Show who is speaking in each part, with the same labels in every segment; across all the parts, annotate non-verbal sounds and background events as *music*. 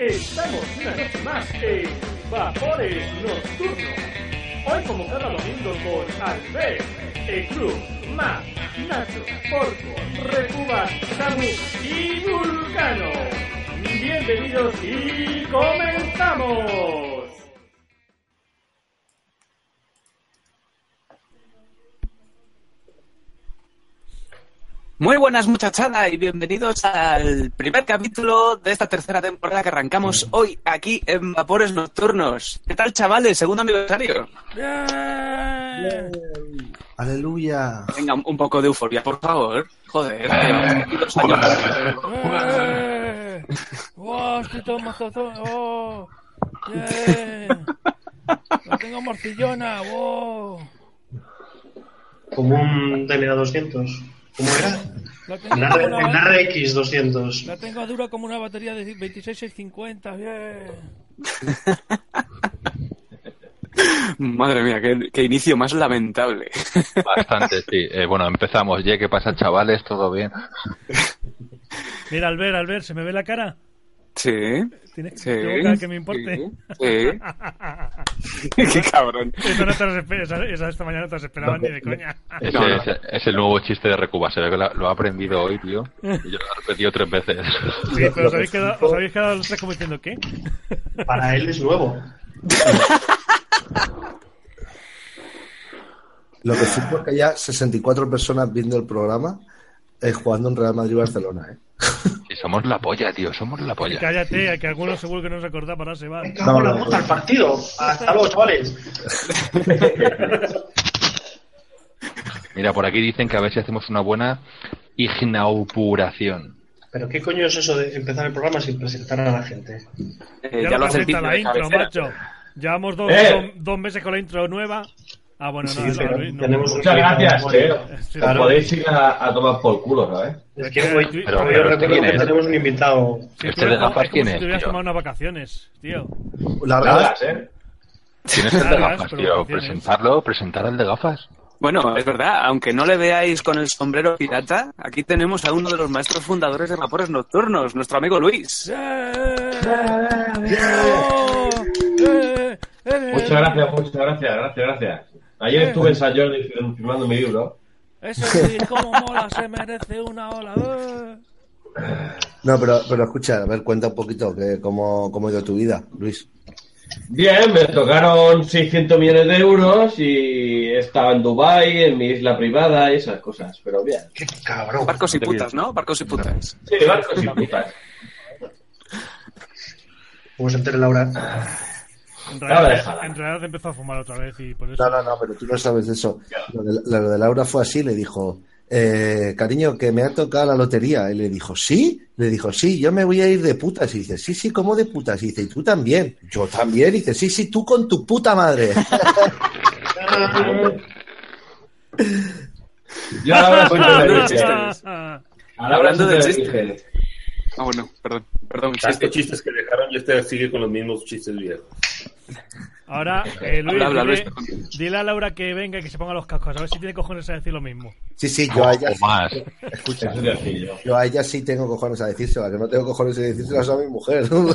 Speaker 1: Estamos una noche más en Vapores Nocturnos. Hoy como cada domingo con Alfred, el club, más Nacho, Porco, Recubas, Samu y Vulcano. Bienvenidos y comenzamos.
Speaker 2: Muy buenas muchachada y bienvenidos al primer capítulo de esta tercera temporada que arrancamos hoy aquí en Vapores Nocturnos. ¿Qué tal chavales? Segundo aniversario.
Speaker 3: Aleluya.
Speaker 2: Venga, un- un poco de euforia, por favor. Joder, llevamos
Speaker 4: Eh,
Speaker 2: aquí dos años.
Speaker 5: ¡Eh!
Speaker 1: *laughs*
Speaker 5: ¡Wow! Estoy todo mazazón. ¡Oh! ¡Yeah! ¡La tengo morcillona! oh. ¡Wow!
Speaker 6: Como un DLA200. ¿Cómo era?
Speaker 5: La tengo,
Speaker 6: El
Speaker 5: como
Speaker 6: AR-
Speaker 5: una-
Speaker 6: el RX200.
Speaker 5: la tengo dura como una batería de 26650. ¡Bien!
Speaker 2: Madre mía, qué, qué inicio más lamentable. *laughs*
Speaker 4: Bastante, sí. Eh, bueno, empezamos. ya ¿qué pasa, chavales? ¿Todo bien?
Speaker 7: Mira, Albert, Albert, ¿se me ve la cara?
Speaker 2: Sí,
Speaker 7: ¿Tienes
Speaker 2: sí.
Speaker 7: tengo cara que me importe?
Speaker 2: Sí,
Speaker 7: *laughs*
Speaker 2: sí. qué cabrón.
Speaker 7: Esa, no te las espe- esa- esa esta mañana no te las esperaban ni de coña.
Speaker 4: Ese,
Speaker 2: No, no.
Speaker 4: ese- es el nuevo chiste de Recuba. Se ve que la- lo ha aprendido hoy, tío. Y yo lo he repetido tres veces.
Speaker 7: Sí, pero os habéis quedado, os habéis quedado los tres como diciendo ¿qué?
Speaker 6: *laughs* Para él es nuevo.
Speaker 3: Lo que supo es que ya 64 personas viendo el programa eh, jugando en Real Madrid-Barcelona. ¿eh?
Speaker 4: Y somos la polla, tío. Somos la polla.
Speaker 7: Cállate, a que algunos seguro que no se acordaba, ahora se va.
Speaker 6: Me cago en la
Speaker 3: No, no,
Speaker 6: puta
Speaker 3: no.
Speaker 6: el partido. Hasta luego, chavales.
Speaker 4: Mira, por aquí dicen que a ver si hacemos una buena inauguración.
Speaker 6: Pero ¿qué coño es eso de empezar el programa sin presentar a la gente?
Speaker 2: Eh, ya lo
Speaker 7: nos
Speaker 2: hace el
Speaker 7: presenta la
Speaker 2: título de
Speaker 7: intro,
Speaker 2: cabecera.
Speaker 7: macho. Llevamos dos,
Speaker 8: ¡Eh!
Speaker 7: dos- dos meses con la intro nueva. Ah, bueno,
Speaker 6: Sí,
Speaker 7: no, no,
Speaker 6: pero
Speaker 7: Luis, no.
Speaker 6: tenemos un-
Speaker 8: Muchas gracias, eh.
Speaker 7: Sí,
Speaker 8: Os podéis ir a, a tomar por culo, eh? ¿sabes?
Speaker 6: Es que hoy, hoy
Speaker 7: Pero-
Speaker 4: pero
Speaker 6: os recuerdo
Speaker 4: ¿quién
Speaker 6: que
Speaker 4: es?
Speaker 8: ¿eh?
Speaker 6: tenemos un invitado.
Speaker 7: Sí, tú
Speaker 4: Este de
Speaker 7: eres como-
Speaker 4: gafas,
Speaker 7: es como
Speaker 4: ¿quién
Speaker 7: si
Speaker 4: es,
Speaker 7: te hubieras
Speaker 4: tío?
Speaker 7: tomado unas vacaciones, tío.
Speaker 3: Largas.
Speaker 8: Largas, ¿eh?
Speaker 4: ¿Tienes el de
Speaker 7: Largas,
Speaker 4: gafas,
Speaker 7: pero
Speaker 4: tío?
Speaker 7: tienes.
Speaker 4: ¿Presentarlo? ¿Presentar al de gafas?
Speaker 2: Bueno, es verdad, aunque no le veáis con el sombrero pirata, aquí tenemos a uno de los maestros fundadores de Vapores Nocturnos, nuestro amigo Luis.
Speaker 4: Eh,
Speaker 8: Muchas gracias, muchas gracias, gracias, gracias. Ayer estuve en San Jordi firm- firmando mi libro.
Speaker 5: Eso sí, como mola, se merece una ola.
Speaker 7: ¡Ah!
Speaker 5: ¡Eh!
Speaker 3: No, pero, pero escucha, a ver, cuenta un poquito que, cómo, cómo ha ido tu vida, Luis.
Speaker 8: Bien, me tocaron 600 millones de euros y estaba en Dubai, en mi isla privada y esas cosas, pero bien.
Speaker 6: ¡Qué cabrón!
Speaker 2: Barcos y putas, ¿no? Barcos y putas.
Speaker 8: Sí, barcos y putas.
Speaker 6: Como se entere Laura.
Speaker 7: En
Speaker 8: Ahora
Speaker 7: realidad,
Speaker 8: déjala.
Speaker 7: en realidad empezó a fumar otra vez y por eso...
Speaker 3: No, no, no, pero tú no sabes eso. Lo de, lo de Laura fue así, le dijo, eh, cariño, que me ha tocado la lotería. Y le dijo, ¿sí? Le dijo, sí, yo me voy a ir de putas. Y dice, sí, sí, ¿cómo de putas? Y dice, ¿y tú también? Yo también. Y dice, sí, sí, tú con tu puta madre.
Speaker 8: *laughs* Yo ahora soy de
Speaker 2: Hablando
Speaker 8: dije. Ahora soy
Speaker 2: de chistes. Hablando de
Speaker 8: de
Speaker 2: chistes.
Speaker 8: dije.
Speaker 2: Ah, bueno, perdón, perdón.
Speaker 9: Tantos chistes que dejaron y este sigue con los mismos chistes viejos.
Speaker 7: Ahora, eh, Luis,
Speaker 2: Habla, habla,
Speaker 7: dile,
Speaker 2: Luis, perdón.
Speaker 7: dile a Laura que venga y que se ponga los cascos. A ver si tiene cojones a decir lo mismo.
Speaker 3: Sí, sí,
Speaker 4: O,
Speaker 3: yo a ella,
Speaker 4: o más.
Speaker 3: escucha,
Speaker 8: Eso te decía yo.
Speaker 3: yo a ella sí tengo cojones a decírselo, que no tengo cojones a decírselas a mi mujer.
Speaker 4: O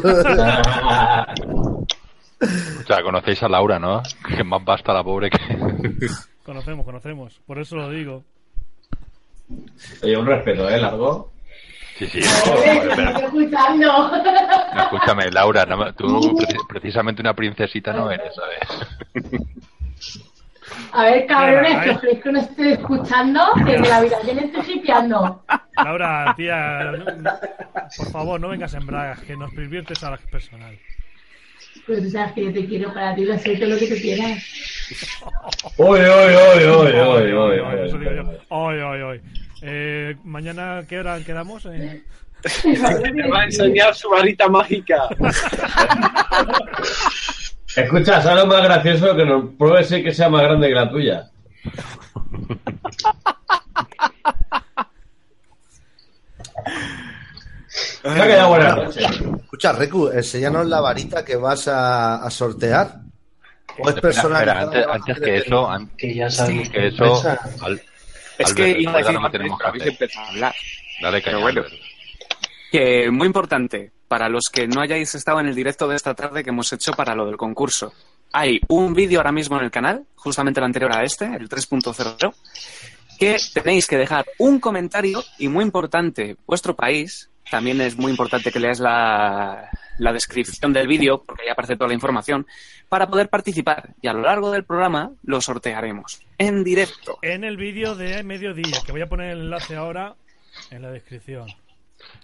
Speaker 4: sea, conocéis a Laura, ¿no? Que más basta la pobre que...
Speaker 7: *laughs* Conocemos, conocemos. Por eso lo digo.
Speaker 8: Oye, un respeto, ¿eh? Largo.
Speaker 4: Sí, sí. Joder, pero- No, escúchame, Laura, no me- tú preci- precisamente una princesita no eres, ¿sabes?
Speaker 10: A ver,
Speaker 7: Mira,
Speaker 10: cabrones,
Speaker 6: eh.
Speaker 7: ahí.
Speaker 10: que os que no estoy escuchando, que en la vida yo le estoy hipeando.
Speaker 7: Laura, tía, no- no- por favor, no vengas en bragas, que nos perviertes a las personas.
Speaker 10: Pero Pues tú sabes que yo te quiero para ti, lo acepto lo que tú quieras.
Speaker 8: Oye, oye, oye, oye, oye, oye,
Speaker 7: Eso pues digo yo.
Speaker 8: oye.
Speaker 7: Oy, oy, oy. Eh, mañana, ¿qué hora quedamos? Eh,
Speaker 10: Pero
Speaker 1: enseñar su varita mágica.
Speaker 8: Escucha, ¿sabes lo más gracioso? Que nos pruebe ese que sea más grande que la tuya. Me ha quedado buena noche.
Speaker 3: Escucha, Reku, enséñanos la varita que vas a, a sortear. O es personal.
Speaker 4: Espera, antes, antes que eso, an-
Speaker 6: Que ya sabéis
Speaker 4: que eso, al-
Speaker 2: Es
Speaker 4: Albert,
Speaker 2: que iba a
Speaker 4: recuerda,
Speaker 2: decir
Speaker 4: no me
Speaker 2: antes, pero
Speaker 4: tenemos que
Speaker 2: habéis
Speaker 4: hacer.
Speaker 2: empezado a hablar.
Speaker 4: dale
Speaker 2: Pero
Speaker 4: caña,
Speaker 2: bueno.
Speaker 4: Albert.
Speaker 2: Que muy importante, para los que no hayáis estado en el directo de esta tarde que hemos hecho para lo del concurso. Hay un vídeo ahora mismo en el canal, justamente el anterior a este, el 3.00, que tenéis que dejar un comentario y muy importante, vuestro país. También es muy importante que leáis la, la descripción del vídeo, porque ahí aparece toda la información, para poder participar. Y a lo largo del programa lo sortearemos en directo.
Speaker 7: En el vídeo de mediodía, que voy a poner el enlace ahora en la descripción.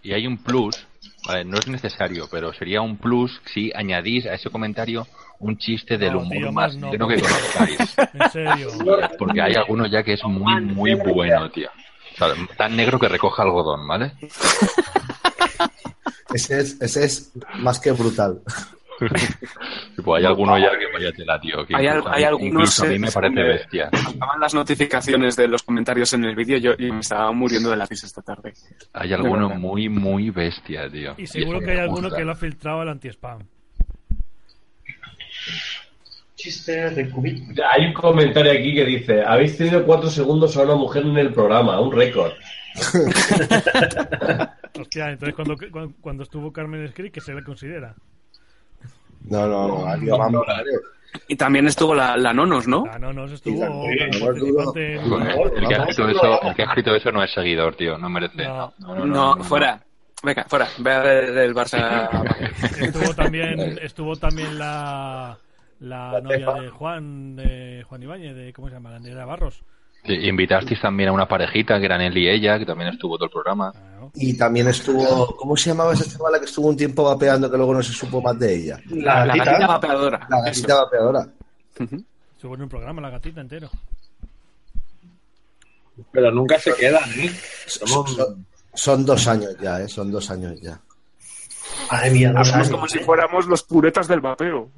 Speaker 4: Y hay un plus, ¿vale? no es necesario, pero sería un plus si añadís a ese comentario un chiste del
Speaker 7: No,
Speaker 4: humor
Speaker 7: tío, más
Speaker 4: más
Speaker 7: no.
Speaker 4: negro que conozcáis.
Speaker 7: En serio.
Speaker 4: Porque hay alguno ya que es muy, muy bueno, tío. O sea, tan negro que recoja algodón, ¿vale?
Speaker 3: Ese es, ese es más que brutal.
Speaker 4: Tipo, hay alguno ya que vaya tela, tío. Que
Speaker 2: Hay, al-
Speaker 4: incluso, a
Speaker 2: hay
Speaker 4: mí-
Speaker 2: algunos.
Speaker 4: incluso a mí me
Speaker 2: eh,
Speaker 4: parece
Speaker 2: que
Speaker 4: bestia.
Speaker 2: Acaban las notificaciones de los comentarios en el vídeo. Yo, yo me estaba muriendo de la risa esta tarde.
Speaker 4: Hay alguno muy, muy bestia, tío.
Speaker 7: Y seguro que hay alguno que lo ha filtrado al *laughs* anti-spam.
Speaker 6: Chiste de cubito.
Speaker 8: Hay un comentario aquí que dice: Habéis tenido cuatro segundos a una mujer en el programa, un récord.
Speaker 7: Hostia, entonces cuando, cuando, cuando estuvo Carmen Escrit, que se le considera.
Speaker 3: *laughs* No, no, no. ha habido más mujeres.
Speaker 2: Y también estuvo la, la Nonos, ¿no?
Speaker 7: Ah, no, no, *laughs* eso
Speaker 3: Sí,
Speaker 7: estuvo.
Speaker 3: la- sí, la-
Speaker 7: participante-
Speaker 3: la- la-
Speaker 4: El que, ha
Speaker 3: Vamos,
Speaker 4: escrito eso, el que ha escrito eso no es seguidor, tío. No merece.
Speaker 7: No,
Speaker 4: No,
Speaker 2: No,
Speaker 4: no, no, no.
Speaker 2: fuera. Venga, fuera. Ve a ver el Barça.
Speaker 7: estuvo también, estuvo también la, la, novia de Juan, de Juan Ibáñez, de ¿cómo se llama? La Andrea Barros.
Speaker 4: Sí, invitasteis también a una parejita, que eran él y ella, que también estuvo todo el programa.
Speaker 7: Ah,
Speaker 3: Y también estuvo. ¿Cómo se llamaba esa chavala que estuvo un tiempo vapeando que luego no se supo más de ella?
Speaker 2: La, la
Speaker 6: gatita.
Speaker 2: gatita vapeadora.
Speaker 3: La gatita vapeadora.
Speaker 7: Estuvo en un programa, la gatita entero.
Speaker 9: Pero nunca se quedan, ¿eh?
Speaker 3: Son,
Speaker 9: Somos...
Speaker 3: son- son dos años ya, ¿eh? Son dos años ya.
Speaker 6: Madre mía, dos
Speaker 1: Hablamos
Speaker 6: años.
Speaker 1: como si fuéramos los puretas del vapeo.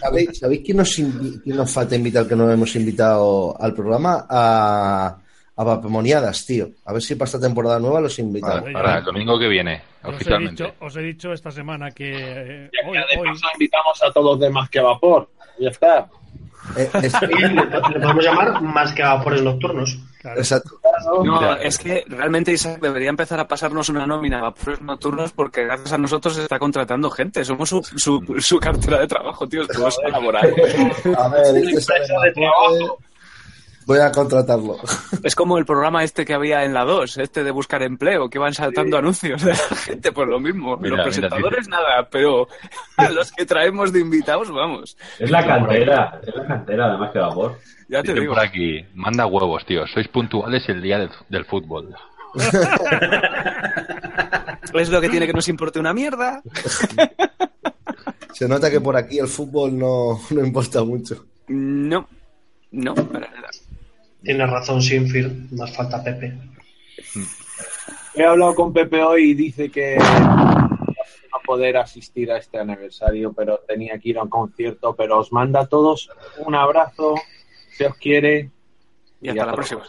Speaker 3: ¿Sabéis, sabéis quién, nos invi- quién nos falta invitar que no hemos invitado al programa? A, a Vapemoniadas, tío. A ver si para esta temporada nueva los invitamos.
Speaker 4: Ahora, ahora, el domingo que viene,
Speaker 7: Yo Os he,
Speaker 4: oficialmente.
Speaker 7: dicho, os he dicho esta semana que eh,
Speaker 9: Ya
Speaker 7: hoy,
Speaker 9: que de
Speaker 7: hoy,
Speaker 9: paso invitamos a todos los demás que a vapor. Ya está.
Speaker 3: Eh, es-
Speaker 6: Bien, le *laughs* le podemos llamar más que a por nocturnos.
Speaker 7: claro,
Speaker 3: exacto.
Speaker 2: No, es que realmente Isaac debería empezar a pasarnos una nómina a vapores nocturnos porque gracias a nosotros se está contratando gente. Somos su, su, su cartera de trabajo, tío. Estamos colaborando.
Speaker 3: A ver, este
Speaker 9: empresa
Speaker 3: sabe
Speaker 9: de
Speaker 3: vapores. Voy a contratarlo.
Speaker 2: Es como el programa este que había en la 2, este de buscar empleo, que van saltando anuncios de la gente, por lo mismo.
Speaker 4: Mira, mira,
Speaker 2: los presentadores nada, pero a los que traemos de invitados, vamos.
Speaker 8: Es la cantera, es la cantera, además que vapor.
Speaker 2: Ya te
Speaker 4: Dicen
Speaker 2: digo.
Speaker 4: por aquí, manda huevos, tío. Sois puntuales el día del, del fútbol.
Speaker 2: Es lo que tiene que nos importe una mierda.
Speaker 3: Se nota que por aquí el fútbol no, no importa mucho.
Speaker 2: No, no, para nada.
Speaker 6: Tienes razón, Sinfield. Nos falta Pepe.
Speaker 1: He hablado con Pepe hoy y dice que no va a poder asistir a este aniversario, pero tenía que ir a un concierto. Pero os manda a todos un abrazo, se os quiere.
Speaker 2: Y hasta la próxima.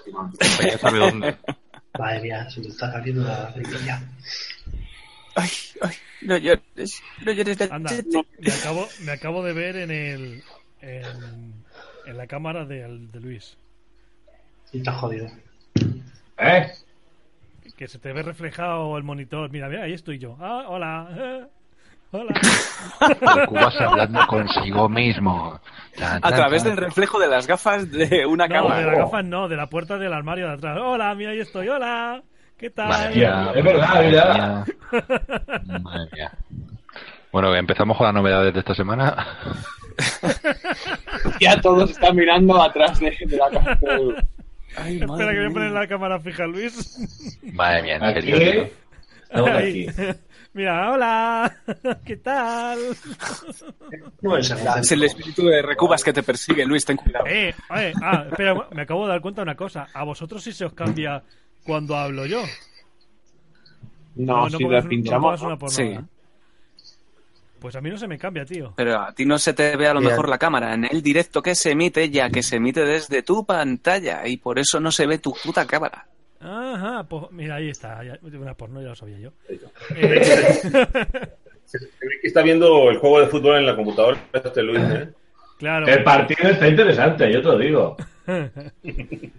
Speaker 4: Ya sabe dónde.
Speaker 6: *laughs* Madre mía, se me está saliendo la grilla.
Speaker 2: Ay, ay, no llores, no llores del
Speaker 7: anda,
Speaker 2: chiste.
Speaker 7: me acabo, me acabo de ver en el en, en la cámara de, de Luis,
Speaker 6: Y te has jodido.
Speaker 8: ¿Eh?
Speaker 7: que se te ve reflejado el monitor. Mira, mira, ahí estoy yo. Ah, hola. eh, hola.
Speaker 4: *laughs* El Cubas hablando consigo mismo. Tan,
Speaker 2: A
Speaker 4: tan,
Speaker 2: través
Speaker 4: tan.
Speaker 2: del reflejo de las gafas de una
Speaker 7: No,
Speaker 2: cámara.
Speaker 7: de la gafa no, de la puerta del armario de atrás. Hola, mira, ahí estoy. Hola. ¿Qué tal?
Speaker 4: Madre mía,
Speaker 8: Es verdad,
Speaker 4: madre
Speaker 8: mira.
Speaker 7: *laughs*
Speaker 4: mía. Madre mía. Bueno, empezamos con las novedades de esta semana.
Speaker 1: *laughs* Ya todos están mirando atrás de, de
Speaker 4: *laughs*
Speaker 1: la casa.
Speaker 2: Ay,
Speaker 7: Espera
Speaker 2: madre
Speaker 7: que voy a poner
Speaker 2: mía.
Speaker 7: la cámara fija, Luis.
Speaker 4: Madre mía, en
Speaker 8: Aquí.
Speaker 4: serio. tío.
Speaker 8: Estamos aquí.
Speaker 7: Ahí. *laughs* Mira, hola. *laughs* ¿Qué tal?
Speaker 6: No es el
Speaker 2: Es el espíritu de recubas que te persigue, Luis, ten cuidado.
Speaker 7: Eh, eh, ah, espera, me acabo de dar cuenta de una cosa. A vosotros sí se os cambia cuando hablo yo.
Speaker 1: No, si la
Speaker 7: no
Speaker 1: pinchamos.
Speaker 7: suena por
Speaker 2: Sí.
Speaker 7: nada. Pues a mí no se me cambia, tío.
Speaker 2: Pero a ti no se te ve a lo
Speaker 3: Bien.
Speaker 2: mejor la cámara en el directo que se emite, ya que se emite desde tu pantalla y por eso no se ve tu puta cámara.
Speaker 7: Ajá, pues mira, ahí está. ya- una porno ya lo sabía yo. Eh, *laughs*
Speaker 9: Se se ve que está viendo el juego de fútbol en la computadora este Luis, ¿eh?
Speaker 7: claro.
Speaker 8: El partido está interesante, yo te lo digo.
Speaker 7: *laughs*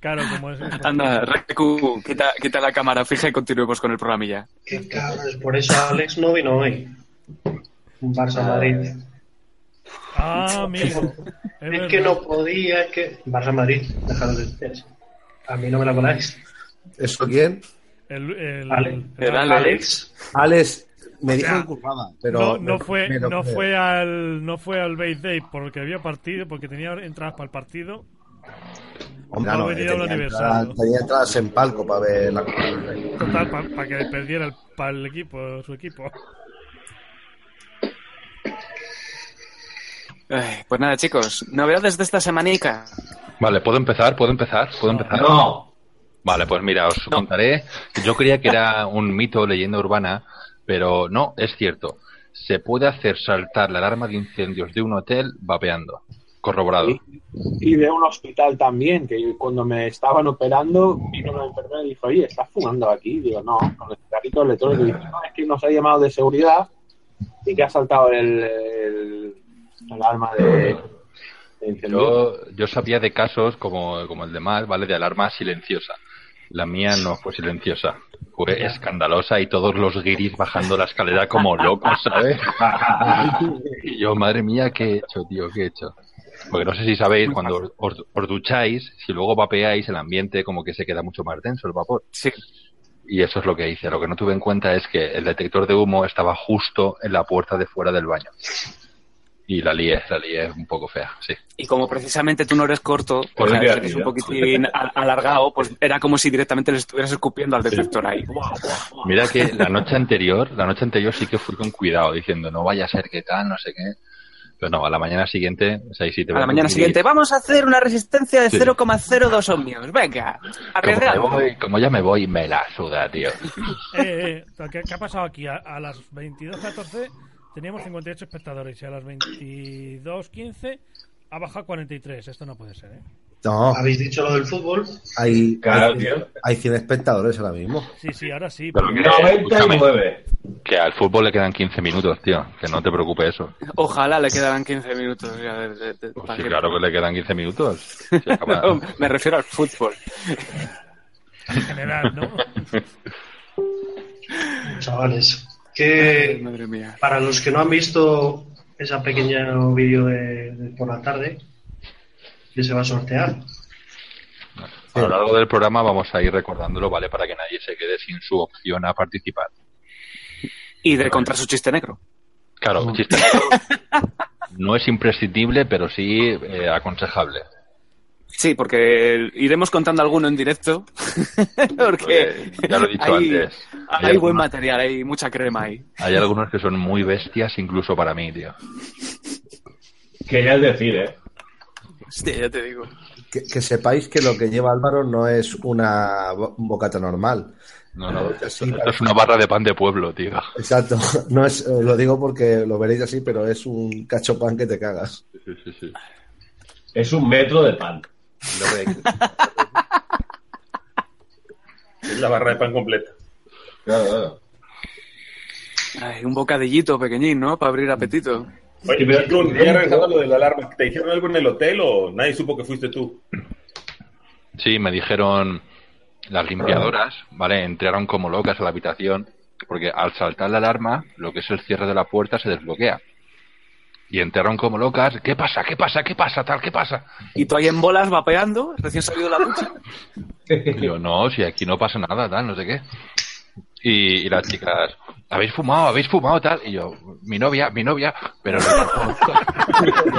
Speaker 7: Claro, como es.
Speaker 2: Anda, Reku, quita, quita la cámara fija y continuemos con el programilla.
Speaker 6: Qué cabrones, por eso Alex no vino hoy. Un Barça Madrid.
Speaker 7: Ah, amigo.
Speaker 6: Es, que no podía, es que. Barça Madrid, dejad de decir. A mí no me la coláis.
Speaker 3: ¿Eso quién?
Speaker 7: El, el-
Speaker 6: Ale-
Speaker 7: el-
Speaker 6: Alex.
Speaker 3: Alex, me dijo
Speaker 7: sea,
Speaker 3: encorvada, pero.
Speaker 7: no,
Speaker 3: me-
Speaker 7: no fue,
Speaker 3: me lo
Speaker 7: no
Speaker 3: creo.
Speaker 7: fue al, no fue al base day porque había partido, porque tenía entradas para el partido.
Speaker 3: Hombre,
Speaker 7: no
Speaker 3: no,
Speaker 7: venía
Speaker 3: tenía,
Speaker 7: al
Speaker 3: entradas,
Speaker 7: aniversario.
Speaker 3: tenía entradas en palco para ver la Copa del Rey.
Speaker 7: Total, para que perdiera el, pa' el equipo, su equipo. *laughs*
Speaker 2: Ay, pues nada, chicos, novedades de esta semanica.
Speaker 4: Vale, ¿puedo empezar? ¿Puedo empezar? ¿Puedo empezar?
Speaker 8: No.
Speaker 4: Vale, pues mira, os contaré. Yo creía que era un mito, leyenda urbana, pero no, es cierto. Se puede hacer saltar la alarma de incendios de un hotel vapeando. Corroborado.
Speaker 1: Y de un hospital también, que cuando me estaban operando, vino la enfermera y dijo, oye, ¿estás fumando aquí? digo, no, con el cigarrito electrónico. Y dice, no, es que nos ha llamado de seguridad y que ha saltado el, el alarma de... de incendio.
Speaker 4: Yo, yo sabía de casos como, como el de Mar, ¿vale? De alarma silenciosa. La mía no fue silenciosa. Fue escandalosa y todos los guiris bajando la escalera como locos, ¿sabes? Y yo, madre mía, ¿qué he hecho, tío? ¿Qué he hecho? Porque no sé si sabéis, cuando os, os ducháis, si luego vapeáis, el ambiente como que se queda mucho más denso, el vapor.
Speaker 2: Sí.
Speaker 4: Y eso es lo que hice. Lo que no tuve en cuenta es que el detector de humo estaba justo en la puerta de fuera del baño. Y la lié, la lié un poco fea, sí.
Speaker 2: Y como precisamente tú no eres corto, o
Speaker 4: Pues
Speaker 2: sea,
Speaker 4: mira,
Speaker 2: eres un
Speaker 4: mira.
Speaker 2: poquitín a- alargado, pues era como si directamente le estuvieras escupiendo al detector ahí.
Speaker 4: Mira que la noche anterior, la noche anterior sí que fui con cuidado, diciendo no vaya a ser que tal, no sé qué. Pero no, a la mañana siguiente, o sea, y si te
Speaker 2: *laughs* A la
Speaker 4: vas
Speaker 2: mañana
Speaker 4: dormir-
Speaker 2: siguiente, vamos a hacer una resistencia de
Speaker 4: Sí.
Speaker 2: 0,02 ohmios. Venga,
Speaker 4: Como, me
Speaker 2: arriesgado.
Speaker 4: voy- como ya me voy, me la suda, tío.
Speaker 7: Eh, eh, ¿qué, qué ha pasado aquí? A, a las 22.14 teníamos 58 espectadores y a las 22.15 ha bajado 43. Esto no puede ser, ¿eh?
Speaker 3: No,
Speaker 6: ¿Habéis dicho lo del fútbol?
Speaker 3: hay,
Speaker 8: Claro,
Speaker 3: hay,
Speaker 8: tío.
Speaker 3: hay 100 espectadores ahora mismo.
Speaker 7: Sí, sí, ahora sí.
Speaker 4: Pero
Speaker 7: pero-
Speaker 4: que- eh, escúchame,
Speaker 8: 99.
Speaker 4: que al fútbol le quedan 15 minutos, tío. Que no te preocupes eso.
Speaker 2: Ojalá le quedaran 15 minutos. ya de- de- de-
Speaker 4: Pues
Speaker 2: para
Speaker 4: sí,
Speaker 2: que-
Speaker 4: claro que le quedan
Speaker 2: *laughs*
Speaker 4: 15 minutos. Se acaba-
Speaker 2: No, *laughs* me refiero al fútbol.
Speaker 7: en general, ¿no?
Speaker 6: Chavales, que
Speaker 2: Madre mía.
Speaker 6: para los que no han visto esa pequeña vídeo de, de por la tarde, que se va a sortear.
Speaker 4: A lo largo del programa vamos a ir recordándolo, ¿vale? Para que nadie se quede sin su opción a participar.
Speaker 2: Y de contar su chiste negro.
Speaker 4: Claro, chiste. *laughs* No es imprescindible, pero sí eh, aconsejable.
Speaker 2: Sí, porque iremos contando alguno en directo. *laughs* porque
Speaker 4: Porque ya lo he dicho
Speaker 2: hay,
Speaker 4: antes.
Speaker 2: hay
Speaker 4: Hay
Speaker 2: buen
Speaker 4: algunos-
Speaker 2: material, hay mucha crema ahí. *laughs*
Speaker 4: Hay algunos que son muy bestias, incluso para mí, tío.
Speaker 8: Quería decir, ¿eh?
Speaker 2: Hostia, ya te digo.
Speaker 3: Que, que sepáis que lo que lleva Álvaro no es una bo- bocata normal.
Speaker 4: No, no, esto,
Speaker 3: Sí,
Speaker 4: esto
Speaker 3: claro.
Speaker 4: es una barra de pan de pueblo, tío.
Speaker 3: Exacto. *laughs* No es, eh, lo digo porque lo veréis así, pero es un cachopán que te cagas.
Speaker 4: Sí, sí, sí.
Speaker 8: Es un metro de pan.
Speaker 9: Es la barra de pan completa.
Speaker 8: Claro, claro.
Speaker 2: Ay, un bocadillito pequeñín, ¿no? Para abrir apetito.
Speaker 9: Oye,
Speaker 8: Sí, pero-
Speaker 9: Chiclun, ya regresando a lo de la alarma, ¿te dijeron algo en el hotel o nadie supo que fuiste tú?
Speaker 4: Sí, me dijeron las limpiadoras, ¿vale? Entraron como locas a la habitación, porque al saltar la alarma, lo que es el cierre de la puerta se desbloquea. Y entraron como locas, ¿qué pasa? ¿Qué pasa? ¿Qué pasa? ¿Tal? ¿Qué pasa?
Speaker 2: Y tú ahí en bolas vapeando, recién salido de la ducha.
Speaker 4: *laughs* Y yo, no, si aquí no pasa nada, tal, no sé qué. Y, y las chicas, ¿habéis fumado? ¿Habéis fumado? Tal. Y yo, mi novia, mi novia, pero
Speaker 3: *laughs*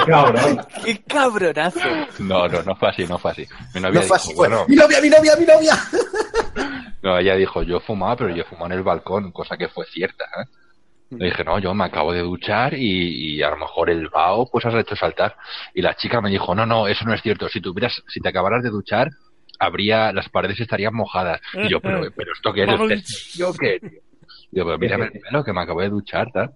Speaker 8: Cabrón.
Speaker 2: ¡Qué cabronazo!
Speaker 4: no, no, no, no fue así, no fue así. Mi novia
Speaker 3: No fue
Speaker 4: dijo,
Speaker 3: así, fue,
Speaker 4: bueno,
Speaker 3: ¡Mi novia, mi novia, mi novia!
Speaker 4: no, ella dijo, yo fumaba, pero yo fumaba en el balcón, cosa que fue cierta. ¿eh?
Speaker 2: Mm.
Speaker 4: Le dije, no, yo me acabo de duchar y, y a lo mejor el vaho pues has hecho saltar. Y la chica me dijo, no, no, eso no es cierto. Si tuvieras, si te acabaras de duchar, habría, las paredes estarían mojadas. Y yo,
Speaker 2: Mm,
Speaker 4: pero, pero esto qué es,
Speaker 7: Vamos.
Speaker 4: ¿Este es yo qué, tío?". Digo, pero
Speaker 3: *laughs*
Speaker 4: mírame el pelo que me acabo de duchar, tal.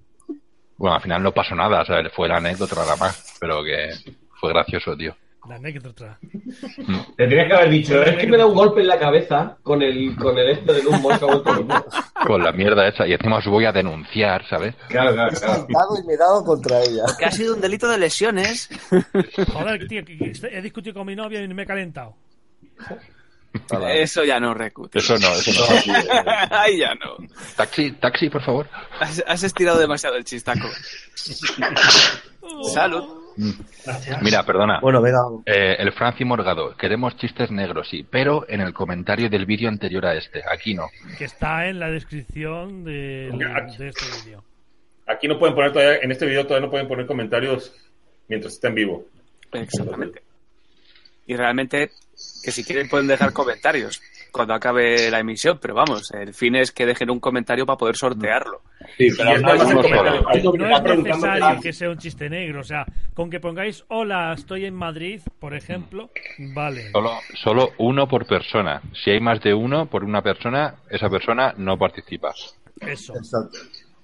Speaker 4: Bueno, al final no pasó nada, o sea, fue la anécdota nada más, pero que fue gracioso, tío.
Speaker 7: La anécdota.
Speaker 8: Te tenías que haber dicho, ¿eh? es que me da un golpe en la cabeza con el, con el este del humo. se ha *laughs* vuelto loco".
Speaker 4: Con la mierda esa, y encima os voy a denunciar, ¿sabes?
Speaker 8: Claro,
Speaker 3: He
Speaker 8: claro, claro.
Speaker 3: saltado y me he dado contra ella.
Speaker 2: Que ha sido un delito de lesiones.
Speaker 7: Joder, tío, que- que he discutido con mi novia y me he calentado.
Speaker 9: Ah,
Speaker 2: Eso ya no, Recu.
Speaker 4: Eso no, eso
Speaker 2: *laughs*
Speaker 4: no.
Speaker 2: Ahí ya no.
Speaker 4: Taxi, taxi, por favor.
Speaker 2: Has, has estirado demasiado el
Speaker 4: *laughs*
Speaker 2: chistaco. Salud.
Speaker 4: Mira, perdona.
Speaker 3: Bueno, venga.
Speaker 4: Eh, el Franci Morgado, queremos chistes negros, sí, pero en el comentario del vídeo anterior a este. Aquí no.
Speaker 7: Que está en la descripción de, de este vídeo.
Speaker 9: Aquí no pueden poner todavía, en este video todavía no pueden poner comentarios mientras está en vivo.
Speaker 2: Exactamente. Y realmente, que si quieren pueden dejar comentarios cuando acabe la emisión, pero vamos, el fin es que dejen un comentario para poder sortearlo.
Speaker 9: Sí, pero
Speaker 2: Y
Speaker 9: además
Speaker 2: además
Speaker 9: hacen
Speaker 2: uno solo.
Speaker 9: comentarios. Ahí
Speaker 7: No es
Speaker 9: preguntando
Speaker 7: necesario
Speaker 9: qué-
Speaker 7: que sea un chiste negro, o sea, con que pongáis hola, estoy en Madrid, por ejemplo, vale.
Speaker 4: Solo, solo uno por persona. Si hay más de uno por una persona, esa persona no participa.
Speaker 7: Eso.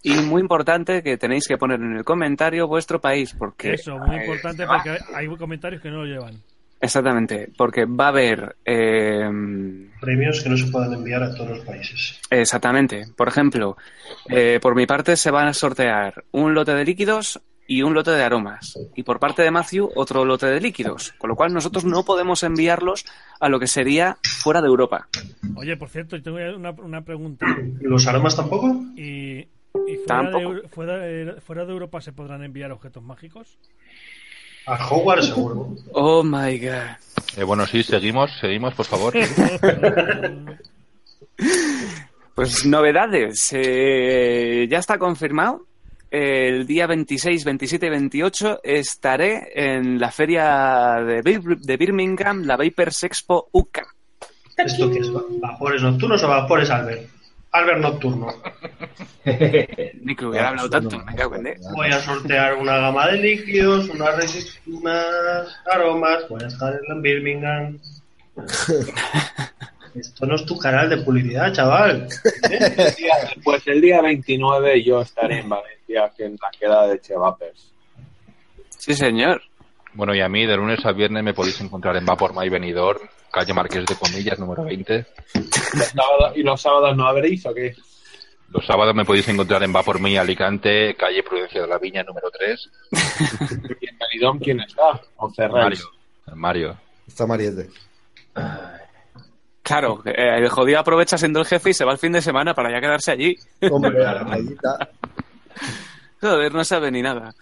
Speaker 2: Y muy importante que tenéis que poner en el comentario vuestro país, porque...
Speaker 7: Eso, muy
Speaker 2: eh,
Speaker 7: importante porque hay comentarios que no lo llevan.
Speaker 2: Exactamente, porque va a haber... eh,
Speaker 6: Premios que no se pueden enviar a todos los países.
Speaker 2: exactamente. Por ejemplo, eh, por mi parte se van a sortear un lote de líquidos y un lote de aromas. Y por parte de Matthew, otro lote de líquidos. Con lo cual nosotros no podemos enviarlos a lo que sería fuera de Europa.
Speaker 7: Oye, por cierto, yo tengo una, una pregunta.
Speaker 6: ¿Los aromas tampoco?
Speaker 7: ¿Y, y fuera, de,
Speaker 2: Tampoco.
Speaker 7: Eu- fuera, de, fuera de Europa se podrán enviar objetos mágicos?
Speaker 6: A Hogwarts seguro.
Speaker 2: Oh my god.
Speaker 4: Eh, bueno, sí, seguimos, seguimos, por favor.
Speaker 2: Pues novedades. eh, ya está confirmado. El día 26, 27 y 28 estaré en la feria de, Bir- de Birmingham, la Vapers Expo UCA.
Speaker 6: ¿Esto qué es? ¿Va- ¿Vapores nocturnos o vapores Albert? Albert nocturno.
Speaker 2: Ni que hubiera hablado tanto, me cago en diez.
Speaker 6: Voy a sortear una gama de líquidos, unas, resi- unas aromas. Voy a estar en Birmingham. *laughs* Esto no es tu canal de publicidad, chaval.
Speaker 1: *laughs* Pues el día 29 yo estaré en Valencia, que en la queda de Chevapers.
Speaker 2: Sí, señor.
Speaker 4: Bueno, y a mí de lunes a viernes me podéis encontrar en Vapor May Benidorm, calle Marqués de Comillas, número 20.
Speaker 1: Los sábados- ¿Y los sábados no habréis o qué?
Speaker 4: Los sábados me podéis encontrar en Vapor May Alicante, calle Prudencia de la Viña, número 3.
Speaker 1: *laughs* ¿Y en Benidorm quién está? ¿O cerráis?
Speaker 4: Mario. Mario.
Speaker 3: Está Mariette.
Speaker 2: Claro, eh, el jodido aprovecha siendo el jefe y se va el fin de semana para ya quedarse allí.
Speaker 3: Hombre, a la playita.
Speaker 2: Joder, no sabe ni nada.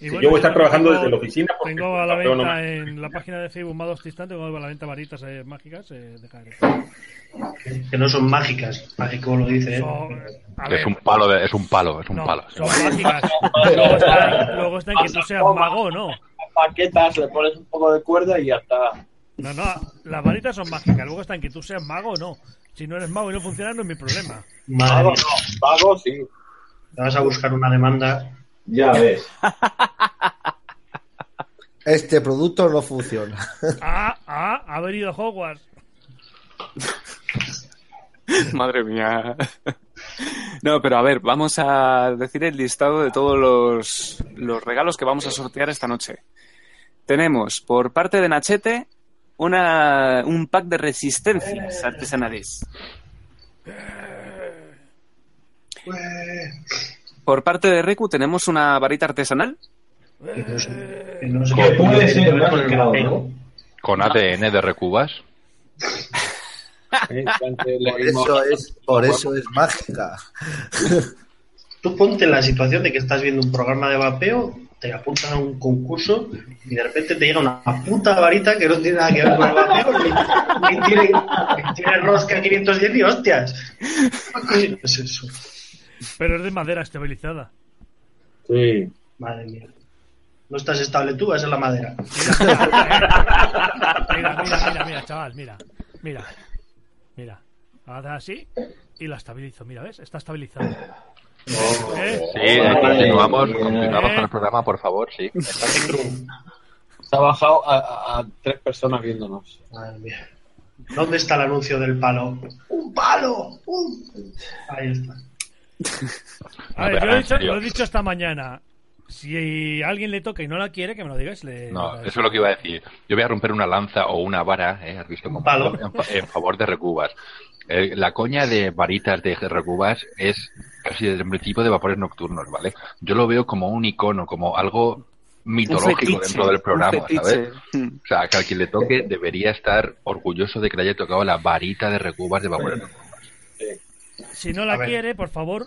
Speaker 7: Y
Speaker 9: Sí, yo voy a estar trabajando
Speaker 7: tengo-
Speaker 9: desde la oficina porque
Speaker 7: Tengo a la
Speaker 9: no veo
Speaker 7: venta
Speaker 9: nomás.
Speaker 7: en la página de Facebook Mados Distante, tengo a la venta varitas eh, mágicas. eh, deja de-
Speaker 6: Que no son mágicas. Mágico lo dice, ¿eh?
Speaker 7: Son- a ver,
Speaker 4: Es un palo, de- es un palo, es un
Speaker 7: no,
Speaker 4: palo.
Speaker 1: *laughs*
Speaker 7: son mágicas. luego, está, luego está en que tú seas mago, ¿no?
Speaker 1: Paquetas, le pones un poco de cuerda y ya está.
Speaker 7: No, no, las varitas son mágicas. Luego está en que tú seas mago o no. Si no eres mago y no funciona, no es mi problema.
Speaker 6: Madre
Speaker 1: Vago
Speaker 6: mía,
Speaker 1: no, vago sí.
Speaker 6: te vas a buscar una demanda.
Speaker 8: Ya ves.
Speaker 3: Este producto no funciona.
Speaker 7: Ah, ah, ha venido Hogwarts.
Speaker 2: *laughs* Madre mía. No, pero a ver, vamos a decir el listado de todos los, los regalos que vamos a sortear esta noche. Tenemos por parte de Nachete una, un pack de resistencias artesanales.
Speaker 6: Pues,
Speaker 2: Por parte de Reku tenemos una varita artesanal.
Speaker 6: Que no sé- que no sé
Speaker 8: Que
Speaker 6: qué-
Speaker 8: puede ser
Speaker 6: con el
Speaker 8: mágica o
Speaker 6: café.
Speaker 8: no.
Speaker 4: Con ATN de Recubas.
Speaker 1: Eh, antes le
Speaker 3: Por
Speaker 1: dimos-
Speaker 3: eso es, por eso es mágica.
Speaker 6: Tú ponte en la situación de que estás viendo un programa de vapeo, te apuntan a un concurso y de repente te llega una puta varita que no tiene nada que ver con el vapeo, ni, ni tiene, ni tiene rosca 510
Speaker 1: *laughs*
Speaker 6: y hostias. ¿Qué coño es eso?
Speaker 7: Pero es de madera estabilizada.
Speaker 1: Sí.
Speaker 6: Madre mía. No estás estable tú, vas en la madera.
Speaker 7: Mira, mira, mira, mira, chaval, mira. Mira. Mira. Haz así y la estabilizo. Mira, ¿ves? Está estabilizada. ¿Eh?
Speaker 4: Sí, eh, continuamos,
Speaker 8: Bien.
Speaker 4: continuamos con el programa, por favor, sí.
Speaker 1: Se ha bajado a, a- a tres personas viéndonos.
Speaker 6: Madre mía. ¿Dónde está el anuncio del palo? ¡Un palo! ¡Un-! Ahí está.
Speaker 7: A ver, yo lo he, dicho, lo he dicho esta mañana. Si alguien le toca y no la quiere, que me lo digas. Le...
Speaker 4: No, eso es lo que iba a decir. Yo voy a romper una lanza o una vara, eh, has visto,
Speaker 6: Un palo.
Speaker 4: en, fa- en favor de Recubas. Eh, la coña de varitas de Recubas es casi del tipo de vapores nocturnos, ¿vale? Yo lo veo como un icono, como algo mitológico
Speaker 2: Un fetiche,
Speaker 4: dentro del programa,
Speaker 2: un fetiche.
Speaker 4: ¿sabes? O sea, que al que le toque debería estar orgulloso de que le haya tocado la varita de recubas de vapor.
Speaker 7: Si no la
Speaker 4: ver.
Speaker 7: quiere, por favor,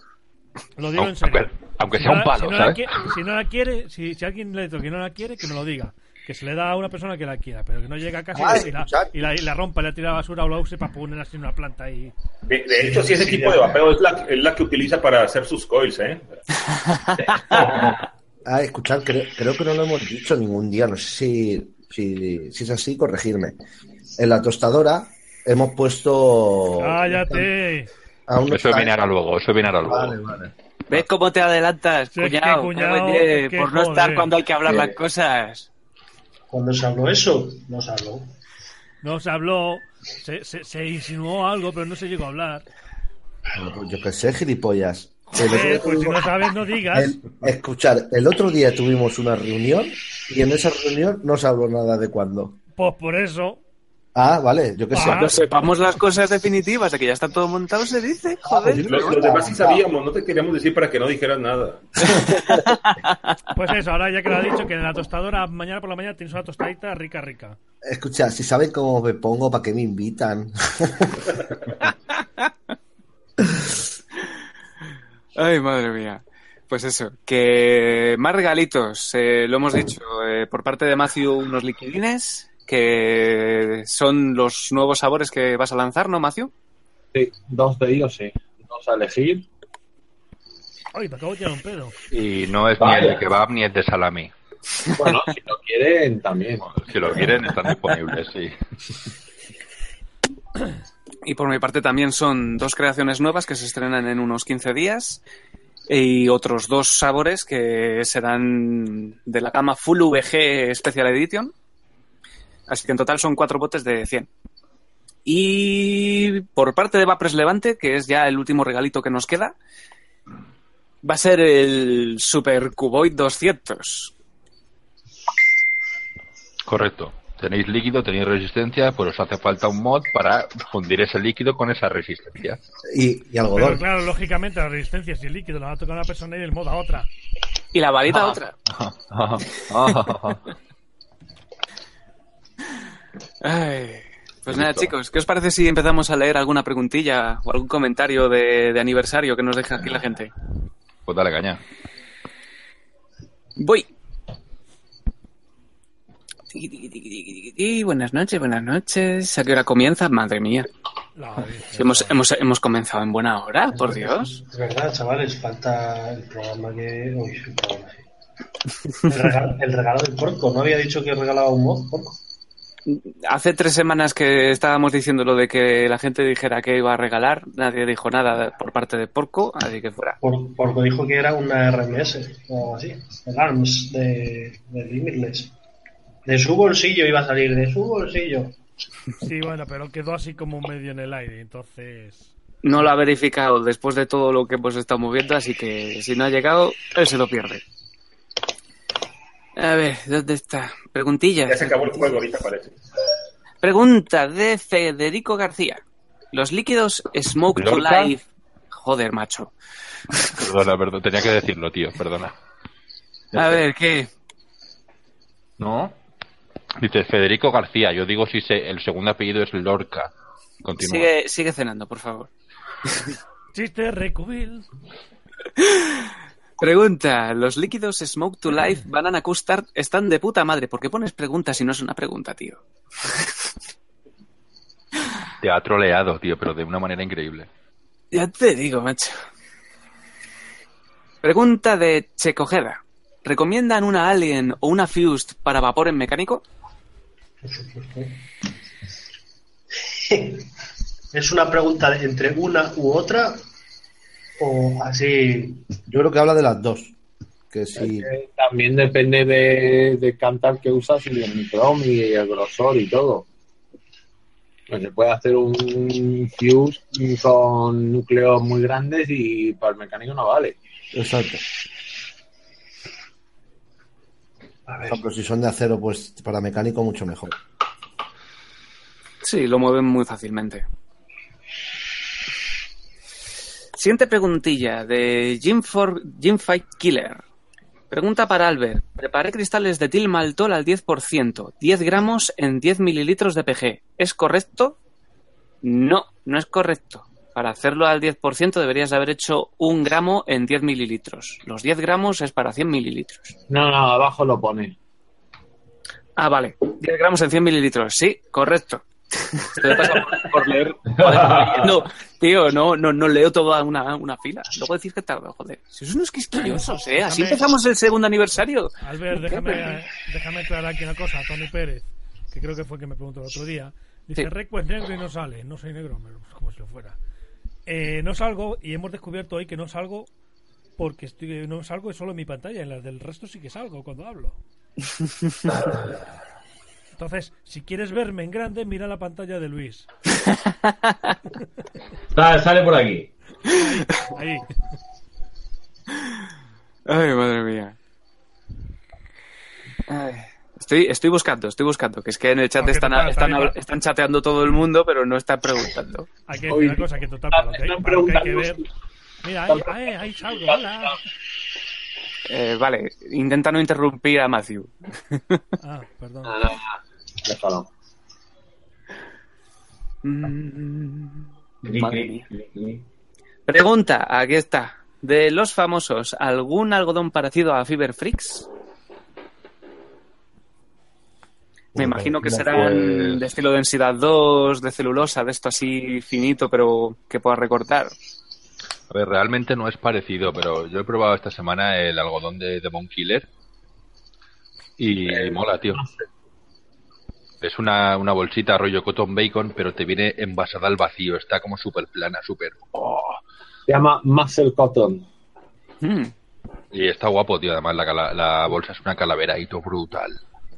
Speaker 7: lo digo en
Speaker 4: Aunque,
Speaker 7: serio.
Speaker 4: aunque
Speaker 7: Si
Speaker 4: sea
Speaker 7: no
Speaker 4: un
Speaker 7: la-
Speaker 4: palo,
Speaker 7: si no la
Speaker 4: ¿sabes?
Speaker 7: qui- si no la quiere, si, si alguien le toca y no la quiere, que me lo diga. Que se le da a una persona que la quiera, pero que no llegue a casa
Speaker 9: Ay,
Speaker 7: y, la, y, la, y la rompa, le tira la basura o la use para poner así en una planta y...
Speaker 9: De, de hecho, sí, ese tipo de vapeo es la, es la que utiliza para hacer sus coils, ¿eh?
Speaker 3: Ah, escuchad, creo, creo que no lo hemos dicho ningún día, no sé si, si, si es así, corregirme. En la tostadora hemos puesto...
Speaker 7: Ah, ¡Cállate!
Speaker 3: Aún no
Speaker 4: Eso
Speaker 3: está-
Speaker 4: viene ahora luego, eso viene ahora luego.
Speaker 2: ¿Ves cómo te adelantas,
Speaker 7: Sí, es que,
Speaker 2: cuñado?
Speaker 7: cuñado,
Speaker 2: Oye,
Speaker 7: es que,
Speaker 2: por no estar
Speaker 7: joder.
Speaker 2: cuando hay que hablar
Speaker 7: Sí.
Speaker 2: las cosas.
Speaker 6: Cuando se habló eso, no se habló.
Speaker 7: No se habló, se, se, se insinuó algo, pero no se llegó a hablar.
Speaker 3: Yo qué sé, gilipollas. El otro
Speaker 7: Eh,
Speaker 3: día
Speaker 7: pues si
Speaker 3: tuvimos-
Speaker 7: no sabes, no digas.
Speaker 3: el- escuchad, el otro día tuvimos una reunión y en esa reunión no se habló nada de cuándo.
Speaker 7: Pues por eso...
Speaker 3: Ah, vale, yo qué sé.
Speaker 2: Cuando sepamos las cosas definitivas de que ya está todo montado, se dice, joder.
Speaker 9: Los, los demás sí sabíamos, no te queríamos decir para que no dijeras nada.
Speaker 7: Pues eso, ahora ya que lo ha dicho, que en la tostadora mañana por la mañana tienes una tostadita rica, rica.
Speaker 3: Escucha, si saben cómo me pongo, ¿para qué me invitan?
Speaker 2: Ay, madre mía. Pues eso, que más regalitos, eh, lo hemos dicho, eh, por parte de Matthew unos liquidines, que son los nuevos sabores que vas a lanzar, ¿no, Matthew?
Speaker 1: Sí, dos de ellos sí. Dos a elegir.
Speaker 7: Ay, me acabo de tirar un pedo.
Speaker 4: Y no es ni el de kebab ni el de salami.
Speaker 1: Bueno, si lo quieren, también.
Speaker 4: Si lo quieren, están disponibles, sí.
Speaker 2: Y por mi parte también son dos creaciones nuevas que se estrenan en unos 15 días y otros dos sabores que serán de la gama Full VG Special Edition. Así que en total son cuatro botes de 100. Y por parte de Vapres Levante, que es ya el último regalito que nos queda, va a ser el Super Cuboid 200.
Speaker 4: Correcto. Tenéis líquido, tenéis resistencia, pues os hace falta un mod para fundir ese líquido con esa resistencia.
Speaker 3: Y, y
Speaker 7: Pero
Speaker 3: algodón.
Speaker 7: claro, lógicamente la resistencia si el líquido la va a tocar una persona y el modo a otra.
Speaker 2: Y la varita otra. *laughs* Ay, pues nada, chicos, ¿qué os parece si empezamos a leer alguna preguntilla o algún comentario de, de aniversario que nos deja aquí la gente?
Speaker 4: Pues dale caña.
Speaker 2: Voy. Tiqui, tiqui, tiqui, tiqui, tiqui, tiqui. buenas noches, buenas noches. ¿A qué hora comienza? Madre mía. Si hemos, hemos, hemos comenzado en buena hora, por Dios.
Speaker 6: Es verdad, chavales, falta el programa que. Uy, el, programa, sí. el, regalo, el regalo del porco. No había dicho que regalaba un mod, porco.
Speaker 2: Hace tres semanas que estábamos diciendo lo de que la gente dijera que iba a regalar. Nadie dijo nada por parte de Porco, así que fuera.
Speaker 6: Por- Porco dijo que era una RMS o algo así. El ARMS de, de Limitless. De su bolsillo iba a salir, de su bolsillo.
Speaker 7: Sí, bueno, pero quedó así como medio en el aire, entonces...
Speaker 2: No lo ha verificado después de todo lo que hemos estado moviendo, así que si no ha llegado, él se lo pierde. A ver, ¿dónde está? Preguntilla.
Speaker 9: Ya se acabó el juego, ahorita parece.
Speaker 2: Pregunta de Federico García. Los líquidos Smoke to
Speaker 4: ¿Lorca?
Speaker 2: Life. Joder, macho.
Speaker 4: Perdona, perdona, tenía que decirlo, tío, perdona.
Speaker 2: A ver, ¿qué?
Speaker 4: ¿No? Dice Federico García, yo digo si se- el segundo apellido es Lorca. Continúa.
Speaker 2: Sigue, sigue cenando, por favor.
Speaker 7: *laughs* Chiste, recubil.
Speaker 2: Pregunta. Los líquidos Smoke to Life Banana Custard están de puta madre. ¿Por qué pones preguntas si no es una pregunta, tío?
Speaker 4: Te ha troleado, tío, pero de una manera increíble.
Speaker 2: Ya te digo, macho. Pregunta de Checojeda. ¿Recomiendan una Alien o una Fused para vapor en mecánico?
Speaker 6: ¿Es una pregunta de entre una u otra? ¿O así?
Speaker 3: Yo creo que habla de las dos. Que si
Speaker 1: Eh, También depende de, de cantar que usas y el microm y el grosor y todo. Pues se puede hacer un fuse con núcleos muy grandes y para el mecánico no vale.
Speaker 3: Exacto. Por ejemplo, si son de acero, pues para mecánico mucho mejor. *laughs*
Speaker 2: Sí, lo mueven muy fácilmente. Siguiente preguntilla de Jim, for, Jim Fight Killer. Pregunta para Albert. Preparé cristales de tilmaltol al 10%, 10 gramos en 10 mililitros de PG. ¿Es correcto? No, no es correcto. Para hacerlo al 10% deberías de haber hecho un gramo en 10 mililitros. Los 10 gramos es para 100 mililitros.
Speaker 1: No, no, abajo lo pone.
Speaker 2: Ah, vale. 10 gramos en 100 mililitros. Sí, correcto. Esto me pasa por, por leer. Joder, *laughs* no, tío, no, no, no leo toda una, una fila. Luego decís que tardo, joder. Si son unos quisquillosos, ¿eh? Así
Speaker 7: Déjame-
Speaker 2: empezamos el segundo aniversario.
Speaker 7: Albert, déjame, déjame aclarar aquí una cosa. Tony Pérez, que creo que fue el que me preguntó el otro día, dice:
Speaker 2: Sí.
Speaker 7: Recu es negro y no sale. No soy negro, me- como si lo fuera. Eh, no salgo, y hemos descubierto hoy que no salgo porque estoy, no salgo es solo en mi pantalla. En las del resto sí que salgo cuando hablo. Entonces, si quieres verme en grande, mira la pantalla de Luis.
Speaker 8: Sale, Ah, sale por aquí.
Speaker 7: Ahí.
Speaker 2: Ay, madre mía. Ay, Estoy, estoy buscando, estoy buscando. Que es que en el chat
Speaker 7: Porque
Speaker 2: están,
Speaker 7: total,
Speaker 2: están,
Speaker 7: también-
Speaker 2: habl- están chateando todo el mundo, pero no están preguntando.
Speaker 7: Hay que decir una cosa que total,
Speaker 8: ah,
Speaker 7: para lo que, para lo que hay que ver. Mira, ahí, ahí, ahí salgo, hola.
Speaker 2: Eh, vale, intenta no interrumpir a Matthew.
Speaker 7: Ah, perdón.
Speaker 1: Déjalo.
Speaker 8: Cri,
Speaker 2: Madre
Speaker 8: Mm. cri,
Speaker 2: mía.
Speaker 8: cri, cri.
Speaker 2: Pregunta, aquí está. De los famosos, ¿algún algodón parecido a Fever Freaks? Me imagino que
Speaker 4: pues-
Speaker 2: serán de estilo densidad 2, de celulosa, de esto así finito, pero que pueda recortar.
Speaker 4: A ver, realmente no es parecido, pero yo he probado esta semana el algodón de Demon Killer y mola, tío. Es una, una bolsita rollo cotton bacon, pero te viene envasada al vacío. Está como súper plana, súper... ¡Oh!
Speaker 1: Se llama Muscle Cotton.
Speaker 2: Mm.
Speaker 4: Y está guapo, tío. Además, la, cala- la bolsa es una calavera y todo brutal.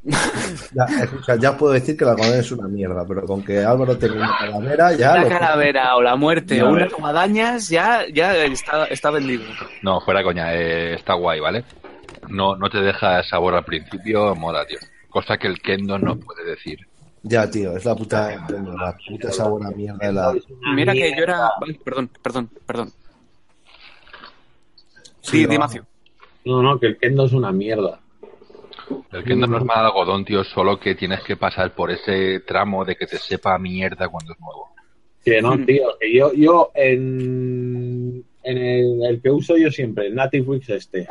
Speaker 3: Ya, escucha, ya puedo decir que la comida es una mierda, pero con que Álvaro tenga una calavera, Ah, ya.
Speaker 2: la
Speaker 3: lo-
Speaker 2: calavera Ah, o la muerte
Speaker 4: Ya
Speaker 2: o una
Speaker 4: ves.
Speaker 2: guadañas ya, ya está, está vendido.
Speaker 4: No, fuera coña, eh, está guay, ¿vale? No, no te deja sabor al principio, mola, tío. Cosa que el kendo no puede decir.
Speaker 3: Ya, tío, es la puta. La puta sabor a mierda de la.
Speaker 2: Mira que yo era... Ay, perdón, perdón, perdón. Sí,
Speaker 3: Sí, va.
Speaker 2: Dimacio.
Speaker 1: No, no, que el kendo es una mierda.
Speaker 4: El kendo no es mal algodón, tío, solo que tienes que pasar por ese tramo de que te sepa a mierda cuando es nuevo.
Speaker 1: Que no,
Speaker 4: Mm.
Speaker 1: tío. Que yo, yo en, en el, el que uso yo siempre, el Native Wix este,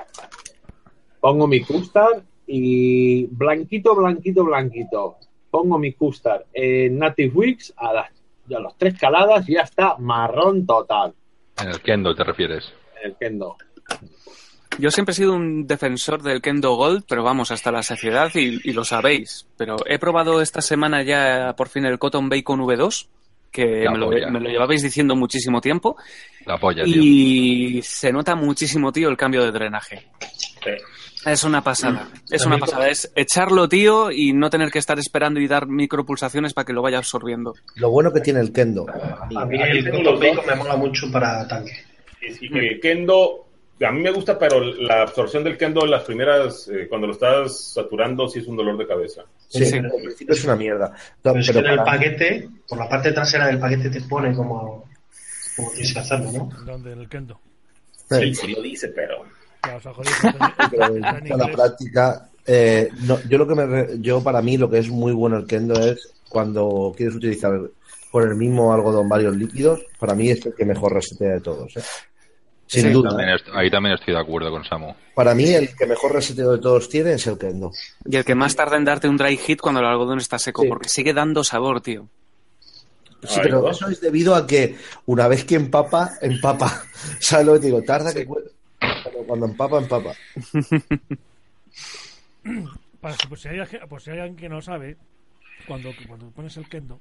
Speaker 1: pongo mi custard y blanquito, blanquito, blanquito. Pongo mi custard en Native Wix a las, a las tres caladas y ya está marrón total
Speaker 4: En el kendo te refieres.
Speaker 1: en el kendo.
Speaker 2: Yo siempre he sido un defensor del Kendo Gold, pero vamos, hasta la saciedad y, y lo sabéis. Pero he probado esta semana ya por fin el Cotton Bacon V2, que
Speaker 4: La
Speaker 2: me lo,
Speaker 4: polla.
Speaker 2: me lo llevabais diciendo muchísimo tiempo,
Speaker 4: La polla, tío.
Speaker 2: y se nota muchísimo, tío, el cambio de drenaje. Es una pasada, es una pasada. Es echarlo, tío, y no tener que estar esperando y dar micropulsaciones para que lo vaya absorbiendo.
Speaker 3: Lo bueno que tiene el Kendo.
Speaker 6: A mí el cotton bacon me mola mucho para tanque.
Speaker 9: Y que el kendo, a mí me gusta, pero la absorción del kendo, las primeras, eh, cuando lo estás saturando, sí es un dolor de cabeza.
Speaker 3: Sí,
Speaker 6: Sí.
Speaker 3: al principio es una mierda. No,
Speaker 6: Pero es que
Speaker 3: pero
Speaker 6: en el
Speaker 3: para-
Speaker 6: paquete, por la parte trasera del paquete te pone como, como tienes que hacerlo, ¿no?
Speaker 7: Donde el Kendo.
Speaker 9: Sí,
Speaker 3: Sí,
Speaker 9: sí lo dice, pero...
Speaker 7: Ya os ha jodido. está en-
Speaker 3: pero
Speaker 7: está Ah,
Speaker 3: con
Speaker 7: en
Speaker 3: Pues la
Speaker 7: inglés.
Speaker 3: práctica. eh, no, yo lo que me re- yo para mí lo que es muy bueno el kendo es cuando quieres utilizar con el mismo algodón varios líquidos, para mí es el que mejor resetea de todos. ¿eh? Sin
Speaker 2: Sí,
Speaker 3: duda.
Speaker 4: También est- ahí también estoy de acuerdo con Samu.
Speaker 3: Para mí el que mejor reseteo de todos tiene es el kendo.
Speaker 2: Y el que más tarda en darte un dry hit cuando el algodón está seco, porque sigue dando sabor, tío.
Speaker 3: Sí,
Speaker 9: Ay,
Speaker 3: pero
Speaker 9: ¿no?
Speaker 3: eso es debido a que una vez que empapa, empapa. *laughs* ¿Sabes lo que te digo? Tarda que cuel- pero cuando empapa, empapa.
Speaker 7: Para que, por si, hay, por si hay alguien que no sabe, cuando, cuando pones el kendo,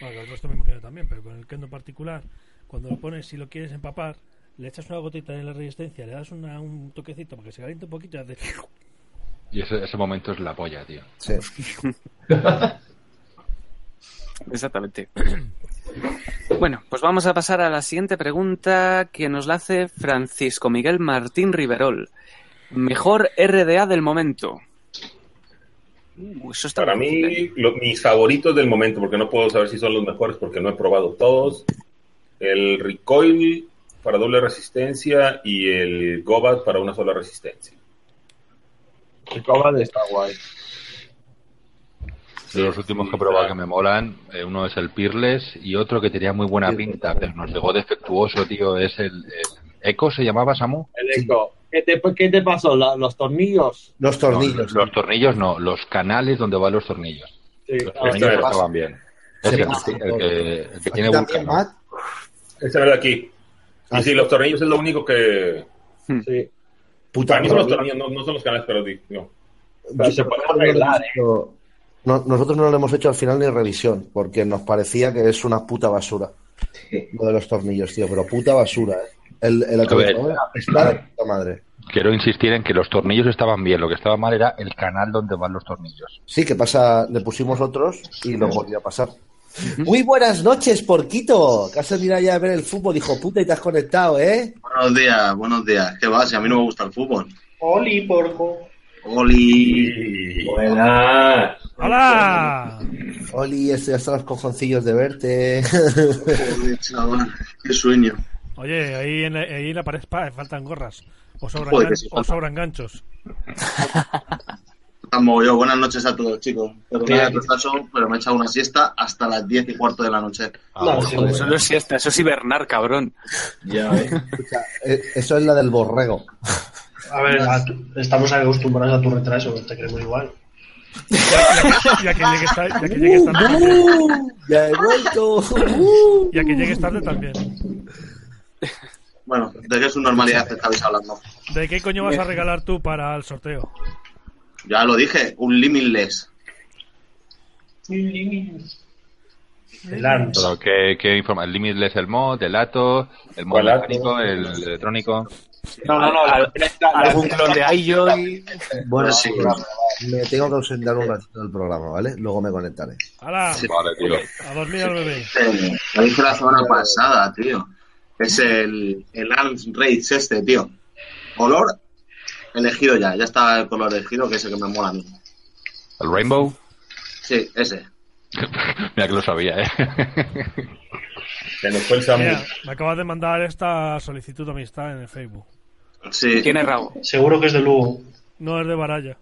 Speaker 7: bueno, el resto me imagino también, pero con el kendo en particular, cuando lo pones, si lo quieres empapar, le echas una gotita de la resistencia, le das una- un toquecito para que se caliente un poquito y hace...
Speaker 4: Y ese, ese momento es la polla, tío.
Speaker 3: Sí.
Speaker 2: Exactamente. *clears throat* Bueno, pues vamos a pasar a la siguiente pregunta que nos la hace Francisco Miguel Martín Riverol. Mejor RDA del momento. Uh, eso está
Speaker 9: Para
Speaker 2: difícil,
Speaker 9: mí,
Speaker 2: ¿eh?
Speaker 9: lo- mis favoritos del momento, porque no puedo saber si son los mejores porque no he probado todos. El recoil para doble resistencia y el gobat para una sola resistencia.
Speaker 1: El Cobalt está guay.
Speaker 4: De *laughs* los últimos que he probado que me molan, eh, uno es el Peerless y otro que tenía muy buena pinta, pero nos llegó defectuoso, tío, es el, el Echo, ¿se llamaba Samu?
Speaker 1: El Eco. ¿Qué te, qué te pasó? ¿La- ¿Los tornillos?
Speaker 3: Los tornillos.
Speaker 4: No, los tornillos no, los canales donde van los tornillos.
Speaker 1: Sí, ahora-
Speaker 4: Los tornillos
Speaker 9: Este era.
Speaker 4: estaban bien.
Speaker 3: Se
Speaker 4: Es el,
Speaker 3: pasa.
Speaker 4: el que, el que
Speaker 3: Aquí
Speaker 4: tiene
Speaker 3: también,
Speaker 4: Vulcano.
Speaker 3: Matt. Ah,
Speaker 9: Este era el de aquí. Y sí, los tornillos es lo único que.
Speaker 1: Hmm. sí.
Speaker 3: Puta
Speaker 9: Para mí son los
Speaker 3: madre.
Speaker 9: tornillos, no, no son los canales, pero digo.
Speaker 1: Pero se puede
Speaker 3: Nosotros no le hemos
Speaker 1: arreglar, ¿eh?
Speaker 3: hecho- no- nosotros no lo hemos hecho al final ni revisión, porque nos parecía que es una puta basura. Lo de los tornillos, tío, pero puta basura, ¿eh? El, el
Speaker 4: A ver.
Speaker 3: atomizador está de puta madre.
Speaker 4: Quiero insistir en que los tornillos estaban bien, lo que estaba mal era el canal donde van los tornillos.
Speaker 3: Sí, que pasa, le pusimos otros y lo volvió a pasar. Muy buenas noches, Porquito. Que has venido ya a ver el fútbol, dijo puta, y te has conectado, ¿eh?
Speaker 11: Buenos días, buenos días. ¿Qué va? Si a mí no me gusta el fútbol.
Speaker 6: Oli, porco.
Speaker 11: Oli.
Speaker 8: Buenas.
Speaker 7: ¡Hola!
Speaker 3: Oli, estoy hasta los cojoncillos de verte.
Speaker 11: Joder, chaval, qué sueño.
Speaker 7: Oye, ahí en la, ahí en la pared pa, faltan gorras. O sobran,
Speaker 11: Joder, que
Speaker 7: gan-
Speaker 11: sí
Speaker 7: o
Speaker 11: falta.
Speaker 7: sobran ganchos.
Speaker 11: Estamos yo. Buenas noches a todos, chicos. Perdona
Speaker 8: Bien.
Speaker 11: el retraso, pero me he echado una siesta hasta las 10 y cuarto de la noche.
Speaker 8: Ah, joder.
Speaker 2: Eso no es siesta, eso es hibernar, cabrón.
Speaker 8: Ya, eh.
Speaker 3: Eh, Eso es la del borrego.
Speaker 6: A ver, a tu- estamos acostumbrados a tu retraso, te creemos igual.
Speaker 7: Ya que llegues tar- ya que
Speaker 1: *laughs*
Speaker 7: llegues tarde,
Speaker 3: ¡Uh! ¡Ya he vuelto! ¡Uh!
Speaker 7: ya que llegues tarde también.
Speaker 11: Bueno, de qué normalidad que estabais hablando.
Speaker 7: ¿De qué coño vas a regalar tú para el sorteo?
Speaker 11: Ya lo dije, un limitless.
Speaker 6: El ARMS.
Speaker 4: Pero ¿qué, qué informa? El Limitless, el mod, el ATO, el mod
Speaker 9: ¿Cuál ATO?
Speaker 4: mecánico, el electrónico.
Speaker 1: No, no, no. la- la-
Speaker 2: Algún clon de Ayoy.
Speaker 3: Bueno,
Speaker 11: sí.
Speaker 3: me tengo que ausentar un ratito del programa, ¿vale? Luego me conectaré.
Speaker 7: ¡Hala!
Speaker 4: Vale, tío.
Speaker 7: A dormir al bebé.
Speaker 11: Eh, Lo dije la semana pasada, tío. Es el, el Arms Race este, tío. Color elegido ya. Ya está el color elegido, que es el que me mola a mí.
Speaker 4: ¿El Rainbow? *laughs*
Speaker 11: Sí, ese.
Speaker 4: Mira que lo sabía, ¿eh?
Speaker 9: Se nos
Speaker 4: Pues
Speaker 9: fue el Samu.
Speaker 7: Mira, me acabas de mandar esta solicitud de amistad en el Facebook.
Speaker 11: Sí.
Speaker 2: Tiene rabo.
Speaker 6: Seguro que es de Lugo.
Speaker 7: No es de Baralla.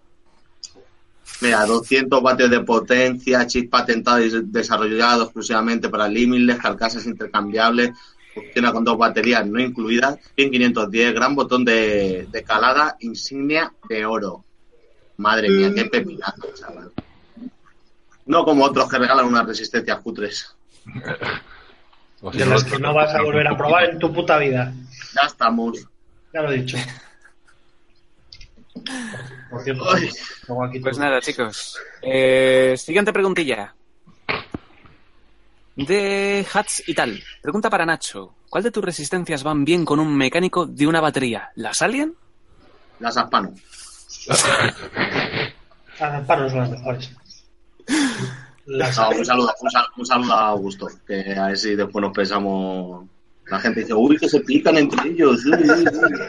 Speaker 11: Mira, 200 vatios de potencia, chip patentado y desarrollado exclusivamente para Limitless, carcasas intercambiables, funciona con dos baterías no incluidas, pin 510, gran botón de, de calada, insignia de oro. Madre mía, qué pepinazo, chaval. No como otros que regalan unas resistencias cutres.
Speaker 1: *laughs*
Speaker 4: O sea,
Speaker 6: De las que no vas a volver a probar en tu puta vida.
Speaker 11: Ya estamos.
Speaker 6: Ya lo he dicho. Por cierto,
Speaker 11: Ay.
Speaker 6: tengo aquí
Speaker 2: Pues
Speaker 6: todo.
Speaker 2: nada, chicos. Eh, siguiente preguntilla. De Hats y tal. Pregunta para Nacho. ¿Cuál de tus resistencias van bien con un mecánico de una batería? ¿Las Alien?
Speaker 11: Las aspano.
Speaker 6: Las amparos Ah, son las mejores. Las
Speaker 11: No, un, saludo, un, sal- un saludo a Augusto, que a ver si después nos pensamos... La gente dice, uy, que se pican entre ellos. uy, uy, uy".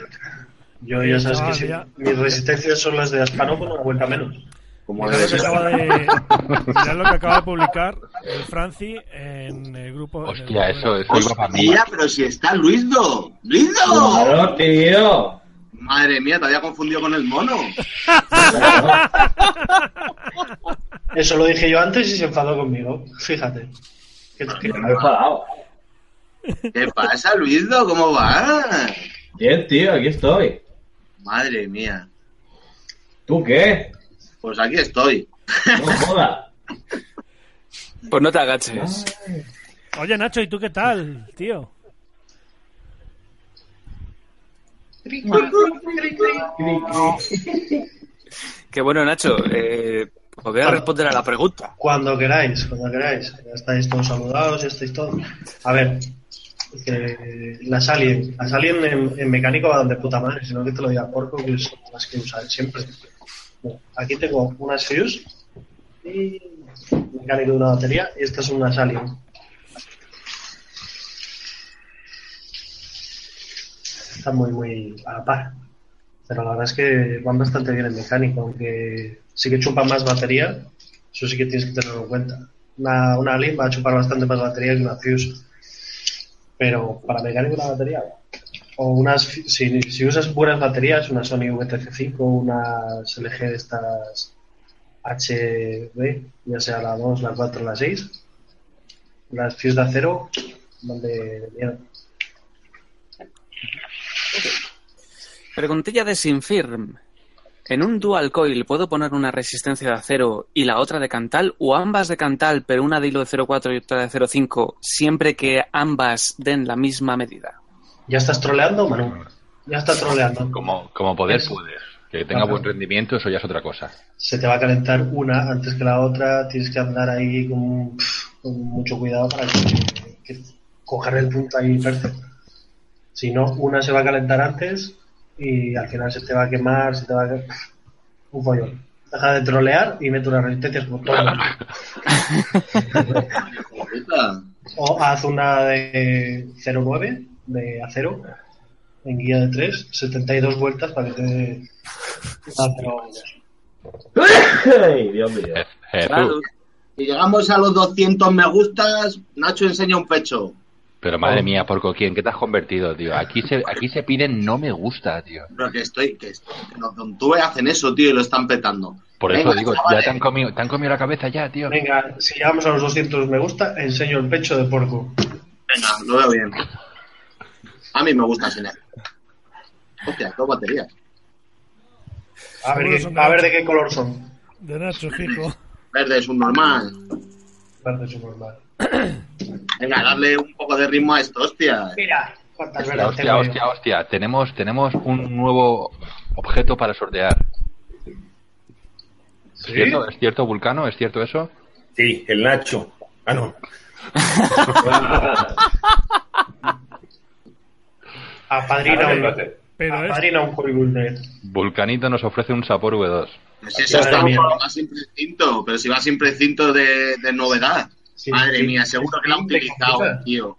Speaker 6: Yo ya sabes
Speaker 7: Ah,
Speaker 6: que sí,
Speaker 7: ya.
Speaker 6: mis resistencias son las de Aspano con una vuelta menos.
Speaker 11: Como
Speaker 7: Mirad lo, que
Speaker 11: es-
Speaker 7: acaba de, mirad lo que acaba de publicar el Franci en el grupo. en el
Speaker 4: Hostia,
Speaker 7: grupo
Speaker 4: eso,
Speaker 7: de-
Speaker 4: eso iba para mí.
Speaker 11: Hostia, pero si está Luisdo. ¡Luisdo!
Speaker 8: Claro, tío.
Speaker 11: Madre mía, te había confundido con el mono.
Speaker 6: Eso lo dije yo antes y se enfadó conmigo. Fíjate. Que- que-
Speaker 8: Me he enfadado.
Speaker 11: ¿Qué pasa, Luisdo? ¿Cómo va?
Speaker 8: Bien, tío, aquí estoy.
Speaker 11: Madre mía.
Speaker 8: ¿Tú qué?
Speaker 11: Pues aquí estoy.
Speaker 8: No jodas.
Speaker 2: Pues no te agaches.
Speaker 7: Oye, Nacho, ¿y tú qué tal, tío?
Speaker 2: Que bueno, Nacho. Eh, os voy a responder a la pregunta.
Speaker 6: Cuando queráis, cuando queráis. Ya estáis todos saludados, ya estáis todos. A ver, eh, las Alien. Las Alien en, en mecánico van de puta madre, sino que te lo diga Porco, que son las que usar siempre. Bueno, aquí tengo unas Fuse y mecánico de una batería, y estas son unas Alien. Están muy, muy a la par. Pero la verdad es que van bastante bien en mecánico, aunque sí que chupan más batería, eso sí que tienes que tenerlo en cuenta. Una, una Alien va a chupar bastante más batería que una Fuse. Pero para mecánico una batería, O unas, si, si usas buenas baterías, una Sony VTC5, unas LG de estas HD, ya sea la 2, la 4, la 6, las fuse de acero, donde de mierda.
Speaker 2: Preguntilla de Sinfirm. ¿En un dual coil puedo poner una resistencia de acero y la otra de cantal o ambas de cantal pero una de hilo de 0,4 y otra de 0,5 siempre que ambas den la misma medida?
Speaker 6: ¿Ya estás troleando, Manu? Ya estás troleando.
Speaker 4: Como, como poder,
Speaker 6: Eso.
Speaker 4: poder. Que tenga
Speaker 6: Ajá.
Speaker 4: buen rendimiento, eso ya es otra cosa.
Speaker 6: Se te va a calentar una antes que la otra, tienes que andar ahí con, con mucho cuidado para que, que coger el punto ahí perfecto. Si no, una se va a calentar antes y al final se te va a quemar, se te va a quemar. Un follón. Deja de trolear y mete unas resistencias por todo. o haz una de 0,9 de acero en guía de 3, 72 vueltas para que te dé acero.
Speaker 8: Ay, Dios mío.
Speaker 4: Jesús.
Speaker 11: Si llegamos a los 200 me gustas, Nacho enseña un pecho.
Speaker 4: Pero madre mía, por coquín, ¿qué te has convertido, tío? Aquí se, aquí se piden no me gusta, tío.
Speaker 11: Pero que estoy, que, que los tontúes hacen eso, tío, y lo están petando.
Speaker 4: Por eso
Speaker 11: Venga,
Speaker 4: digo, ya
Speaker 11: chavales.
Speaker 4: te han comido, te han comido la cabeza ya, tío.
Speaker 6: Venga, si llegamos a los 200 me gusta, enseño el pecho de porco.
Speaker 11: Venga, lo veo bien. A mí me gusta enseñar. Hostia, dos baterías.
Speaker 6: A ver,
Speaker 7: Seguro
Speaker 6: qué-
Speaker 7: son
Speaker 6: a ver
Speaker 7: Nacho.
Speaker 6: de qué color son.
Speaker 7: De Nacho, fijo.
Speaker 11: Verde es un normal.
Speaker 6: Verde es un normal.
Speaker 11: Venga, darle un poco de ritmo a esto, hostia.
Speaker 6: Mira, cuántas
Speaker 4: Hostia,
Speaker 6: velas
Speaker 4: hostia,
Speaker 6: tengo yo.
Speaker 4: hostia, hostia. Tenemos, tenemos un nuevo objeto para sortear. ¿Es cierto, ¿Es cierto, Vulcano? ¿Es cierto eso?
Speaker 9: Sí, el Nacho. Ah, no.
Speaker 6: Apadrina
Speaker 9: Dale,
Speaker 6: un,
Speaker 9: date.
Speaker 7: Pero es,
Speaker 6: apadrina un Coribulnet.
Speaker 4: *laughs* Vulcanito nos ofrece un Sapor V2.
Speaker 11: Pero si eso
Speaker 6: Madre
Speaker 11: Pues está
Speaker 6: mía.
Speaker 11: va sin precinto, pero si va sin precinto de, de novedad.
Speaker 6: Sí,
Speaker 11: Madre
Speaker 6: sí,
Speaker 11: mía,
Speaker 6: sí,
Speaker 11: seguro
Speaker 6: sí,
Speaker 11: que la ha
Speaker 6: sí,
Speaker 11: utilizado,
Speaker 6: sí, sí.
Speaker 11: tío.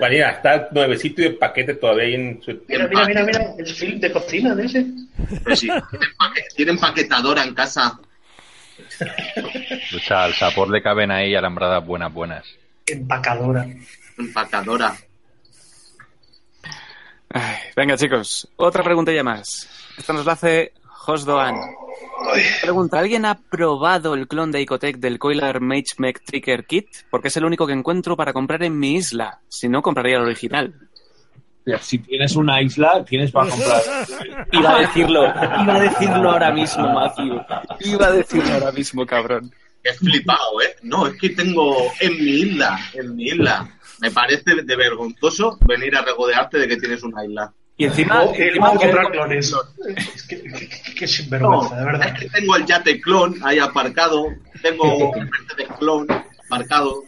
Speaker 9: Vale, mira, está nuevecito y de paquete todavía ahí en su...
Speaker 6: Mira, mira, mira, mira, el film de cocina de ese.
Speaker 11: Pero sí, tiene empaque- tiene empaquetadora en casa.
Speaker 4: O sea, al Sapor le caben ahí alambradas buenas, buenas.
Speaker 6: Empacadora.
Speaker 11: Empacadora.
Speaker 2: Ay, venga, chicos, otra preguntilla más. Esta nos la hace Josdoan. Pregunta, ¿alguien ha probado el clon de Icotec del Coiler Mage Mech Trigger Kit? Porque es el único que encuentro para comprar en mi isla. Si no, compraría el original.
Speaker 1: Si tienes una isla, tienes para comprar.
Speaker 2: Iba a decirlo, iba a decirlo ahora mismo, Matthew. Iba a decirlo ahora mismo, cabrón.
Speaker 11: Qué flipado, ¿eh? No, es que tengo en mi isla, en mi isla. Me parece de vergonzoso venir a regodearte de que tienes una isla.
Speaker 2: Y encima,
Speaker 6: No, que
Speaker 2: encima
Speaker 6: no
Speaker 2: querer-
Speaker 6: comprar clones. Es que, que, que- que
Speaker 11: No,
Speaker 6: sinvergüenza, de
Speaker 11: es
Speaker 6: verdad.
Speaker 11: que tengo el yate clon ahí aparcado,
Speaker 6: *laughs*
Speaker 11: tengo un de clon aparcado.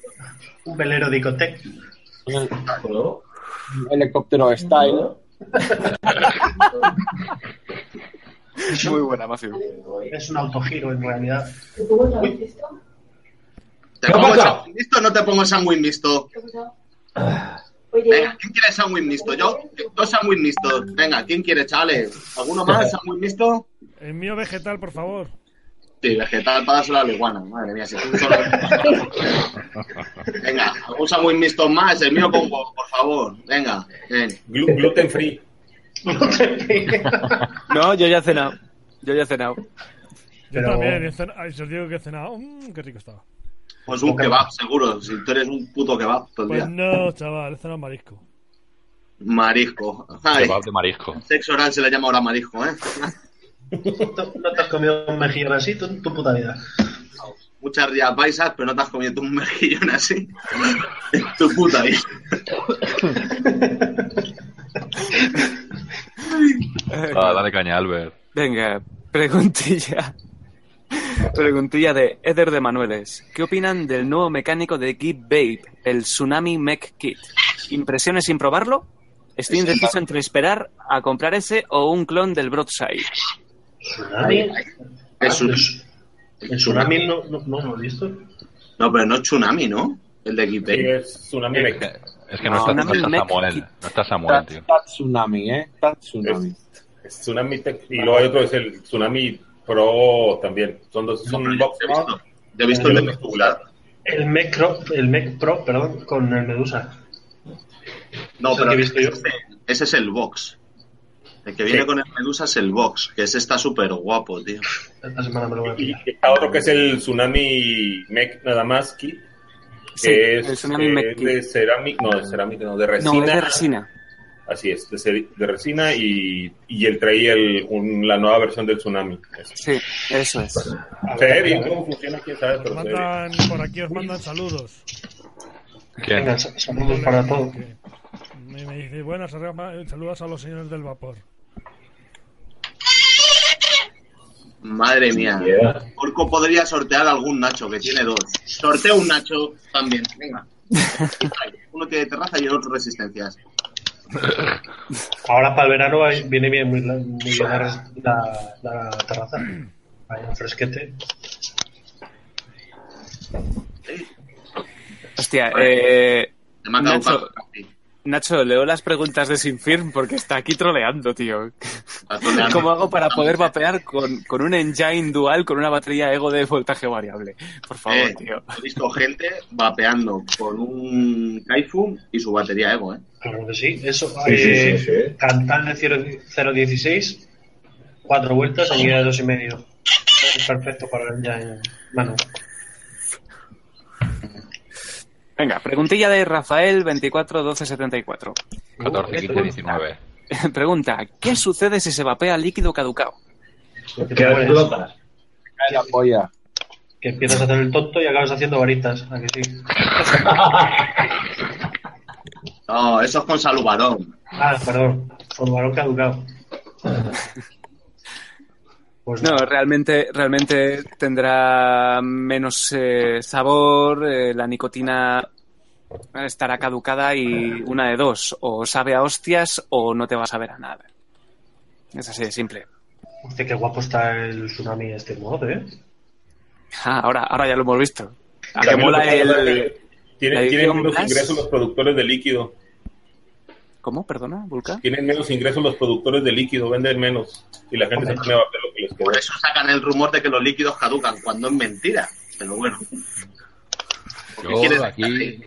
Speaker 6: Un velero de Icotec.
Speaker 8: ¿No?
Speaker 1: Helicóptero style.
Speaker 2: Muy buena, Matthew.
Speaker 6: Es un autogiro en realidad.
Speaker 10: ¿Te pongo otra vez esto?
Speaker 11: ¿Te
Speaker 8: ¿Qué ha
Speaker 11: pongo
Speaker 8: pasado?
Speaker 11: sándwich mixto o no te pongo sándwich mixto?
Speaker 10: ¿Qué ha pasado? Oye,
Speaker 11: Venga, ¿quién quiere sándwich mixto? Yo, dos sándwich mixtos. Venga, ¿quién quiere, chavales? ¿Alguno más sándwich mixto?
Speaker 7: el mío vegetal,
Speaker 9: *laughs*
Speaker 7: por favor.
Speaker 11: Sí, vegetal para dárselo a la iguana. Madre mía, si es
Speaker 9: *laughs*
Speaker 11: un solo... Venga, algún sándwich mixto más, el mío con huevo, por favor. Venga, ven.
Speaker 9: Glu- gluten free.
Speaker 2: No, yo ya he cenado. Yo ya he cenado.
Speaker 7: Yo
Speaker 6: Pero-
Speaker 7: también, he cena- ay, se os digo que he cenado. Mm, qué rico estaba.
Speaker 11: Pues un
Speaker 2: *laughs*
Speaker 11: kebab, seguro. Si tú eres un puto kebab todo el
Speaker 7: Pues
Speaker 11: día.
Speaker 7: no, chaval, he cenado marisco.
Speaker 11: Marisco. Ay,
Speaker 4: Kebab de marisco.
Speaker 11: sexo oral se le llama ahora marisco,
Speaker 6: *laughs*
Speaker 11: ¿eh?
Speaker 6: No, no te has comido un mejillón así tú- tu puta vida.
Speaker 11: Muchas rías paisas, pero no te has comido tú un mejillón así. tu puta vida.
Speaker 4: Ah, dale caña, Albert.
Speaker 2: Venga, preguntilla. *laughs* Preguntilla de Eder de Manueles. ¿Qué opinan del nuevo mecánico de Geek Babe, el Tsunami Mech Kit? ¿Impresiones sin probarlo? Estoy indeciso entre esperar a comprar ese o un clon del Broadside.
Speaker 6: Tsunami.
Speaker 11: Es un-
Speaker 6: El tsunami no, no, no lo he visto.
Speaker 11: No, pero no es tsunami, ¿no? El de
Speaker 9: Sí,
Speaker 11: Kipei.
Speaker 9: es tsunami.
Speaker 4: Es que, es que no,
Speaker 2: No,
Speaker 4: está, no
Speaker 2: dame
Speaker 4: está
Speaker 2: el Mac
Speaker 4: Samuel.
Speaker 2: Kit.
Speaker 4: No está Samuel, tío.
Speaker 1: Tatsunami, ¿eh? Tatsunami.
Speaker 9: Es tsunami Tech. Y luego hay otro, es el tsunami pro también. Son dos, son un box
Speaker 11: Yo he visto, yo he visto el de
Speaker 9: Medusa.
Speaker 11: Medusa.
Speaker 6: El Mec Pro, el Mec Pro, perdón, con el Medusa.
Speaker 11: No,
Speaker 6: Es el
Speaker 11: pero
Speaker 6: que he visto yo.
Speaker 11: ese, ese es el box. El que viene con el Medusa es el box, que ese está súper guapo, tío.
Speaker 6: Esta semana me lo voy a
Speaker 9: Y está otro que es el Tsunami Mech Nadamaski. Que
Speaker 6: Sí,
Speaker 9: es,
Speaker 6: el Tsunami
Speaker 9: eh,
Speaker 6: Mech Kit.
Speaker 9: de cerámica, no, de cerámica, no, de resina.
Speaker 2: No, es de resina.
Speaker 9: Así es, de, ceri- de resina y, y él traía el- un- la nueva versión del Tsunami.
Speaker 2: Sí, eso es.
Speaker 9: Serio, ¿cómo funciona? ¿Quién sabe? Pero se ve bien.
Speaker 7: Mandan, por aquí os mandan saludos.
Speaker 9: ¿Quién? Venga, sa- saludos para todos.
Speaker 7: Me, me dice, buenas, Rafa, saludos a los señores del vapor.
Speaker 11: Madre mía.
Speaker 7: Yeah.
Speaker 11: Orco podría sortear algún Nacho, que tiene dos. Sorteo un Nacho también, venga. Uno tiene terraza y el otro resistencias.
Speaker 6: *laughs* Ahora para el verano va- viene bien muy, la- muy bien la, res- la- la terraza. Hay un fresquete.
Speaker 2: Hostia, eh.
Speaker 11: me ha caducado
Speaker 2: Nacho, Nacho, leo las preguntas de Sinfirm porque está aquí troleando, tío.
Speaker 11: troleando.
Speaker 2: ¿Cómo hago para poder vapear con, con un engine dual con una batería ego de voltaje variable? Por favor,
Speaker 11: Eh,
Speaker 2: tío.
Speaker 11: He visto gente vapeando con un Kaifum y su batería Ego, ¿eh?
Speaker 6: Claro que sí, eso.
Speaker 11: Sí, sí,
Speaker 6: eh,
Speaker 11: sí, sí.
Speaker 6: Cantal de 0 0.16, cuatro vueltas, aquí a dos y medio. Es perfecto para el ya en mano.
Speaker 2: Venga, preguntilla de Rafael 241274.
Speaker 4: 14, 15, 19.
Speaker 2: *laughs* Pregunta, ¿qué sucede si se vapea líquido caducado?
Speaker 6: Que explotas.
Speaker 1: Te apoya.
Speaker 6: Que empiezas a hacer el tonto y acabas haciendo varitas. ¿a que sí?
Speaker 11: *laughs* No, eso es con Salubarón.
Speaker 6: Ah, perdón. Con varón caducado.
Speaker 2: no, realmente, realmente tendrá menos eh, sabor, eh, la nicotina estará caducada y una de dos, o sabe a hostias o no te va a saber a nada. Es así de simple.
Speaker 6: Hostia, qué guapo está el tsunami este mod, ¿eh?
Speaker 2: Ah, ahora, ahora ya lo hemos visto. A que
Speaker 9: También lo
Speaker 2: mola
Speaker 9: que pasa
Speaker 2: el-
Speaker 9: es que
Speaker 2: la
Speaker 9: Tienen,
Speaker 2: edición
Speaker 9: tienen menos
Speaker 2: Blast.
Speaker 9: ingresos los productores de líquido.
Speaker 2: ¿Cómo? ¿Perdona, Vulca?
Speaker 9: Tienen menos ingresos los productores de líquido, venden menos. Y la gente se pone a vapear lo que les queda.
Speaker 11: Por eso sacan el rumor de que los líquidos caducan, cuando es mentira. Pero bueno.
Speaker 4: Yo aquí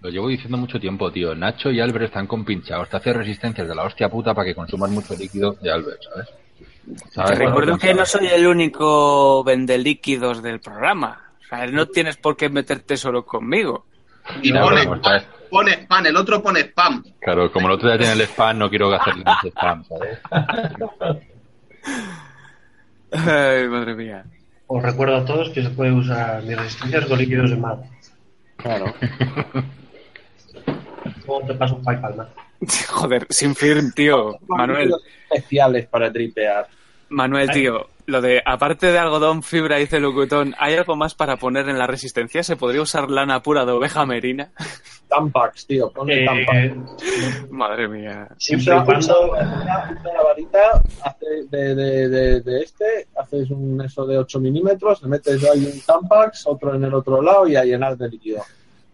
Speaker 4: lo llevo diciendo mucho tiempo, tío. Nacho y Albert están compinchados. Te hace resistencias de la hostia puta para que consuman mucho líquido de Albert, ¿sabes?
Speaker 2: Te
Speaker 4: ¿Sabes?
Speaker 2: recuerdo que no soy el único vende líquidos del programa. O sea, no tienes por qué meterte solo conmigo.
Speaker 11: Y
Speaker 4: Ya,
Speaker 11: pone,
Speaker 4: bueno, ¿sabes?
Speaker 11: pone spam, el otro pone spam.
Speaker 4: Claro, como el otro día tiene el spam, no quiero hacerle más spam, ¿sabes?
Speaker 2: Ay, madre mía.
Speaker 6: Os recuerdo a todos que se puede usar mis resistencias con líquidos de mar.
Speaker 2: Claro.
Speaker 6: Luego te paso un PayPal, ¿no?
Speaker 2: *laughs* Joder, sin firm, tío. Manuel,
Speaker 1: Especiales para tripear.
Speaker 2: Manuel, tío. Lo de, aparte de algodón, fibra y celocutón, ¿hay algo más para poner en la resistencia? ¿Se podría usar lana pura de oveja merina?
Speaker 1: Tampax, tío. Ponle
Speaker 2: Eh,
Speaker 1: Tampax.
Speaker 2: Madre mía.
Speaker 1: Usa- usa- usa la varita hace de, de- de- de este, haces un eso de 8 milímetros, le metes ahí un Tampax, otro en el otro lado y a llenar de líquido.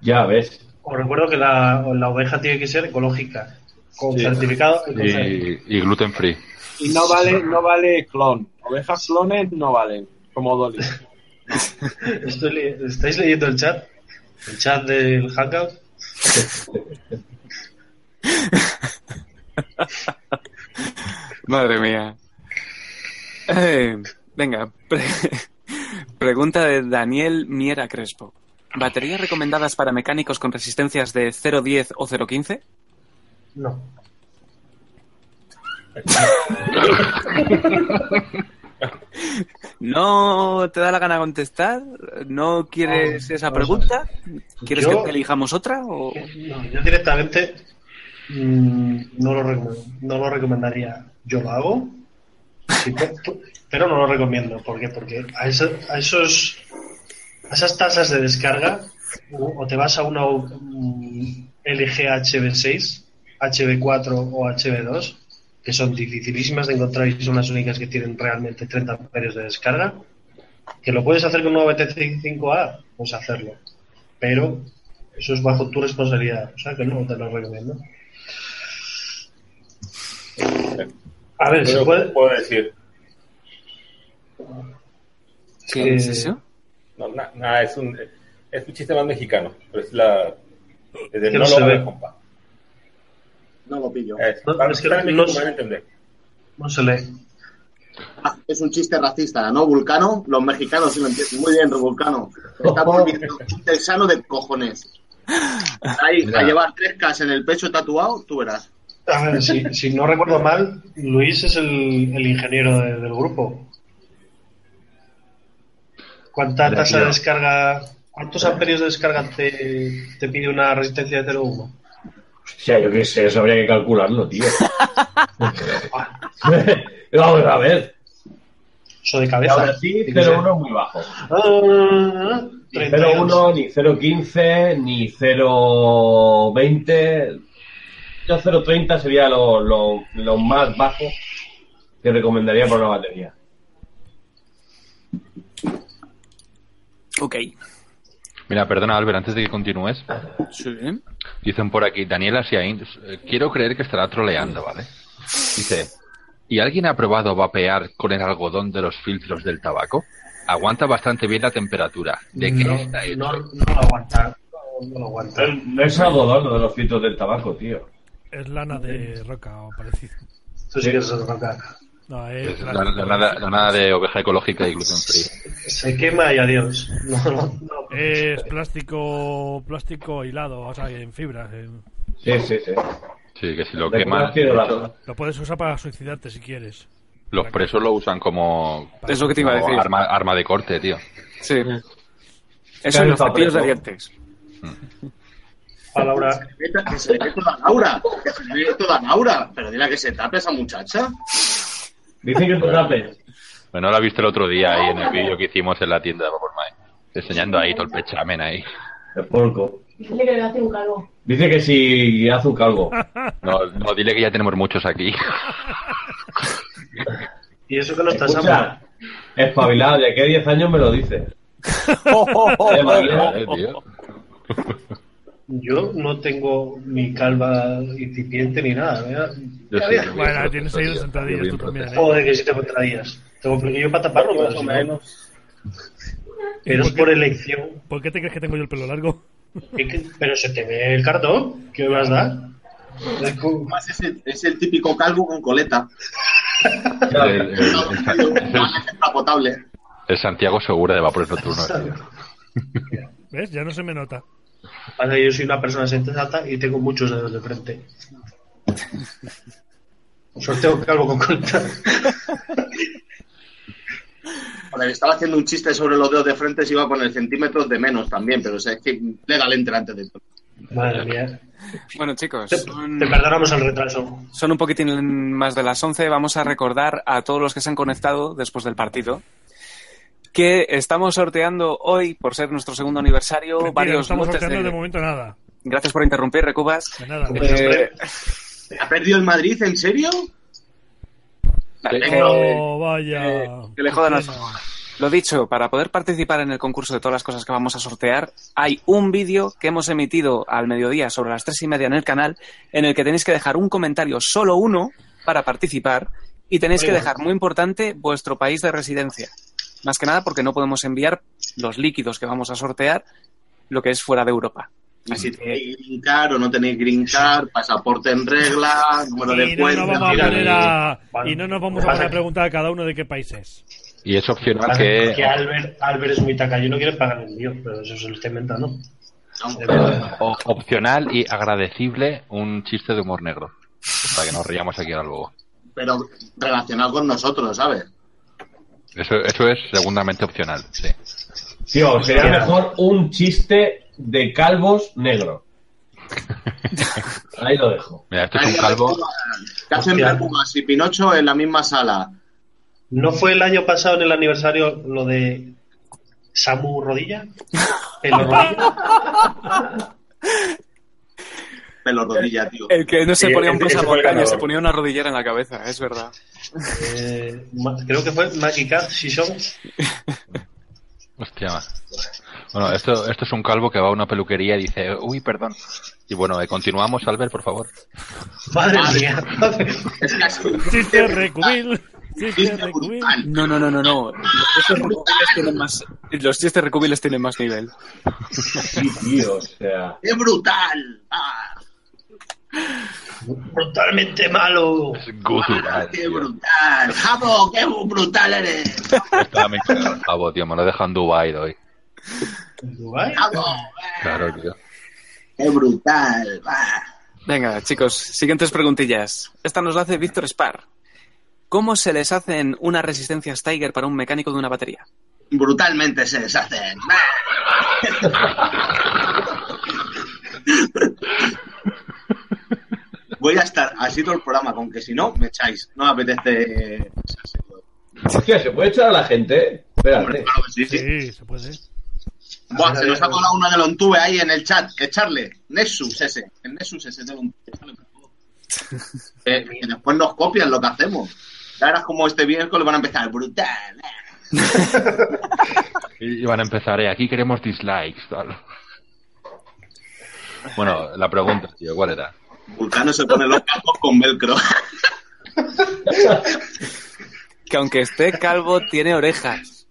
Speaker 8: Ya ves.
Speaker 6: Os recuerdo que la, la oveja tiene que ser ecológica, con
Speaker 1: Sí.
Speaker 6: certificado. y con cer-
Speaker 4: Y, y gluten free.
Speaker 1: Y no vale, no vale clon. Ovejas clones no valen, como Dolly.
Speaker 6: *laughs* Estoy le- ¿Estáis leyendo el chat? ¿El chat del Hangout?
Speaker 2: Madre mía. Eh, venga, pre- *laughs* pregunta de Daniel Miera Crespo. ¿Baterías recomendadas para mecánicos con resistencias de 0.10
Speaker 6: *laughs*
Speaker 2: o 0.15?
Speaker 6: No.
Speaker 2: ¿No te da la gana contestar? ¿No quieres
Speaker 6: Ah,
Speaker 2: esa
Speaker 6: vamos a
Speaker 2: pregunta? ¿Quieres
Speaker 6: Yo-
Speaker 2: que te elijamos otra? o-
Speaker 6: No, yo directamente mm, no, lo recom- no lo recomendaría. Yo lo hago, sí, pe- pe- pero no lo recomiendo. ¿Por qué? Porque a, eso- a esos, a esas tasas de descarga o, o te vas a una mm, LG HB6, HB4 o HB2, que son dificilísimas de encontrar y son las únicas que tienen realmente 30 amperios de descarga, que lo puedes hacer con una BT5A, pues hacerlo. Pero eso es bajo tu responsabilidad. O sea que no te lo recomiendo. A ver,
Speaker 9: Pero,
Speaker 6: se puede.
Speaker 9: puedo decir?
Speaker 6: ¿Qué es eso?
Speaker 9: No, na- nada, es, un, es un chiste más mexicano, pero es la... es de
Speaker 6: Que
Speaker 9: no
Speaker 6: no
Speaker 9: lo
Speaker 6: se
Speaker 9: haga,
Speaker 6: ve.
Speaker 9: compa.
Speaker 11: No lo pillo.
Speaker 9: Eh, para los que están en México me van a entender.
Speaker 11: No se lee. es un chiste racista, ¿no? Vulcano, los mexicanos sí lo entienden. Muy bien, Vulcano. Está volviendo un chiste sano de cojones. Ahí, a llevar tres Ks en el pecho tatuado, tú verás.
Speaker 6: A ver, si, si no recuerdo mal, Luis es el, el ingeniero de- del grupo. ¿Cuánta
Speaker 11: Mira,
Speaker 6: tasa de
Speaker 11: tío.
Speaker 6: descarga, cuántos amperios de descarga te, te pide una resistencia de 0,1?
Speaker 8: O sea, yo qué sé, eso habría que calcularlo, tío. *laughs* Vamos a ver.
Speaker 6: Eso de cabeza.
Speaker 8: Ahora sí,
Speaker 6: Tiene que ser.
Speaker 8: 0,1 muy bajo.
Speaker 6: Ah,
Speaker 8: Ni 0,1, ni 0,15, ni 0,20. Yo 0,30 sería lo, lo, lo más bajo que recomendaría para una batería.
Speaker 2: Ok.
Speaker 4: Mira, perdona, Albert, antes de que continúes. Dicen por aquí, Daniela Siain, eh, quiero creer que estará troleando, ¿vale? Dice, ¿y alguien ha probado vapear con el algodón de los filtros del tabaco? Aguanta bastante bien la temperatura. ¿De qué está hecho?
Speaker 6: No, no lo aguanta. No, no lo aguanta.
Speaker 8: No es algodón lo de los filtros del tabaco, tío.
Speaker 7: Es lana de roca o parecido.
Speaker 6: Tú sí que eres roca.
Speaker 7: No,
Speaker 4: Es
Speaker 7: es
Speaker 4: la, la nada, la nada de oveja ecológica y gluten free.
Speaker 6: Se quema y adiós. No,
Speaker 7: *laughs*
Speaker 6: no, no.
Speaker 7: Es plástico, plástico hilado, o sea, en fibras. en-
Speaker 8: Sí, sí, sí.
Speaker 4: Sí, que si lo
Speaker 8: De
Speaker 4: queman,
Speaker 8: colágeno,
Speaker 4: de
Speaker 8: la-
Speaker 4: hecho,
Speaker 7: Lo puedes usar para suicidarte si quieres.
Speaker 4: los presos lo usan como,
Speaker 2: Es lo que te iba a
Speaker 4: como
Speaker 2: decir.
Speaker 4: Arma, arma de corte, tío.
Speaker 2: Sí. Eso
Speaker 4: Claro,
Speaker 2: en los
Speaker 4: está
Speaker 2: cepillos de
Speaker 4: preso.
Speaker 2: dientes.
Speaker 6: A Laura.
Speaker 11: Que se le dé toda Laura. Que se le dé toda Laura. Pero dile a que se tape a esa muchacha.
Speaker 8: Dice que te tapes.
Speaker 4: Bueno, la viste el otro día ahí en el vídeo que hicimos en la tienda de Vapor Enseñando ahí todo el pechamen ahí.
Speaker 8: El porco.
Speaker 10: Dile que le hace un calvo.
Speaker 8: Dice que si hace un calvo.
Speaker 4: No, no, dile que ya tenemos muchos aquí.
Speaker 6: Y eso que lo estás
Speaker 8: Escucha, espabilado, de aquí a 10 años me lo dice.
Speaker 6: Oh,
Speaker 8: Eh, vale,
Speaker 4: tío.
Speaker 6: Yo no tengo ni calva incipiente ni nada. ¿verdad?
Speaker 4: Yo
Speaker 6: Ya
Speaker 4: sí,
Speaker 6: ves.
Speaker 4: yo Bueno, bien
Speaker 7: tienes ahí dos sentadillas tú también, ¿eh?
Speaker 6: Joder, que si te contradías. Tengo flequillo para taparlo, pero si no- Pero es por elección.
Speaker 7: ¿Por qué te crees que tengo yo el pelo largo?
Speaker 6: Es que- Pero se te ve el cartón. ¿Qué más da? Es como-
Speaker 11: Además, es el, es el típico calvo con coleta.
Speaker 4: Es el, el- el- es el-
Speaker 11: Está potable.
Speaker 4: el Santiago Segura de Vapores Nocturnos, tío.
Speaker 7: ¿Ves? Ya no se me nota.
Speaker 6: Pasa que yo soy una persona sensata y tengo muchos dedos de frente. Sorteo calvo con coleta.
Speaker 11: Cuando le estaba haciendo un chiste sobre los dedos de frente, se iba con el centímetros de menos también. Pero o sea, es que le galente antes de todo.
Speaker 6: Madre mía.
Speaker 2: Bueno, chicos, son,
Speaker 6: Te perdonamos el retraso.
Speaker 2: son un poquitín más de las 11. Vamos a recordar a todos los que se han conectado después del partido que estamos sorteando hoy, por ser nuestro segundo aniversario,
Speaker 7: Mentira, no
Speaker 2: varios
Speaker 7: estamos
Speaker 2: lotes
Speaker 7: sorteando de
Speaker 2: de...
Speaker 7: momento nada.
Speaker 2: Gracias por interrumpir, Recubas.
Speaker 7: De nada.
Speaker 2: Eh,
Speaker 11: ¿Ha perdido el Madrid? ¿En serio?
Speaker 2: eh,
Speaker 7: Oh, vaya.
Speaker 6: eh,
Speaker 2: Que le jodan las- Lo dicho, para poder participar en el concurso de todas las cosas que vamos a sortear, hay un vídeo que hemos emitido al mediodía sobre las tres y media en el canal, en el que tenéis que dejar un comentario, solo uno, para participar, y tenéis que dejar, muy importante, vuestro país de residencia. Más que nada porque no podemos enviar los líquidos que vamos a sortear, lo que es fuera de Europa.
Speaker 11: Y si tenéis green card o no tenéis green card, pasaporte en regla, número
Speaker 7: Y
Speaker 11: de
Speaker 7: no, nos
Speaker 11: cuenta.
Speaker 7: vamos a
Speaker 11: mira,
Speaker 7: poner a,
Speaker 6: Bueno,
Speaker 7: Ah, y no nos vamos a
Speaker 6: pasa
Speaker 7: poner a
Speaker 6: que-
Speaker 7: preguntar a cada uno de qué país es.
Speaker 4: Y es opcional
Speaker 6: Pasa
Speaker 4: que...
Speaker 6: que Albert, Albert es muy tacaño, no quiere pagar el mío, pero eso se lo está inventando.
Speaker 11: vamos,
Speaker 4: o- opcional y agradecible un chiste de humor negro. Para que nos riamos aquí ahora luego.
Speaker 11: Pero relacionado con nosotros, ¿sabes?
Speaker 4: Eso, eso es segundamente opcional, sí.
Speaker 8: Tío, Pues sería mejor un chiste de calvos negro. Ahí lo dejo.
Speaker 4: Mira, esto es un calvo...
Speaker 11: ¿Qué hacen
Speaker 6: Hostia.
Speaker 11: Bermudas y Pinocho en la misma sala?
Speaker 6: ¿No fue el año pasado en el aniversario lo de Samu Rodilla? Pelo Rodilla.
Speaker 1: *laughs*
Speaker 11: Pelo rodilla, tío.
Speaker 2: El que no se
Speaker 9: Sí,
Speaker 2: ponía un
Speaker 9: ese- ese fue el
Speaker 2: pasamontaña,
Speaker 9: ganador.
Speaker 2: se ponía una rodillera en la cabeza, es verdad.
Speaker 6: Eh, ma- creo que fue Magic Cat Shishon.
Speaker 4: Hostia. Bueno, esto, esto es un calvo que va a una peluquería y dice, uy, perdón. Y bueno, eh, continuamos, Albert, por favor.
Speaker 6: Madre mía.
Speaker 11: Es que es un
Speaker 7: Chiste recubil. Chiste
Speaker 11: chiste
Speaker 7: recubil.
Speaker 11: brutal. Ah,
Speaker 2: No, no, no, no, no. Los chistes recubiles tienen más, los chistes recubiles tienen más nivel.
Speaker 8: Sí, tío, o sea.
Speaker 11: ¡Qué brutal! Ah,
Speaker 6: Brutalmente malo.
Speaker 4: Gutural,
Speaker 11: ¡Qué brutal! ¡Jabo, Oh, qué brutal eres!
Speaker 4: Estaba me cagado el pavo, tío. Me lo dejan Dubai hoy.
Speaker 11: ¡Jabo!
Speaker 4: Claro, tío.
Speaker 11: ¡Qué brutal! va.
Speaker 2: Venga, chicos, siguientes preguntillas. Esta nos la hace Víctor Spar. ¿Cómo se les hacen unas resistencias Tiger para un mecánico de una batería?
Speaker 11: Brutalmente se
Speaker 7: *laughs*
Speaker 11: deshacen. Voy a estar así todo el programa, con que si no, me echáis. No me apetece. eh,
Speaker 8: Hostia, ¿se puede echar a la gente? Espérate.
Speaker 11: Sí, sí.
Speaker 7: se puede.
Speaker 11: Buah, se nos ha colado una de Lontube ahí en el chat. Echarle. Nexus ese. El Nexus ese de Lontube. Echarle, por
Speaker 1: *laughs*
Speaker 11: favor. Eh, que después nos copian lo que hacemos. Ya verás como este viernes van a empezar. Brutal. eh.
Speaker 4: Y van a empezar, eh, aquí queremos dislikes. tal. Bueno, la pregunta, tío, ¿cuál era?
Speaker 11: Vulcano se pone los cascos con velcro.
Speaker 2: Que aunque esté calvo, tiene orejas.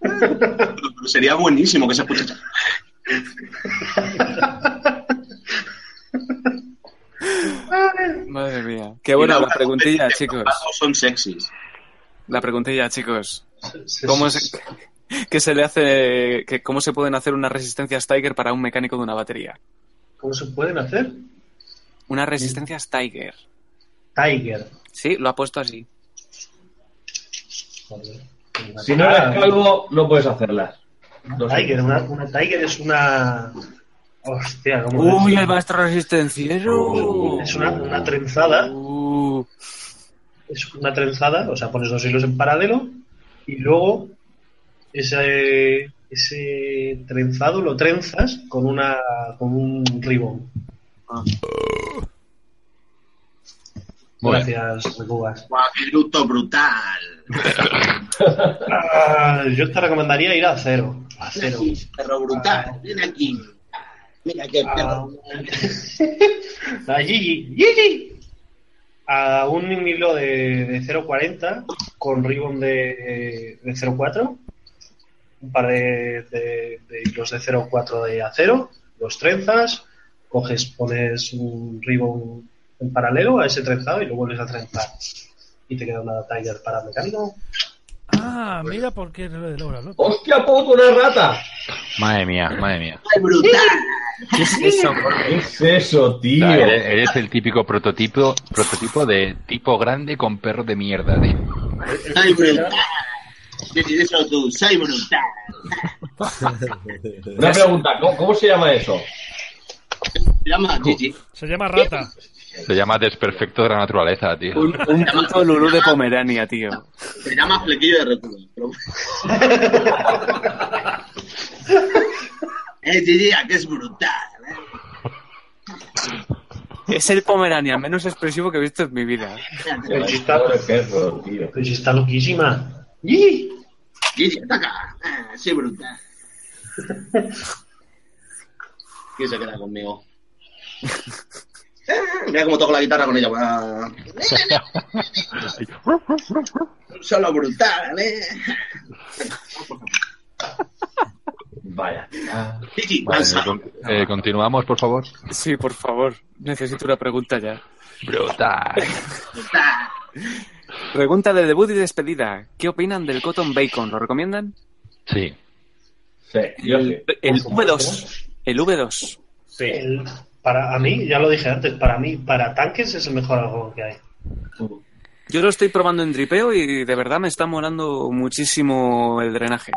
Speaker 11: Pero sería buenísimo que se escuchase.
Speaker 2: Madre mía. Qué buena la preguntilla, chicos.
Speaker 11: Son sexys.
Speaker 2: La preguntilla, chicos. ¿Cómo se, *laughs* qué se le hace, que, ¿Cómo se pueden hacer unas resistencias Tiger para un mecánico de una batería?
Speaker 6: ¿Cómo se pueden hacer?
Speaker 2: Unas resistencias Tiger.
Speaker 6: Tiger.
Speaker 2: Sí, lo ha puesto así.
Speaker 8: Si no eres calvo, no puedes hacerlas. Lo
Speaker 6: Una Tiger,
Speaker 8: siento.
Speaker 6: una, una Tiger es una. Hostia, ¿cómo lo
Speaker 2: ¡Uy,
Speaker 6: he
Speaker 2: el maestro resistenciero!
Speaker 6: dicho? Es una, una trenzada.
Speaker 2: Uh,
Speaker 6: Es una trenzada, o sea, pones dos hilos en paralelo y luego ese, ese trenzado lo trenzas con una con un ribón.
Speaker 2: Ah.
Speaker 4: Muy bien.
Speaker 6: Gracias, Cubas.
Speaker 11: Buah, qué luto brutal.
Speaker 6: Ah, yo te recomendaría ir a cero. A cero.
Speaker 11: Nexus, perro brutal. Ven aquí. Mira qué
Speaker 6: Ah.
Speaker 11: perro.
Speaker 6: *laughs* A Ah, Gigi. ¡Gigi! A un hilo de, de 0.40 con ribbon de, de 0.4. Un par de, de- de hilos de 0.4 de acero. Dos trenzas. Coges, pones un ribbon en paralelo a ese trenzado y lo vuelves a trenzar. Y te queda una Tiger para mecánico.
Speaker 7: Ah, mira por qué reloj de Laura López.
Speaker 8: ¡Hostia puto, una rata!
Speaker 4: Madre mía, madre mía.
Speaker 11: ¡Qué brutal!
Speaker 2: ¿Qué es eso?
Speaker 8: ¿Qué es eso,
Speaker 4: O
Speaker 8: tío?
Speaker 4: sea, eres, eres el típico prototipo, prototipo de tipo grande con perro de mierda, tío.
Speaker 11: ¡Soy brutal! Decid eso tú, soy brutal.
Speaker 8: Una pregunta, ¿cómo, cómo se llama eso?
Speaker 11: Se llama Gigi.
Speaker 7: Se llama Rata.
Speaker 4: Se llama desperfecto de la naturaleza, tío.
Speaker 2: Un, un puto Lulú de Pomerania, tío.
Speaker 11: Se llama flequillo de
Speaker 8: *laughs*
Speaker 11: reculo. pero- eh, Gigi, ¿a que es brutal. eh?
Speaker 2: Es el Pomerania menos expresivo que he visto en mi vida.
Speaker 8: El pobre perro, tío.
Speaker 6: Pues está loquísima. ¡Gigi!
Speaker 11: Gigi, ataca. Ah, soy
Speaker 1: *laughs*
Speaker 11: brutal. ¿Quién se queda conmigo? Ah, Mira cómo toco la guitarra con ella. Ah. Solo brutal, eh.
Speaker 8: Vaya.
Speaker 11: Gigi,
Speaker 4: Vale,
Speaker 11: danza.
Speaker 4: con- eh, continuamos, por favor.
Speaker 2: Sí, por favor, necesito una pregunta ya.
Speaker 4: Brutal.
Speaker 11: brutal.
Speaker 2: *laughs* Pregunta de debut y despedida. ¿Qué opinan del Cotton Bacon? ¿Lo recomiendan?
Speaker 4: Sí.
Speaker 8: Sí, yo sí.
Speaker 2: El, el V2. El V2.
Speaker 9: Sí.
Speaker 6: El- para a mí, ya lo dije antes, para mí, para tanques es el mejor algodón que hay.
Speaker 2: Yo lo estoy probando en dripeo y de verdad me está molando muchísimo el drenaje.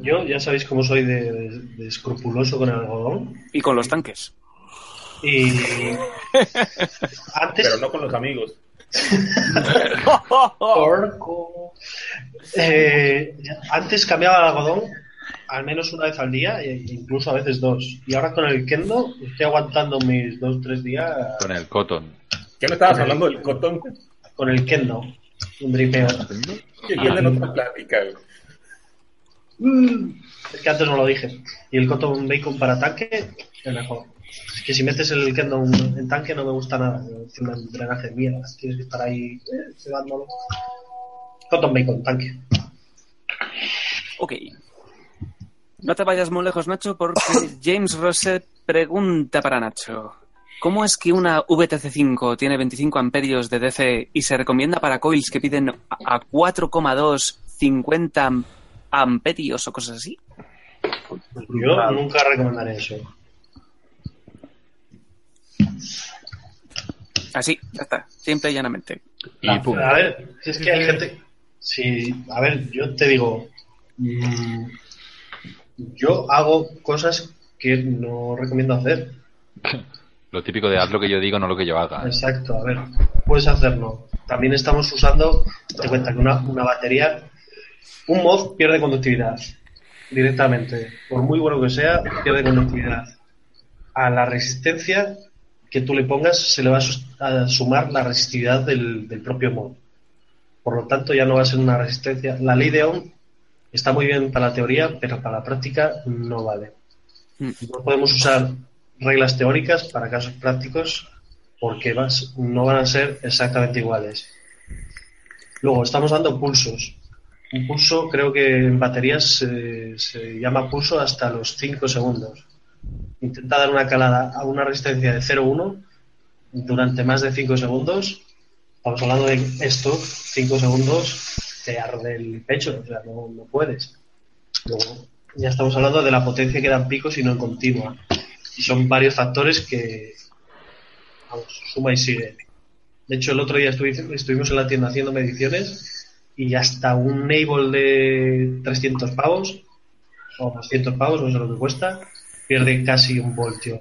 Speaker 6: Yo ya sabéis cómo soy de, de- de escrupuloso con el algodón.
Speaker 2: Y con los tanques.
Speaker 6: Y antes
Speaker 9: Pero no con los
Speaker 6: *laughs*
Speaker 9: amigos.
Speaker 6: Porco. Eh, antes cambiaba el algodón al menos una vez al día, e incluso a veces dos. Y ahora con el kendo estoy aguantando mis dos tres días
Speaker 4: Con el cotton.
Speaker 9: ¿Qué no estabas hablando del cotón?
Speaker 6: con el kendo, un dripeo.
Speaker 9: Que viene en otra plática. güey.
Speaker 6: Es que antes no lo dije. Y el cotton bacon para tanque, el mejor. Es que si metes el kendo en en tanque no me gusta nada. Es un drenaje de mierda. Tienes que estar ahí eh, cegándolo. Cotton bacon, tanque.
Speaker 2: Ok.
Speaker 6: *laughs*
Speaker 2: No te vayas muy lejos, Nacho, porque James Rosset pregunta para Nacho. ¿Cómo es que una VTC5 tiene 25 amperios de DC y se recomienda para coils que piden a- a 4,2, 50 am- amperios o cosas así?
Speaker 6: Yo nunca recomendaré eso.
Speaker 2: Así, ya está, simple y llanamente.
Speaker 6: La- Ah, a ver, si es que hay gente. Sí, a ver, yo te digo. mm, yo hago cosas que no recomiendo hacer.
Speaker 4: Lo típico de haz lo que yo digo, no lo que yo haga.
Speaker 6: Exacto, a ver, puedes hacerlo. También estamos usando, te cuenta que una, una batería, un mod pierde conductividad directamente. Por muy bueno que sea, pierde conductividad. A la resistencia que tú le pongas se le va a, sus- a sumar la resistividad del, del propio mod. Por lo tanto, ya no va a ser una resistencia. La ley de Ohm está muy bien para la teoría, pero para la práctica no vale. No podemos usar reglas teóricas para casos prácticos porque vas- no van a ser exactamente iguales. Luego, estamos dando pulsos. Un pulso creo que en baterías se, se llama pulso hasta los 5 segundos. Intenta dar una calada a una resistencia de 0,1 durante más de 5 segundos. Estamos hablando de esto, 5 segundos, te arde el pecho, o sea, no, no puedes. Luego, ya estamos hablando de la potencia que dan picos y no en continua. Y son varios factores que, vamos, suma y sigue. De hecho, el otro día estuvi- estuvimos en la tienda haciendo mediciones y hasta un Naval de 300 pavos o 200 pavos, no sé lo que cuesta, pierde casi un voltio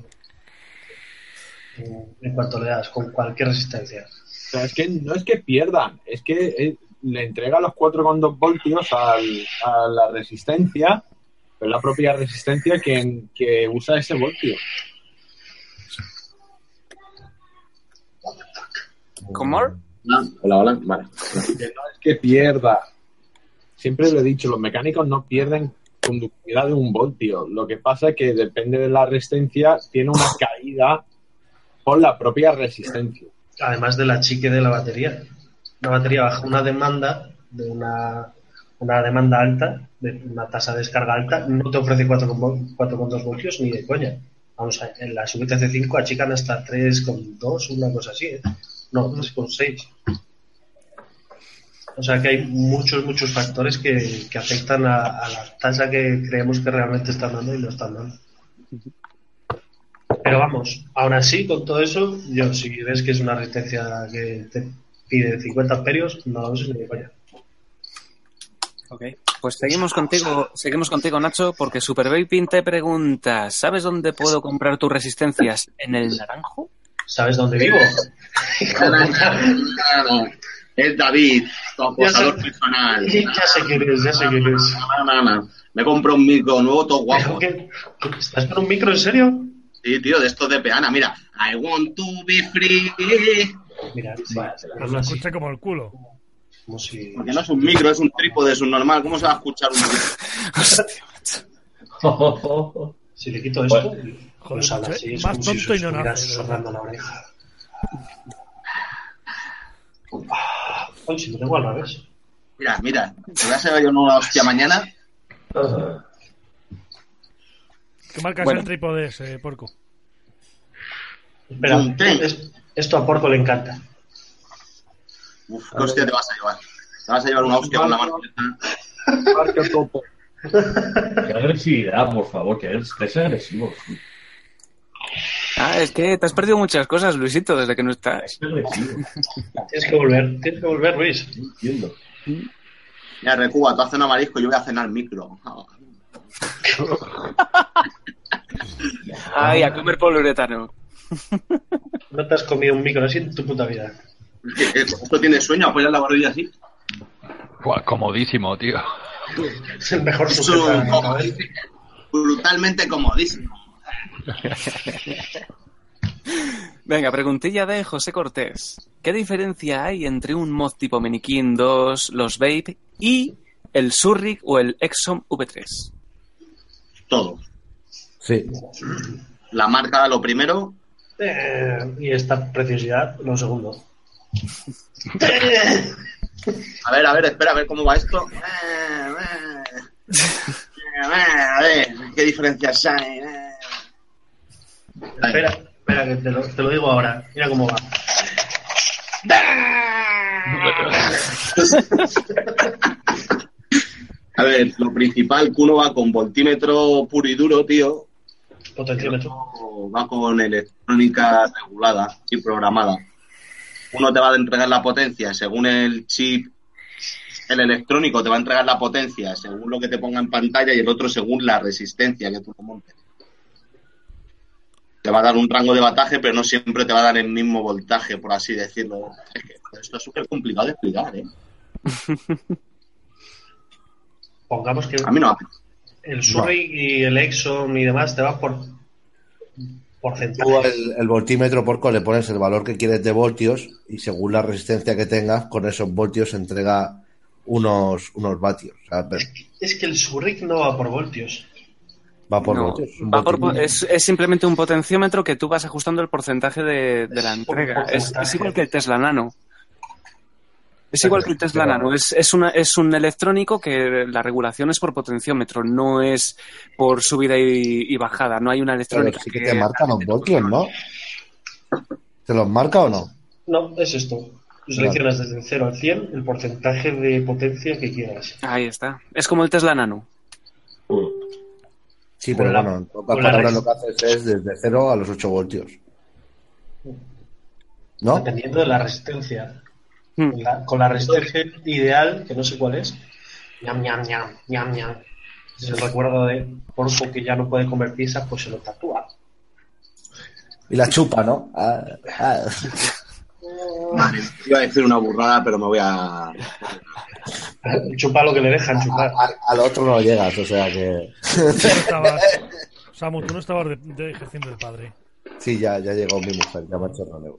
Speaker 6: en en cuanto le das, con cualquier resistencia.
Speaker 1: O sea, es que no es que pierdan, es que eh, le entrega los 4,2 voltios al- a la resistencia, pero la propia resistencia quien que usa ese voltio.
Speaker 2: ¿Cómo?
Speaker 1: Hola, hola. Vale. Que no es que pierda. Siempre lo he dicho, los mecánicos no pierden conductividad de un voltio. Lo que pasa es que depende de la resistencia, tiene una caída por la propia resistencia.
Speaker 6: Además de la chique de la batería. Una batería baja una demanda de una, una demanda alta, de una tasa de descarga alta, no te ofrece 4,2 4,2 voltios ni de coña. Vamos a, en la VTC5 achican hasta 3,2, una cosa así, ¿eh? No, 3,6. O sea que hay muchos, muchos factores que, que afectan a, a la tasa que creemos que realmente están dando y no están dando. Pero vamos, aún así, con todo eso, yo si ves que es una resistencia que te pide 50 amperios, no lo uses ni de
Speaker 7: *laughs*
Speaker 6: coña.
Speaker 2: Pues seguimos contigo, seguimos contigo, Nacho, porque Super Vaping te pregunta, ¿sabes dónde puedo comprar tus resistencias? ¿En el naranjo?
Speaker 6: ¿Sabes dónde vivo?
Speaker 11: Es David, tu acosador
Speaker 6: Ya sé-
Speaker 11: personal. Ah,
Speaker 6: Ya sé quién es, ya sé quién es.
Speaker 11: Na, na, na. Me compro un micro nuevo, todo guapo.
Speaker 6: ¿Estás con un micro en serio?
Speaker 11: Sí, tío, de estos de peana. Mira, I want to be free.
Speaker 6: Mira, pues
Speaker 7: Pero se escucha como el culo.
Speaker 6: Como
Speaker 7: *laughs*
Speaker 6: si...
Speaker 11: Porque no es un micro, es un trípode, es un normal. ¿Cómo se va a escuchar un
Speaker 8: micro?
Speaker 6: si le quito esto,
Speaker 7: Joder,
Speaker 6: nos habla
Speaker 7: macho,
Speaker 6: así,
Speaker 7: ¿eh?
Speaker 6: es
Speaker 7: Más
Speaker 6: como si
Speaker 7: tonto
Speaker 6: os
Speaker 7: y no
Speaker 6: estuviera
Speaker 7: nace, de
Speaker 6: soplando la oreja. Ah, Ay, si lo tengo al revés.
Speaker 11: Mira, mira, te voy a hacer yo una hostia mañana.
Speaker 6: Ah,
Speaker 7: ¿Qué marca
Speaker 11: Bueno.
Speaker 7: es el trípode eh, ese, porco?
Speaker 6: Espera, es- esto a Porco le encanta.
Speaker 11: Uf, ¿qué hostia te vas a llevar? Te vas a llevar una hostia con la mano.
Speaker 8: Qué agresividad, por favor, que estés agresivo.
Speaker 2: Ah, es que te has perdido muchas cosas, Luisito, desde que no estás.
Speaker 6: Tienes que volver, tienes que volver, Luis.
Speaker 8: Entiendo.
Speaker 11: Mira, Recuba, tú haces una marisco, yo voy a cenar micro.
Speaker 2: Ay, a comer poliuretano.
Speaker 6: No te has comido un micro así en tu puta vida.
Speaker 11: Esto tiene sueño, apoyar la barrilla así.
Speaker 4: Buah,
Speaker 2: *laughs*
Speaker 4: comodísimo, tío.
Speaker 6: Es el mejor
Speaker 11: Es
Speaker 6: sujeto de
Speaker 11: un
Speaker 6: la cabeza.
Speaker 11: brutalmente comodísimo.
Speaker 2: *laughs* Venga, preguntilla de José Cortés. ¿Qué diferencia hay entre un mod tipo Minikin 2, los Vape y el Surric o el Exxon V3?
Speaker 11: Todo.
Speaker 3: Sí.
Speaker 11: La marca, lo primero.
Speaker 6: Eh, y esta preciosidad, lo segundo.
Speaker 11: A ver, a ver, espera, a ver cómo va esto. Eh, eh. Eh, A ver, qué diferencias hay. eh.
Speaker 6: Espera, Espera, que te lo, te lo digo ahora. Mira cómo va.
Speaker 11: A ver, lo principal, que uno va con voltímetro puro y duro, tío.
Speaker 6: Potenciómetro.
Speaker 11: Va con electrónica regulada y programada. Uno te va a entregar la potencia según el chip, el electrónico te va a entregar la potencia según lo que te ponga en pantalla y el otro según la resistencia que tú le montes. Te va a dar un rango de bataje, pero no siempre te va a dar el mismo voltaje, por así decirlo. Es que esto es súper complicado de explicar, ¿eh?
Speaker 6: Pongamos que
Speaker 11: A mí no me apetece.
Speaker 6: el Surrey y el Exxon y demás te va por porcentaje.
Speaker 3: Tú el, el voltímetro porco le pones el valor que quieres de voltios y según la resistencia que tengas, con esos voltios entrega unos, unos vatios. O sea, pero
Speaker 6: Es que el Surrey no va por voltios.
Speaker 3: va por
Speaker 2: No,
Speaker 3: voltios. es un
Speaker 2: va por-
Speaker 3: voltímetro.
Speaker 2: es, es simplemente un potenciómetro que tú vas ajustando el porcentaje de, de la entrega. Es, es igual que el Tesla Nano. Es igual que el Tesla Nano. Es, es, una- es un electrónico que la regulación es por potenciómetro, no es por subida y, y bajada. No hay una
Speaker 3: Pero
Speaker 2: electrónica
Speaker 3: sí que te marca los voltios, ¿no? ¿Te los marca o no?
Speaker 6: No, es esto. Tú seleccionas desde el 0 al 100 el porcentaje de potencia que quieras.
Speaker 2: Ahí está. Es como el Tesla Nano.
Speaker 3: Sí, pero
Speaker 2: Con la-
Speaker 3: bueno, en pocas
Speaker 2: con la
Speaker 3: palabras lo
Speaker 2: res-
Speaker 3: que haces es desde 0 a los 8 voltios. ¿No?
Speaker 6: Dependiendo de la resistencia. Con la- con la resistencia ideal, que no sé cuál es. Ñam, ñam, ñam, ñam, ñam. Es el recuerdo de Porco que ya no puede comer pizzas, pues se lo tatúa.
Speaker 3: Y la chupa, ¿no? Ah, ah.
Speaker 11: Vale, iba a decir una burrada, pero me voy a.
Speaker 6: Chupa lo que le dejan chupar.
Speaker 3: Al otro no llegas, o sea que. *laughs*
Speaker 7: Tú no estabas- Samu, tú no estabas de- de ejerciendo de padre.
Speaker 3: Sí, ya, ya llegó mi mujer, ya me ha hecho relevo.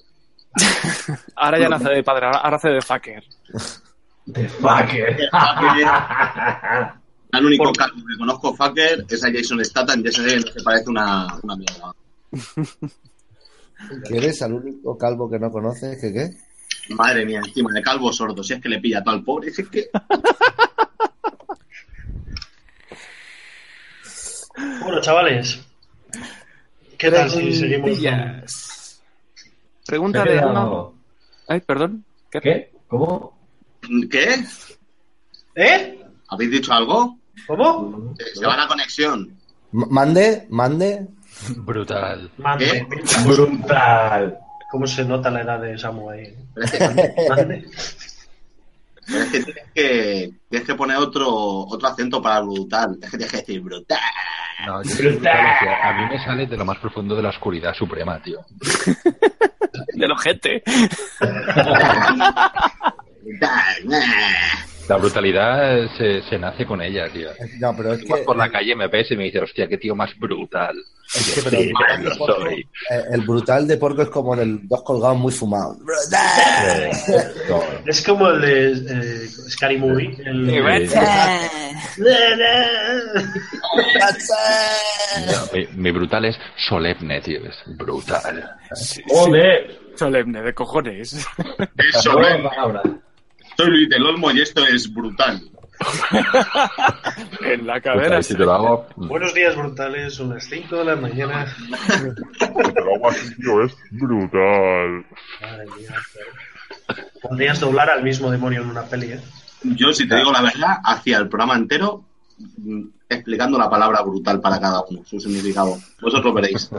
Speaker 2: Ahora ya no hace de padre, ahora- ahora hace de fucker.
Speaker 6: *laughs*
Speaker 8: De
Speaker 11: fucker. El único caso que conozco, fucker, es a Jason Statham, y ese sí que parece una, una mierda.
Speaker 3: ¿Quieres al único calvo que no conoces? ¿Que qué?
Speaker 11: Madre mía, encima de calvo sordo, si es que le pilla tal pobre, si es que.
Speaker 6: Bueno, chavales. ¿Qué tal si seguimos? con-
Speaker 2: Pregunta
Speaker 6: Se
Speaker 2: de
Speaker 6: queda-
Speaker 2: Ana. Ay, perdón. ¿Qué?
Speaker 8: ¿Cómo?
Speaker 11: ¿Qué?
Speaker 6: ¿Eh?
Speaker 11: ¿Habéis dicho algo?
Speaker 6: ¿Cómo?
Speaker 11: Se va la conexión.
Speaker 3: M- Mande, mande.
Speaker 4: Brutal.
Speaker 6: Mande, pinta.
Speaker 8: Brutal.
Speaker 6: ¿Cómo se nota la edad de Samu ahí?
Speaker 11: Pero es que,
Speaker 6: *laughs*
Speaker 11: pero es que tienes que tienes que poner otro, otro acento para brutal. Es que tienes que decir brutal.
Speaker 4: No, yo creo que a mí me sale de lo más profundo de la oscuridad
Speaker 2: *laughs*
Speaker 4: suprema, tío.
Speaker 2: Del ojete. La
Speaker 4: brutalidad eh, se, se nace con ella, tío.
Speaker 3: Eh, No, pero es
Speaker 4: Tú vas por la calle me ves y me dices, hostia, qué tío más brutal.
Speaker 3: Es
Speaker 4: Yo,
Speaker 3: que, pero-
Speaker 4: sí, lo soy.
Speaker 3: Eh, El brutal de porco es como en el dos colgados muy fumado.
Speaker 6: Es como el de eh, Scary Movie. El...
Speaker 3: Sí,
Speaker 4: No, mi, mi brutal es solemne, tío. Es brutal.
Speaker 2: Solemne, de cojones.
Speaker 11: Eso,
Speaker 7: *laughs*
Speaker 11: ¿eh? Soy Luis del Olmo y esto es brutal.
Speaker 2: *laughs* en la
Speaker 4: Brutal, si te lo hago,
Speaker 6: Buenos días, brutales. Son las 5 de la
Speaker 2: *laughs*
Speaker 6: mañana.
Speaker 12: es brutal.
Speaker 6: Madre mía. Podrías doblar al mismo demonio en una peli, ¿eh?
Speaker 11: Yo, si te digo la verdad, hacía el programa entero mm, explicando la palabra brutal para cada uno, su significado. Vosotros veréis.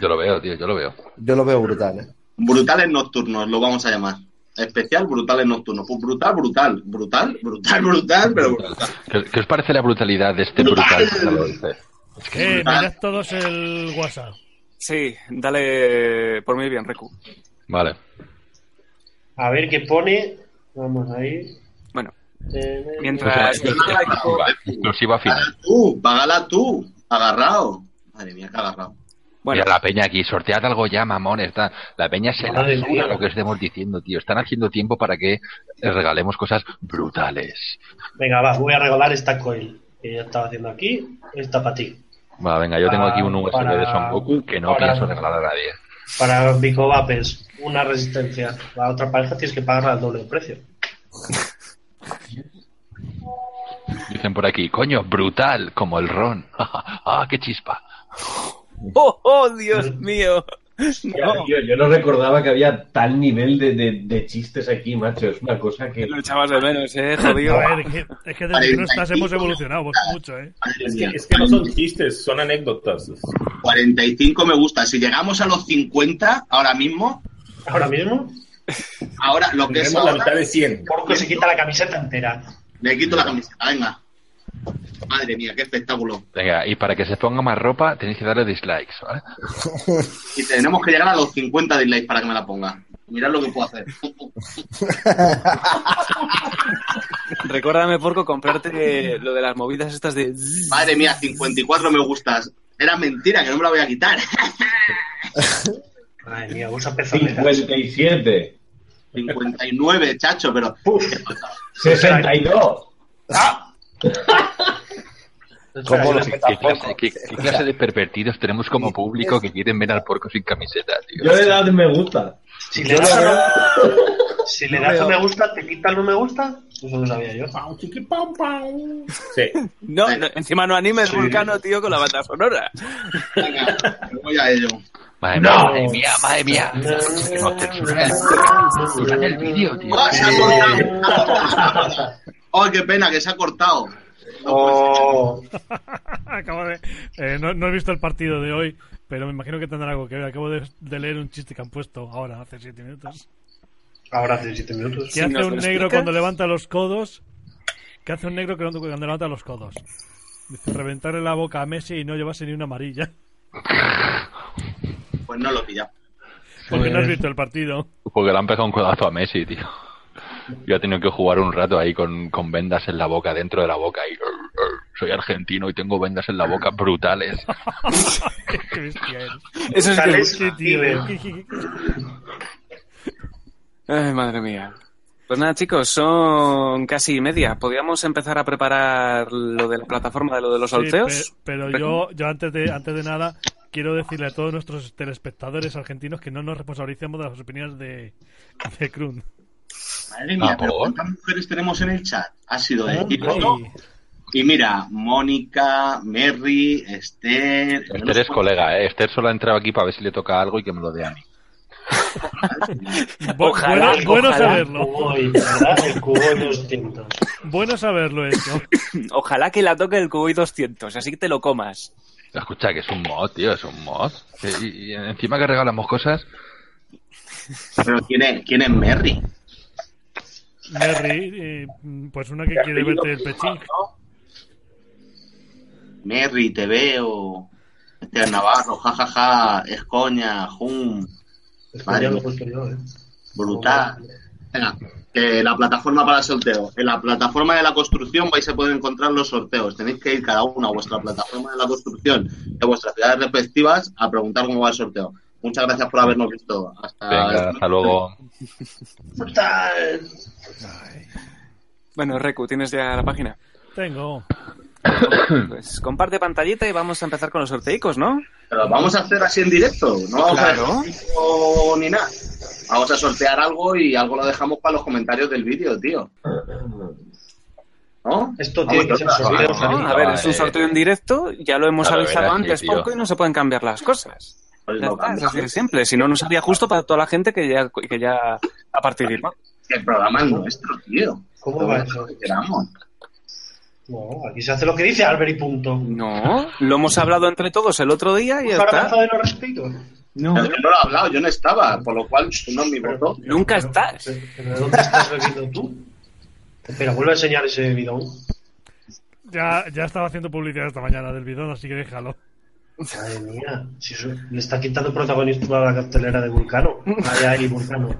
Speaker 4: yo lo veo, tío, yo lo veo.
Speaker 3: *laughs* Yo lo veo brutal, ¿eh?
Speaker 11: Brutales nocturnos, lo vamos a llamar. Especial brutales nocturnos. Pues brutal, brutal. Brutal, brutal, brutal, pero brutal.
Speaker 4: ¿Qué, qué os parece la brutalidad de este brutal? que lo dice?
Speaker 7: Eh, mirad todos el WhatsApp.
Speaker 2: Sí, dale por mí bien, Recu.
Speaker 4: Vale.
Speaker 6: A ver qué pone. Vamos ahí.
Speaker 2: Bueno.
Speaker 6: Eh,
Speaker 2: Mientras-
Speaker 11: Exclusiva,
Speaker 4: exclusiva final.
Speaker 11: Tú, págala tú. Agarrado. Madre mía, que agarrado.
Speaker 4: Bueno. la peña aquí, sortead algo ya, mamones. tal. La peña se la
Speaker 11: Madre mía.
Speaker 4: suda lo que estemos diciendo, tío. Están haciendo tiempo para que les regalemos cosas brutales.
Speaker 6: Venga, va, voy a regalar esta coil que ya estaba haciendo aquí. Esta para ti.
Speaker 4: Va, venga, yo tengo aquí un USB
Speaker 6: Para-
Speaker 4: de Son Goku que no
Speaker 6: para-
Speaker 4: pienso regalar a nadie.
Speaker 6: Para Vico Vapes, una resistencia. La otra pareja tienes que pagarla al doble de precio.
Speaker 4: *laughs* Dicen por aquí, coño, brutal, como el ron. ah, qué chispa.
Speaker 2: ¡Oh, oh, Dios
Speaker 8: *laughs*
Speaker 2: mío!
Speaker 8: Ya, tío, yo no recordaba que había tal nivel de, de- de chistes aquí, macho. Es una cosa que.
Speaker 2: Lo echabas de menos, eh, jodido.
Speaker 7: A ver, es que, es que desde que no estás hemos evolucionado mucho, ¿eh? *laughs*
Speaker 9: Es que, es que no son chistes, son anécdotas.
Speaker 11: 45 me gusta. Si llegamos a los 50 ahora mismo.
Speaker 6: ¿Ahora mismo?
Speaker 11: Ahora, lo que es.
Speaker 6: Tenemos la
Speaker 11: ahora,
Speaker 6: mitad de Porque se quita la camiseta entera.
Speaker 11: Le quito la camiseta, venga. Madre mía, qué espectáculo.
Speaker 4: Venga, y para que se ponga más ropa tenéis que darle dislikes,
Speaker 6: *laughs*
Speaker 4: ¿vale?
Speaker 11: Y tenemos que llegar a los 50 dislikes para que me la ponga. Mirad lo que puedo hacer.
Speaker 2: Recuérdame, Porco, comprarte lo de las movidas estas de...
Speaker 11: Madre mía, 54 me gustas. Era mentira, que no me la voy a quitar.
Speaker 6: *laughs* Madre mía, vos a
Speaker 8: 57,
Speaker 11: 59, chacho, pero.
Speaker 8: 62. *laughs*
Speaker 4: ¿Qué
Speaker 11: ¿Cómo lo-
Speaker 4: clase- ¿Qué clase, qué- qué clase de pervertidos tenemos como público que quieren ver al porco sin camiseta, tío?
Speaker 8: Yo le he dado me gusta.
Speaker 6: Si le das, si le
Speaker 8: No
Speaker 6: das un
Speaker 8: veo.
Speaker 6: me gusta, te quita el no me gusta. Eso lo sabía yo.
Speaker 9: Sí.
Speaker 2: No, no, encima no animes Vulcano, tío, con la banda sonora.
Speaker 11: Voy a ello.
Speaker 4: Madre
Speaker 2: No.
Speaker 4: mía, madre mía, madre mía. No, censuran. Censuran el vídeo, tío.
Speaker 11: ¡Ah, se ha cortado! ¡Oh, qué pena, que se ha cortado! pues,
Speaker 7: Acabo de- eh, no, no he visto el partido de hoy, pero me imagino que tendrá algo que ver. Acabo de, de leer un chiste que han puesto ahora, hace siete minutos.
Speaker 6: Ahora hace 7 minutos.
Speaker 7: ¿Qué hace un negro cuando levanta los codos? ¿Qué hace un negro cuando, cuando levanta los codos? Dice, reventarle la boca a Messi y no llevase ni una amarilla.
Speaker 11: Pues no lo pilla.
Speaker 7: Porque no has visto el partido. *laughs*
Speaker 4: Porque le han pegado un codazo a Messi, tío. Yo he tenido que jugar un rato ahí con, con vendas en la boca, dentro de la boca. Y, "Ur, ur, soy argentino y tengo vendas en la boca brutales.
Speaker 7: Qué bestia eres.
Speaker 2: Eso es
Speaker 7: *laughs*
Speaker 2: que-
Speaker 7: Sí, tío.
Speaker 2: Ay, madre mía. Pues nada, chicos, son casi media. ¿Podríamos empezar a preparar lo de la plataforma de lo de los
Speaker 7: Sí,
Speaker 2: sorteos?
Speaker 7: pe- pero yo, yo antes de antes de nada quiero decirle a todos nuestros telespectadores argentinos que no nos responsabilicemos de las opiniones de, de Krun.
Speaker 11: Madre mía,
Speaker 7: Ah,
Speaker 11: pero
Speaker 7: por.
Speaker 11: ¿cuántas mujeres tenemos en el chat? Ha sido de
Speaker 7: Ay.
Speaker 11: equipo. Y mira, Mónica, Merry, Esther.
Speaker 4: Esther es colega, ¿eh? Esther solo ha entrado aquí para ver si le toca algo y que me lo dé a mí.
Speaker 7: Ojalá, bueno- bueno ojalá. saberlo.
Speaker 6: El cubo, y, ¿verdad? el cubo y 200.
Speaker 7: Bueno saberlo esto.
Speaker 2: *laughs* Ojalá que la toque el cubo y 200, así que te lo comas.
Speaker 4: Escucha, que es un mod, tío, es un mod. Y, y- y encima que regalamos cosas.
Speaker 11: Pero ¿quién es, quién es Merry?
Speaker 7: Merry, eh, pues una que
Speaker 11: Qué
Speaker 7: quiere
Speaker 11: apellido
Speaker 7: verte el pechín.
Speaker 11: Merry, te veo. Esther Navarro, jajaja, es coña, jum. Madre
Speaker 6: Ya lo he
Speaker 11: mía,
Speaker 6: puesto yo, ¿eh?
Speaker 11: brutal. Venga, que la plataforma para el sorteo. En la plataforma de la construcción vais a poder encontrar los sorteos. Tenéis que ir cada uno a vuestra plataforma de la construcción de vuestras ciudades respectivas a preguntar cómo va el sorteo. Muchas gracias por habernos visto. Hasta
Speaker 4: Venga, hasta luego.
Speaker 2: Bueno, Reku, ¿tienes ya la página?
Speaker 7: Tengo.
Speaker 11: Mm.
Speaker 2: Pues comparte pantallita y vamos a empezar con los sorteicos, ¿no?
Speaker 11: Pero Pues vamos a hacer así en directo, no vamos
Speaker 2: Claro.
Speaker 11: a hacer sorteo ni nada. Vamos a sortear algo y algo lo dejamos para los comentarios del vídeo, tío. ¿No?
Speaker 6: Esto tiene que ser sorteo.
Speaker 2: No, a ver, es un sorteo en directo, ya lo hemos
Speaker 11: Claro,
Speaker 2: avisado
Speaker 11: verás, sí,
Speaker 2: antes,
Speaker 11: tío.
Speaker 2: Porco, y no se pueden cambiar las cosas.
Speaker 11: Pues
Speaker 2: Ya
Speaker 11: lo
Speaker 2: está, es
Speaker 11: cambias.
Speaker 2: así de simple, si no, no sería justo para toda la gente que ya, que ya ha participado.
Speaker 11: El programa es nuestro, tío.
Speaker 6: ¿Cómo va eso? No, aquí se hace lo que dice Albert y punto.
Speaker 2: No, lo hemos hablado entre todos el otro día y ya
Speaker 6: Ahora
Speaker 2: está.
Speaker 6: empezó de no respeto.
Speaker 2: No.
Speaker 11: Pero que no lo he hablado, yo no estaba, por lo cual no es mi voto.
Speaker 2: Nunca estás.
Speaker 6: ¿Pero de dónde estás bebiendo tú? Espera, vuelve a enseñar ese bidón.
Speaker 7: Ya, ya estaba haciendo publicidad esta mañana del bidón, así que déjalo.
Speaker 6: Madre mía, si eso- le está quitando protagonismo a la cartelera de Vulcano. Ay, ay, Vulcano.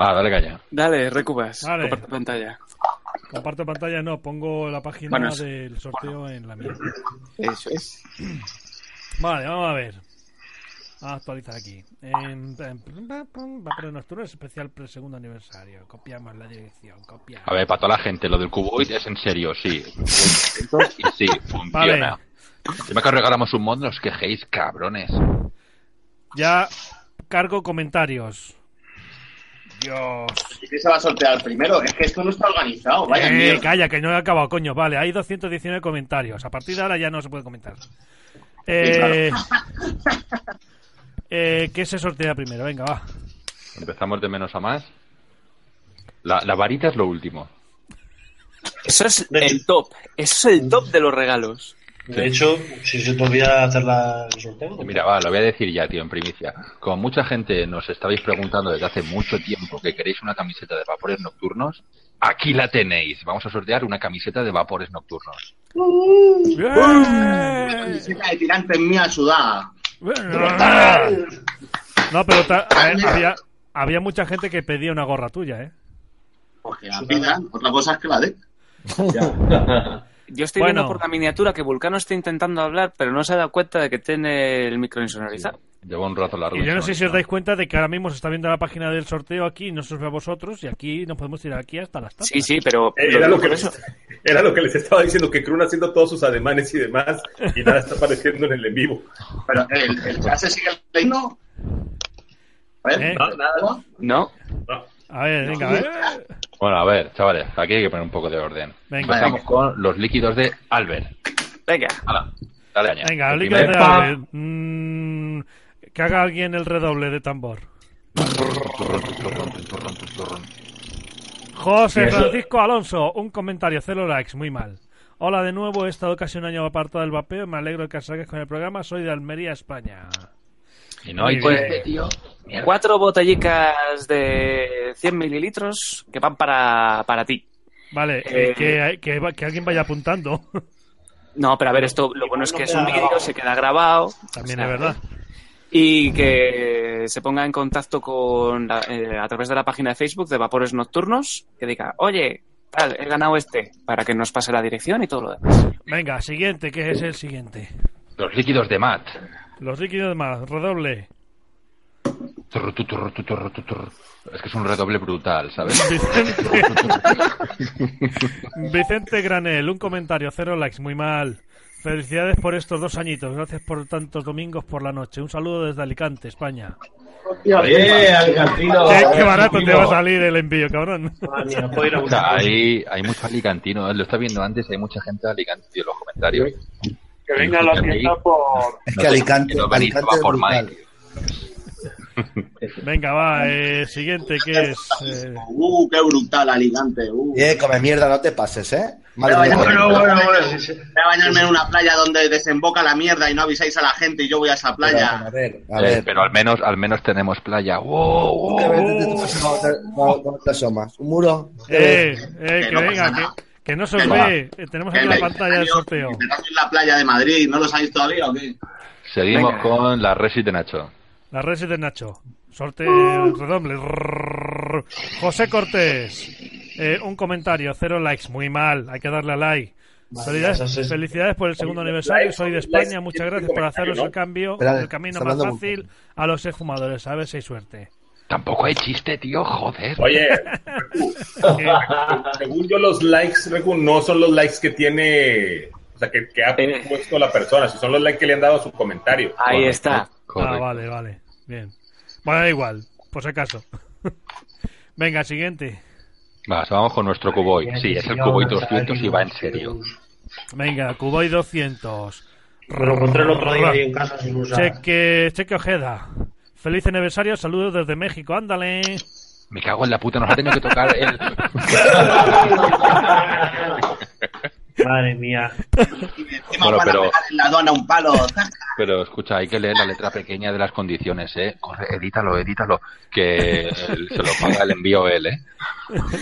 Speaker 4: Va, dale caña.
Speaker 2: Dale, recubas,
Speaker 7: Vale.
Speaker 2: comparte pantalla.
Speaker 7: Comparto pantalla, no, pongo la página
Speaker 2: Bueno, eso.
Speaker 7: del sorteo en la mía.
Speaker 2: Eso es.
Speaker 7: Vale, vamos a ver. A actualizar aquí. En, en- Vaperos Nocturnos, especial pre segundo aniversario. Copiamos la dirección, copiamos.
Speaker 4: A ver, para toda la gente, lo del cuboid es en serio, sí. Y sí, funciona. Encima que regalamos un mod, no os quejéis, cabrones.
Speaker 7: Ya cargo comentarios. Dios.
Speaker 11: ¿Y si se va a sortear primero? Es que esto no está organizado. Vaya
Speaker 7: Eh,
Speaker 11: mierda.
Speaker 7: calla, que no he acabado, coño. Vale, hay 219 comentarios. A partir de ahora ya no se puede comentar. Eh, eh, ¿Qué se sortea primero? Venga, va.
Speaker 4: Empezamos de menos a más. La, la varita es lo último.
Speaker 2: Eso es el top. Eso es el
Speaker 11: Mm.
Speaker 2: top de los regalos.
Speaker 4: Sí.
Speaker 6: De hecho, si se te olvida hacer la, el sorteo,
Speaker 4: Mira, va, lo voy a decir ya, tío, en primicia. Como mucha gente nos estabais preguntando desde hace mucho tiempo que queréis una camiseta de vapores nocturnos, aquí la tenéis. Vamos a sortear una camiseta de vapores nocturnos.
Speaker 11: Una camiseta de tirantes mía sudada.
Speaker 7: No, pero ta- a ver, había, había mucha gente que pedía una gorra tuya, ¿eh?
Speaker 11: Porque la pidan. Otra cosa es que la de.
Speaker 4: *laughs*
Speaker 2: Yo estoy
Speaker 7: Bueno.
Speaker 2: viendo por la miniatura que Vulcano está intentando hablar, pero no se ha dado cuenta de que tiene el micro insonorizado.
Speaker 4: Llevo un rato largo.
Speaker 7: Y yo no sé si os dais cuenta de que ahora mismo se está viendo la página del sorteo aquí y no se os ve a vosotros y aquí nos podemos tirar aquí hasta las tantas.
Speaker 2: Sí, sí, pero.
Speaker 9: Eh, Era lo, que les, *laughs* era lo que les estaba diciendo, que Krun haciendo todos sus ademanes y demás, y nada está apareciendo en el en vivo.
Speaker 11: Pero el, el chase sigue leyendo. A ver,
Speaker 7: ¿Eh?
Speaker 9: Ah.
Speaker 11: no, nada.
Speaker 2: No.
Speaker 7: A ver, venga, a ver.
Speaker 4: Bueno, a ver, chavales, aquí hay que poner un poco de orden.
Speaker 7: Venga.
Speaker 4: Empezamos con los líquidos de Albert.
Speaker 2: Venga.
Speaker 4: dale caña.
Speaker 7: Venga,
Speaker 4: El
Speaker 7: líquido de
Speaker 4: primer-
Speaker 7: Albert. Mm, que haga alguien el redoble de tambor.
Speaker 4: Y
Speaker 7: José
Speaker 4: eso-
Speaker 7: Francisco Alonso, un comentario, cero likes, muy mal. Hola de nuevo, he estado casi un año apartado del vapeo, me alegro que os saques con el programa, soy de Almería, España.
Speaker 4: Y pues, no hay
Speaker 7: Muy bien.
Speaker 11: "Este
Speaker 4: chiste, tío. Mierda.
Speaker 2: Cuatro botellicas de 100 mililitros que van para, para ti.
Speaker 7: Vale, eh,
Speaker 2: Eh,
Speaker 7: que, que va- que alguien vaya apuntando. *laughs*
Speaker 2: No, pero a ver, esto lo bueno es que es un vídeo, se queda grabado.
Speaker 7: También
Speaker 2: O sea,
Speaker 7: es verdad.
Speaker 2: Y que se ponga en contacto con la- eh, a través de la página de Facebook de Vapores Nocturnos, que diga, oye, tal, he ganado este, para que nos pase la dirección y todo lo demás.
Speaker 7: Venga, siguiente, que es el siguiente.
Speaker 4: Los líquidos de Matt.
Speaker 7: Los líquidos más, redoble.
Speaker 4: Turr, tu, turr, tu, turr, tu, turr. Es que es un redoble brutal,
Speaker 3: *laughs*
Speaker 4: ¿sabes?
Speaker 7: *laughs* Vicente Granel, un comentario, cero likes, muy mal. Felicidades por estos dos añitos, gracias por tantos domingos por la noche. Un saludo desde Alicante, España.
Speaker 8: Oye, Alcantino.
Speaker 7: Qué, qué barato te va a salir el envío, cabrón.
Speaker 4: O sea, hay, hay mucho alicantino, ¿eh? lo está viendo antes, hay mucha gente de Alicante tío, en los comentarios.
Speaker 1: Que venga la tienda por.
Speaker 3: Es
Speaker 4: No
Speaker 3: que
Speaker 4: te-
Speaker 3: Alicante,
Speaker 4: quiero venir,
Speaker 3: Alicante
Speaker 4: va
Speaker 3: es
Speaker 4: por
Speaker 3: brutal.
Speaker 7: Venga, va, eh, siguiente, que es? Eh,
Speaker 11: Uh, qué brutal, Alicante. Uh.
Speaker 3: Eh, come mierda, no te pases, ¿eh?
Speaker 11: Voy a
Speaker 3: Madre mía.
Speaker 11: bañarme- voy a bañarme en una playa donde desemboca la mierda y no avisáis a la gente y yo voy a esa playa.
Speaker 3: A
Speaker 4: Eh,
Speaker 3: ver.
Speaker 4: pero al menos, al menos tenemos playa. ¡Wow!
Speaker 3: ¿Qué veces te pasas cuando te- cuando- cuando te asomas? ¿Un muro? ¿Qué
Speaker 7: Oh. eh,
Speaker 3: ves?
Speaker 7: eh, que
Speaker 11: no
Speaker 7: venga,
Speaker 11: pasa
Speaker 7: que,
Speaker 11: nada.
Speaker 7: que no se os
Speaker 11: Que
Speaker 7: ve. Eh, Tenemos aquí
Speaker 11: Que
Speaker 7: la
Speaker 11: me-
Speaker 7: pantalla del
Speaker 11: yo-
Speaker 7: sorteo.
Speaker 11: Me caso en la playa de Madrid, ¿no lo sabéis todavía o qué?
Speaker 4: Seguimos
Speaker 11: Venga.
Speaker 4: con la Resit de Nacho.
Speaker 7: La red de Nacho. Sorteo redoble. Rrrr. José Cortés. Eh, un comentario, cero likes, muy mal. Hay que darle a like.
Speaker 8: Vale,
Speaker 7: Felicidades,
Speaker 8: entonces-
Speaker 7: felicidades por el segundo
Speaker 8: Likes,
Speaker 7: aniversario. Soy de
Speaker 8: likes,
Speaker 7: España. Muchas gracias por
Speaker 8: comentario,
Speaker 7: haceros
Speaker 8: ¿no?
Speaker 7: el cambio.
Speaker 3: Espera,
Speaker 7: el camino
Speaker 3: está
Speaker 7: más
Speaker 3: hablando
Speaker 7: fácil a los exfumadores. A ver si hay suerte. Ah,
Speaker 4: Tampoco hay chiste, tío, joder.
Speaker 7: *laughs*
Speaker 9: Oye, según yo, los likes, Recu, no son los likes que tiene. O sea, que, que ha puesto la persona, si son los likes que le han dado a su comentario.
Speaker 2: Ahí está.
Speaker 7: Ah, vale, vale. Bien. Bueno, da igual. Por si acaso. *laughs* Venga, siguiente.
Speaker 4: Vas, vamos con nuestro Cuboy.
Speaker 7: Ay,
Speaker 4: Sí, es el
Speaker 7: Dios,
Speaker 4: Cuboy 200 y va en
Speaker 7: Dios.
Speaker 4: serio.
Speaker 7: Venga, Cuboy 200.
Speaker 6: Lo encontré el otro día ahí en casa sin usar.
Speaker 7: Cheque, cheque Ojeda. Feliz aniversario, saludos desde México,
Speaker 6: *laughs*
Speaker 7: ándale.
Speaker 4: Me cago en la puta, nos ha tenido que tocar el...
Speaker 6: Madre mía.
Speaker 11: Encima
Speaker 4: Bueno,
Speaker 11: van a
Speaker 4: pero,
Speaker 11: pegar en la aduana un palo.
Speaker 4: pero escucha, hay que leer la letra pequeña de las condiciones, ¿eh? Corre, edítalo, edítalo, que el- se lo paga el envío él, ¿eh?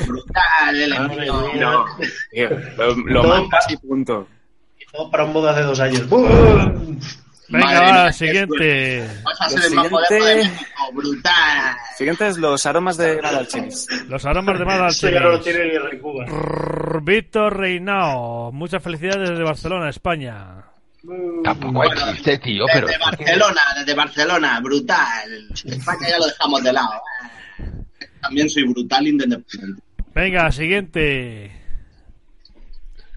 Speaker 11: Brutal, el envío.
Speaker 2: No. Tío, lo lo
Speaker 6: Ah, No.
Speaker 2: mandas y punto.
Speaker 6: Todo para un boda de dos años.
Speaker 3: Uh.
Speaker 6: ¡Bum!
Speaker 7: Venga,
Speaker 2: Madre
Speaker 7: va,
Speaker 2: mía, qué
Speaker 7: siguiente.
Speaker 11: Vas a
Speaker 2: Lo
Speaker 11: ser el más poderoso de
Speaker 2: siguiente-
Speaker 11: México. Brutal.
Speaker 2: Siguiente es los aromas de Madalchinis.
Speaker 7: Los aromas de Madal.
Speaker 6: Eso ya no lo tiene ni Recuba.
Speaker 7: Víctor Reinao. Muchas felicidades desde Barcelona, España.
Speaker 4: Tampoco hay chiste, tío, pero...
Speaker 11: Desde Barcelona, desde Barcelona. Brutal. España ya lo dejamos de lado. También soy brutal independiente.
Speaker 7: Venga, siguiente.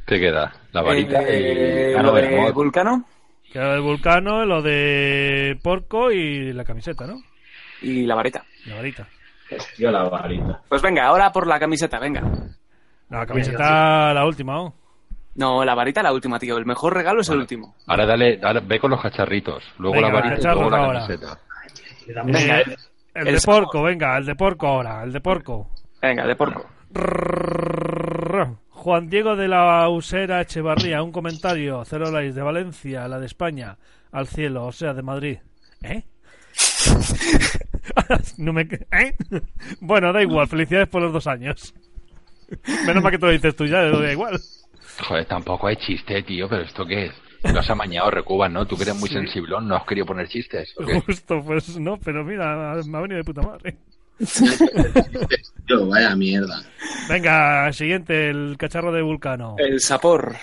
Speaker 4: ¿Qué queda? La varita
Speaker 2: Eh,
Speaker 4: y...
Speaker 2: lo
Speaker 4: Cano
Speaker 2: de
Speaker 4: Bermud.
Speaker 2: Vulcano
Speaker 7: Que lo de Vulcano, lo de Porco y la camiseta, ¿no?
Speaker 2: *laughs* y la varita.
Speaker 7: La varita.
Speaker 8: Hostia, la varita.
Speaker 2: Pues venga, ahora por la camiseta, venga.
Speaker 7: La camiseta, la última, ¿o?
Speaker 2: No, la varita la última, tío. El mejor regalo es el último.
Speaker 4: Ahora dale, ahora ve con los cacharritos, luego
Speaker 7: Venga,
Speaker 4: la varita y
Speaker 7: cacharros
Speaker 4: luego la
Speaker 7: ahora.
Speaker 4: camiseta.
Speaker 7: Venga,
Speaker 2: el-
Speaker 7: el
Speaker 2: el
Speaker 7: de
Speaker 2: sábado.
Speaker 7: porco, venga, el de porco ahora, el de porco.
Speaker 2: Venga, de porco.
Speaker 7: Prrrr. Juan Diego de la Usera Echevarría, un comentario, cero likes de Valencia, la de España, al cielo, o sea, de Madrid. ¿Eh? *laughs* No me- ¿Eh? Bueno, da igual, felicidades por los dos años. Menos mal que te lo dices tú ya, da igual.
Speaker 4: Joder, tampoco hay chiste, tío, pero ¿esto qué es? Lo has amañado, Recuban, ¿no? Tú que eres muy
Speaker 7: Sí.
Speaker 4: sensiblón, no has querido poner chistes. ¿o qué?
Speaker 7: Justo, pues no, pero mira, me ha venido de puta madre.
Speaker 11: Tío, vaya mierda.
Speaker 7: Venga, siguiente, el cacharro de Vulcano.
Speaker 2: El sapor.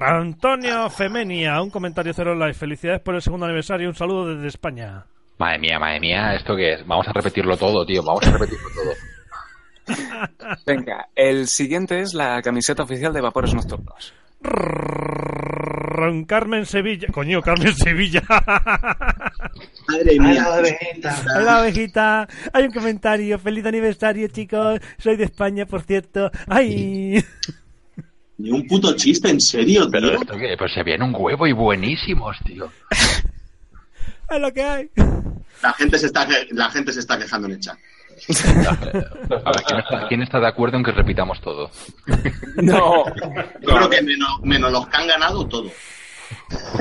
Speaker 7: Antonio Femenia, un comentario cero live. Felicidades por el segundo aniversario. Un saludo desde España.
Speaker 4: Madre mía, madre mía, ¿esto qué es? Vamos a repetirlo todo, tío, vamos a repetirlo todo.
Speaker 2: *laughs* Venga, el siguiente es la camiseta oficial de Vapores Nocturnos.
Speaker 7: Ron Carmen Sevilla. Coño, Carmen Sevilla.
Speaker 11: Madre
Speaker 7: mía.
Speaker 6: la abejita.
Speaker 7: Hola, abejita. Hay un comentario. Feliz aniversario, chicos. Soy de España, por cierto. ¡Ay!
Speaker 11: Ni un puto chiste, en serio, tío.
Speaker 4: Pero esto qué, pues se viene un huevo y buenísimos, tío.
Speaker 7: Es lo que hay.
Speaker 11: La gente se está, que- la gente se está quejando en el chat.
Speaker 4: A ver, ¿quién está, quién está de acuerdo en que repitamos todo?
Speaker 2: No.
Speaker 11: Yo creo que menos, menos los que han ganado todo.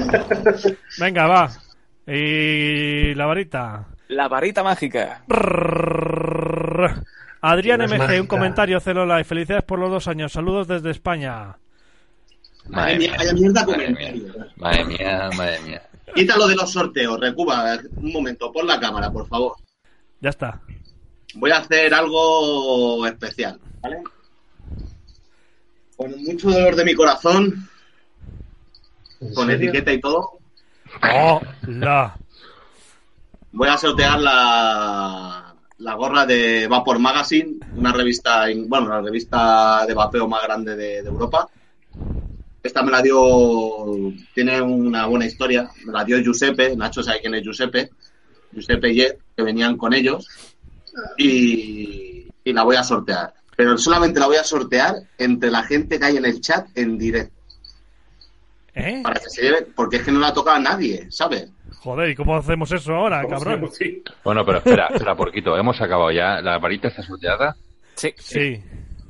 Speaker 7: *laughs* Venga, va. Y la varita.
Speaker 2: La varita mágica.
Speaker 7: Prrrr. Adrián
Speaker 2: Tienes
Speaker 7: MG, un
Speaker 2: mágica.
Speaker 7: comentario, cero like. Felicidades por los dos años. Saludos desde España.
Speaker 4: Madre mía,
Speaker 11: Vaya mierda
Speaker 4: madre mía,
Speaker 11: comentario.
Speaker 4: madre mía, madre mía.
Speaker 11: Quítalo de los sorteos, Recuba. Un momento, pon la cámara, por favor.
Speaker 7: Ya está.
Speaker 11: Voy a hacer algo especial, ¿vale? Con mucho dolor de mi corazón, con etiqueta y todo,
Speaker 7: Hola.
Speaker 11: voy a sortear la, la gorra de Vapor Magazine, una revista, in- bueno, la revista de vapeo más grande de, de Europa. Esta me la dio, tiene una buena historia, me la dio Giuseppe, Nacho sabe quién es Giuseppe, Giuseppe y Ed, que venían con ellos, y, y la voy a sortear. Pero solamente la voy a sortear entre la gente que hay en el chat en directo.
Speaker 7: ¿Eh?
Speaker 11: Para que se lleve, porque es que no la toca a nadie, ¿sabes?
Speaker 7: Joder, ¿y cómo hacemos eso ahora, cabrón?
Speaker 4: Bueno, pero espera, espera, porquito, hemos acabado ya. ¿La varita está sorteada?
Speaker 2: Sí.
Speaker 7: Sí.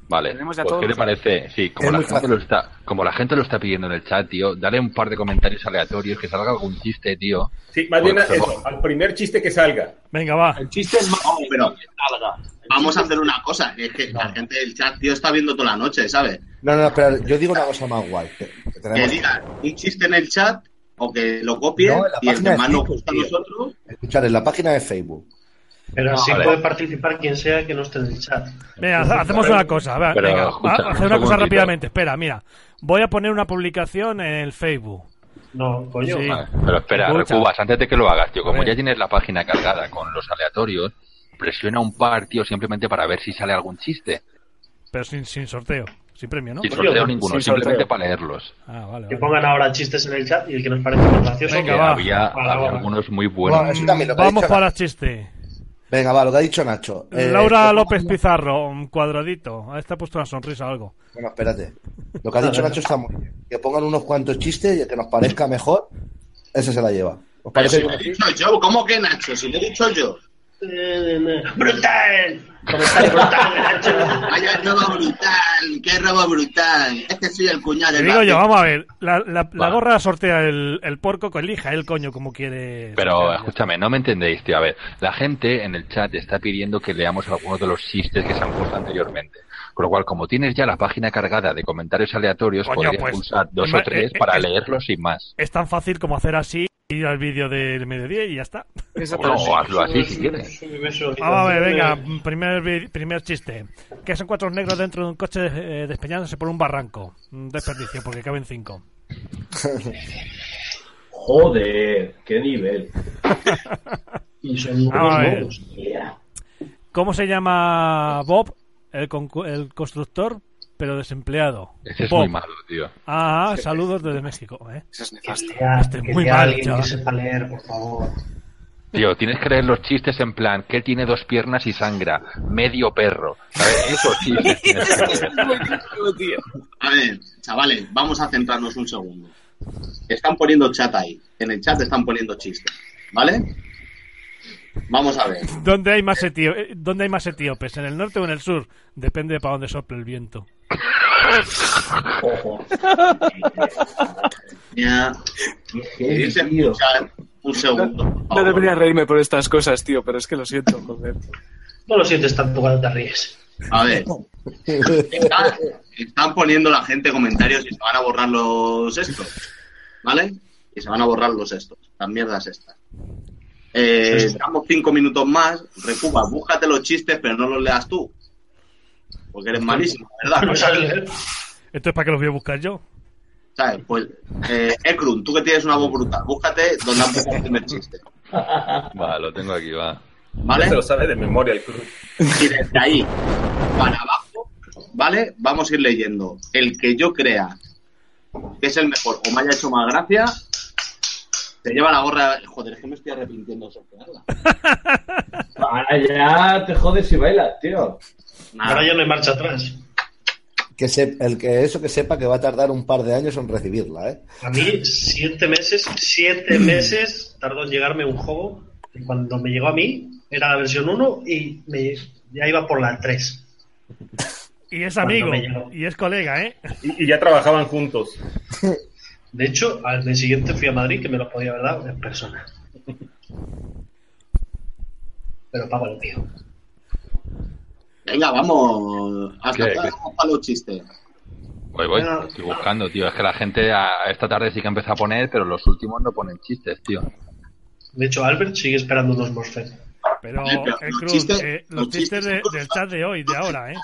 Speaker 4: Vale,
Speaker 2: Tenemos ya
Speaker 4: pues,
Speaker 2: todo.
Speaker 4: ¿qué te parece? Sí, como
Speaker 3: Es
Speaker 4: la,
Speaker 3: muy
Speaker 4: gente
Speaker 3: fácil.
Speaker 4: lo está, como la gente lo está pidiendo en el chat, tío, dale un par de comentarios aleatorios, que salga algún chiste, tío. Pues,
Speaker 9: Sí, más bien
Speaker 4: Por
Speaker 9: a-
Speaker 4: favor.
Speaker 9: eso, al primer chiste que salga.
Speaker 7: Venga, va.
Speaker 1: El chiste es más
Speaker 11: No, pero
Speaker 1: larga.
Speaker 11: vamos a hacer una cosa, que es que la gente del chat, tío, está viendo toda la noche, ¿sabes?
Speaker 3: No, no, espera, yo digo una cosa más guay. Que, que
Speaker 11: Que
Speaker 3: tenemos...
Speaker 11: diga un chiste en el chat o que lo copie
Speaker 3: No, en la
Speaker 11: y el
Speaker 3: página
Speaker 11: que
Speaker 3: de
Speaker 11: más nos
Speaker 3: Facebook,
Speaker 11: gusta a
Speaker 3: tío.
Speaker 11: nosotros.
Speaker 3: Escuchar en la página de Facebook.
Speaker 6: Pero así
Speaker 4: Vale.
Speaker 6: puede participar quien sea que no esté en el chat.
Speaker 7: Venga, ha- hacemos una cosa. va,
Speaker 4: Pero,
Speaker 7: venga, va,
Speaker 4: escucha,
Speaker 7: hacer
Speaker 4: un
Speaker 7: una cosa
Speaker 4: segundito.
Speaker 7: rápidamente. Espera, mira. Voy a poner una publicación en el Facebook.
Speaker 6: No, coño.
Speaker 7: Sí.
Speaker 4: Vale, pero espera,
Speaker 7: Escucha.
Speaker 4: Recubas, antes de que lo hagas, tío,
Speaker 7: A
Speaker 4: como
Speaker 7: ver.
Speaker 4: ya tienes la página cargada con los aleatorios, presiona un par, tío, simplemente para ver si sale algún chiste.
Speaker 7: Pero sin, sin sorteo. Sin premio, ¿no?
Speaker 4: Pues
Speaker 7: pues,
Speaker 4: Sin sorteo ninguno,
Speaker 9: sin
Speaker 4: simplemente
Speaker 9: sorteo.
Speaker 4: para leerlos.
Speaker 7: Ah, vale.
Speaker 6: Que
Speaker 7: vale.
Speaker 6: pongan ahora chistes en el chat y el que nos parece más gracioso.
Speaker 7: Venga,
Speaker 6: que-
Speaker 7: va.
Speaker 4: había,
Speaker 6: Vale,
Speaker 4: había
Speaker 6: vale.
Speaker 4: algunos muy buenos.
Speaker 3: Bueno, eso también lo que ha
Speaker 7: Vamos
Speaker 3: dicho-
Speaker 7: para el chiste.
Speaker 3: Venga, va, lo que ha dicho Nacho. Eh,
Speaker 7: Laura
Speaker 3: esto-
Speaker 7: López Pizarro, un cuadradito. A esta ha puesto una sonrisa o algo.
Speaker 3: Bueno, espérate. Lo que ha dicho Nacho está muy bien. Que pongan unos cuantos chistes y el que nos parezca mejor, ese se la lleva. ¿Os
Speaker 11: Pero
Speaker 3: parece?
Speaker 11: si lo he dicho yo, ¿cómo que Nacho? Si lo he dicho yo.
Speaker 6: Eh, eh, eh. ¡Brutal! Comentario brutal, Nacho.
Speaker 11: Vaya robo brutal, qué robo brutal. Es que soy el cuñado
Speaker 7: Te
Speaker 11: del
Speaker 7: digo yo,
Speaker 11: vapeo.
Speaker 7: vamos a ver. La, la, la
Speaker 4: Va.
Speaker 7: gorra sortea el, el porco, que elija el coño como quiere.
Speaker 4: Pero
Speaker 7: sortear.
Speaker 4: escúchame, no me entendéis, tío. A ver, la gente en el chat está pidiendo que leamos algunos de los chistes que se han puesto anteriormente. Con lo cual, como tienes ya la página cargada de comentarios aleatorios,
Speaker 7: Coño,
Speaker 4: podrías
Speaker 7: pues,
Speaker 4: pulsar dos
Speaker 7: ima-
Speaker 4: o tres
Speaker 7: eh, eh,
Speaker 4: para
Speaker 7: eh,
Speaker 4: leerlos sin más.
Speaker 7: Es tan fácil como hacer así, ir al vídeo del mediodía y ya está.
Speaker 4: Bueno, o hazlo así si quieres.
Speaker 7: Vamos a ver, venga, primer, vi- primer chiste. Que son cuatro negros dentro de un coche eh, despeñándose por un barranco. Un desperdicio, porque caben cinco.
Speaker 8: Joder, qué nivel.
Speaker 6: Y son unos
Speaker 7: Vamos a ver.
Speaker 6: lobos.
Speaker 7: ¿Cómo se llama Bob, el, concu- el constructor, pero desempleado?
Speaker 4: Ese es
Speaker 7: Bob.
Speaker 4: muy malo, tío.
Speaker 7: Ah, saludos desde México. ¿eh?
Speaker 2: Eso es
Speaker 6: Que
Speaker 2: nefasto.
Speaker 6: sea,
Speaker 7: Este es
Speaker 6: que
Speaker 7: muy
Speaker 6: sea
Speaker 7: mal,
Speaker 6: alguien
Speaker 7: chaval.
Speaker 6: que sepa leer, por favor.
Speaker 4: Tío, tienes que leer los chistes en plan, que tiene dos piernas y sangra, medio perro. ¿Sabes?
Speaker 11: *laughs*
Speaker 4: Esos chistes tienes que leer.
Speaker 7: *laughs*
Speaker 11: A ver, chavales, vamos a centrarnos un segundo. Están poniendo chat ahí. En el chat están poniendo chistes. ¿Vale? Vamos a ver.
Speaker 7: ¿Dónde hay más etio- eh, ¿Dónde hay más etíopes? ¿En el norte o en el sur? Depende de para dónde sople el viento.
Speaker 11: Ya. Queréis escuchar un segundo.
Speaker 2: No debería reírme por estas cosas, tío, pero es que lo siento, joder.
Speaker 6: No lo sientes tampoco, no te ríes.
Speaker 11: A ver. Están, están poniendo la gente comentarios y se van a borrar los estos. ¿Vale? Y se van a borrar los estos. Las mierdas estas. Eh, estamos cinco minutos más. Recuba, búscate los chistes, pero no los leas tú. Porque eres malísimo,
Speaker 7: *laughs*
Speaker 11: ¿verdad?
Speaker 7: Esto es para que los voy a buscar yo.
Speaker 11: ¿Sabes? Pues, eh, Ekrun, tú que tienes una voz brutal, búscate donde han puesto el primer chiste.
Speaker 4: Va, lo tengo aquí, va.
Speaker 11: ¿Vale?
Speaker 9: Se lo sabe de memoria el club.
Speaker 11: Y desde ahí para abajo, ¿vale? Vamos a ir leyendo. El que yo crea que es el mejor o me haya hecho más gracia, se lleva la gorra. Joder, es que me estoy arrepintiendo de sortearla.
Speaker 9: *laughs*
Speaker 8: Ahora ya te jodes y bailas, tío.
Speaker 6: Ahora ya no hay marcha atrás.
Speaker 3: Que se- el que eso que sepa que va a tardar un par de años en recibirla, ¿eh?
Speaker 6: A mí, siete meses,
Speaker 7: *clears throat*
Speaker 6: siete meses tardó en llegarme un juego. que Cuando me llegó a mí, era la versión 1 y me, ya iba por la 3.
Speaker 7: Y es
Speaker 6: Cuando
Speaker 7: amigo.
Speaker 6: me llegó.
Speaker 7: Y es colega, ¿eh?
Speaker 9: Y, y ya trabajaban juntos.
Speaker 6: De hecho, al mes siguiente fui a Madrid, que me lo podía haber dado en
Speaker 7: *laughs*
Speaker 6: persona. Pero pago el tío.
Speaker 11: Venga, vamos. Hasta
Speaker 4: ¿Qué?
Speaker 11: acá
Speaker 4: ¿Qué?
Speaker 11: vamos para los chistes.
Speaker 4: Voy, voy, lo estoy buscando, tío. Es que la gente a- esta tarde sí que empieza a poner, pero los últimos no ponen chistes, tío.
Speaker 6: De hecho, Albert sigue esperando unos Morfet.
Speaker 7: Pero,
Speaker 6: Vale, pero
Speaker 7: eh,
Speaker 6: los
Speaker 7: Cruz,
Speaker 6: chistes-
Speaker 7: eh, los
Speaker 6: los
Speaker 7: chistes de- del chat de hoy, de ahora, ¿eh?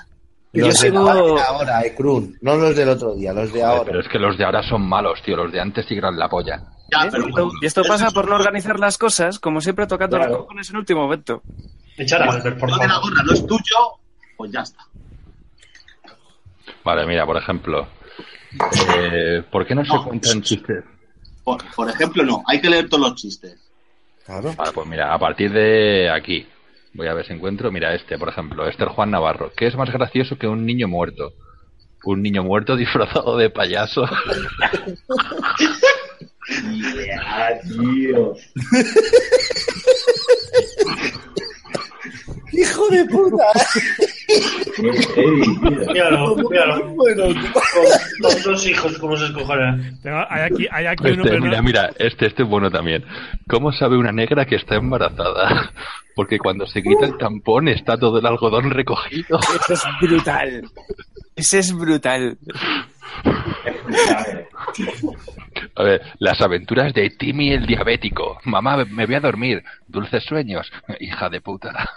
Speaker 3: Los
Speaker 4: Yo
Speaker 3: de
Speaker 4: sigo-
Speaker 11: Oh.
Speaker 3: ahora, de ahora, Ekrun, no los del otro día, los de ahora.
Speaker 4: Pero es que los de ahora son malos, tío. Los de antes sí que eran la polla.
Speaker 7: ¿Eh?
Speaker 2: Y esto- y esto pasa por no organizar las cosas, como siempre tocando los cojones en último momento.
Speaker 6: Echar a Albert, por
Speaker 11: La
Speaker 6: favor.
Speaker 11: gorra no es tuyo, pues ya está.
Speaker 4: Vale, mira, por ejemplo. eh, ¿Por qué no se cuentan chistes?
Speaker 11: Por, por ejemplo, no, hay que leer todos los chistes.
Speaker 4: Vale, pues mira, a partir de aquí. Voy a ver si encuentro. Mira, este, por ejemplo. Este Juan Navarro. ¿Qué es más gracioso que un niño muerto? Un niño muerto *laughs* disfrazado
Speaker 2: *laughs*
Speaker 4: de payaso.
Speaker 8: Ah, tío.
Speaker 3: ¡Hijo de puta!
Speaker 6: Míralo, míralo. Con, con dos hijos, ¿cómo se escogerá?
Speaker 7: Tengo- hay aquí, hay aquí uno,
Speaker 4: Este,
Speaker 7: pero no-
Speaker 4: mira, mira, este, este es bueno también. ¿Cómo sabe una negra que está embarazada? *laughs* Porque cuando se quita el tampón está todo el algodón recogido.
Speaker 2: Eso *laughs* es brutal. Ese es brutal.
Speaker 4: A ver, las aventuras de Timmy el diabético. Mamá, me voy a dormir. Dulces sueños. Hija de puta.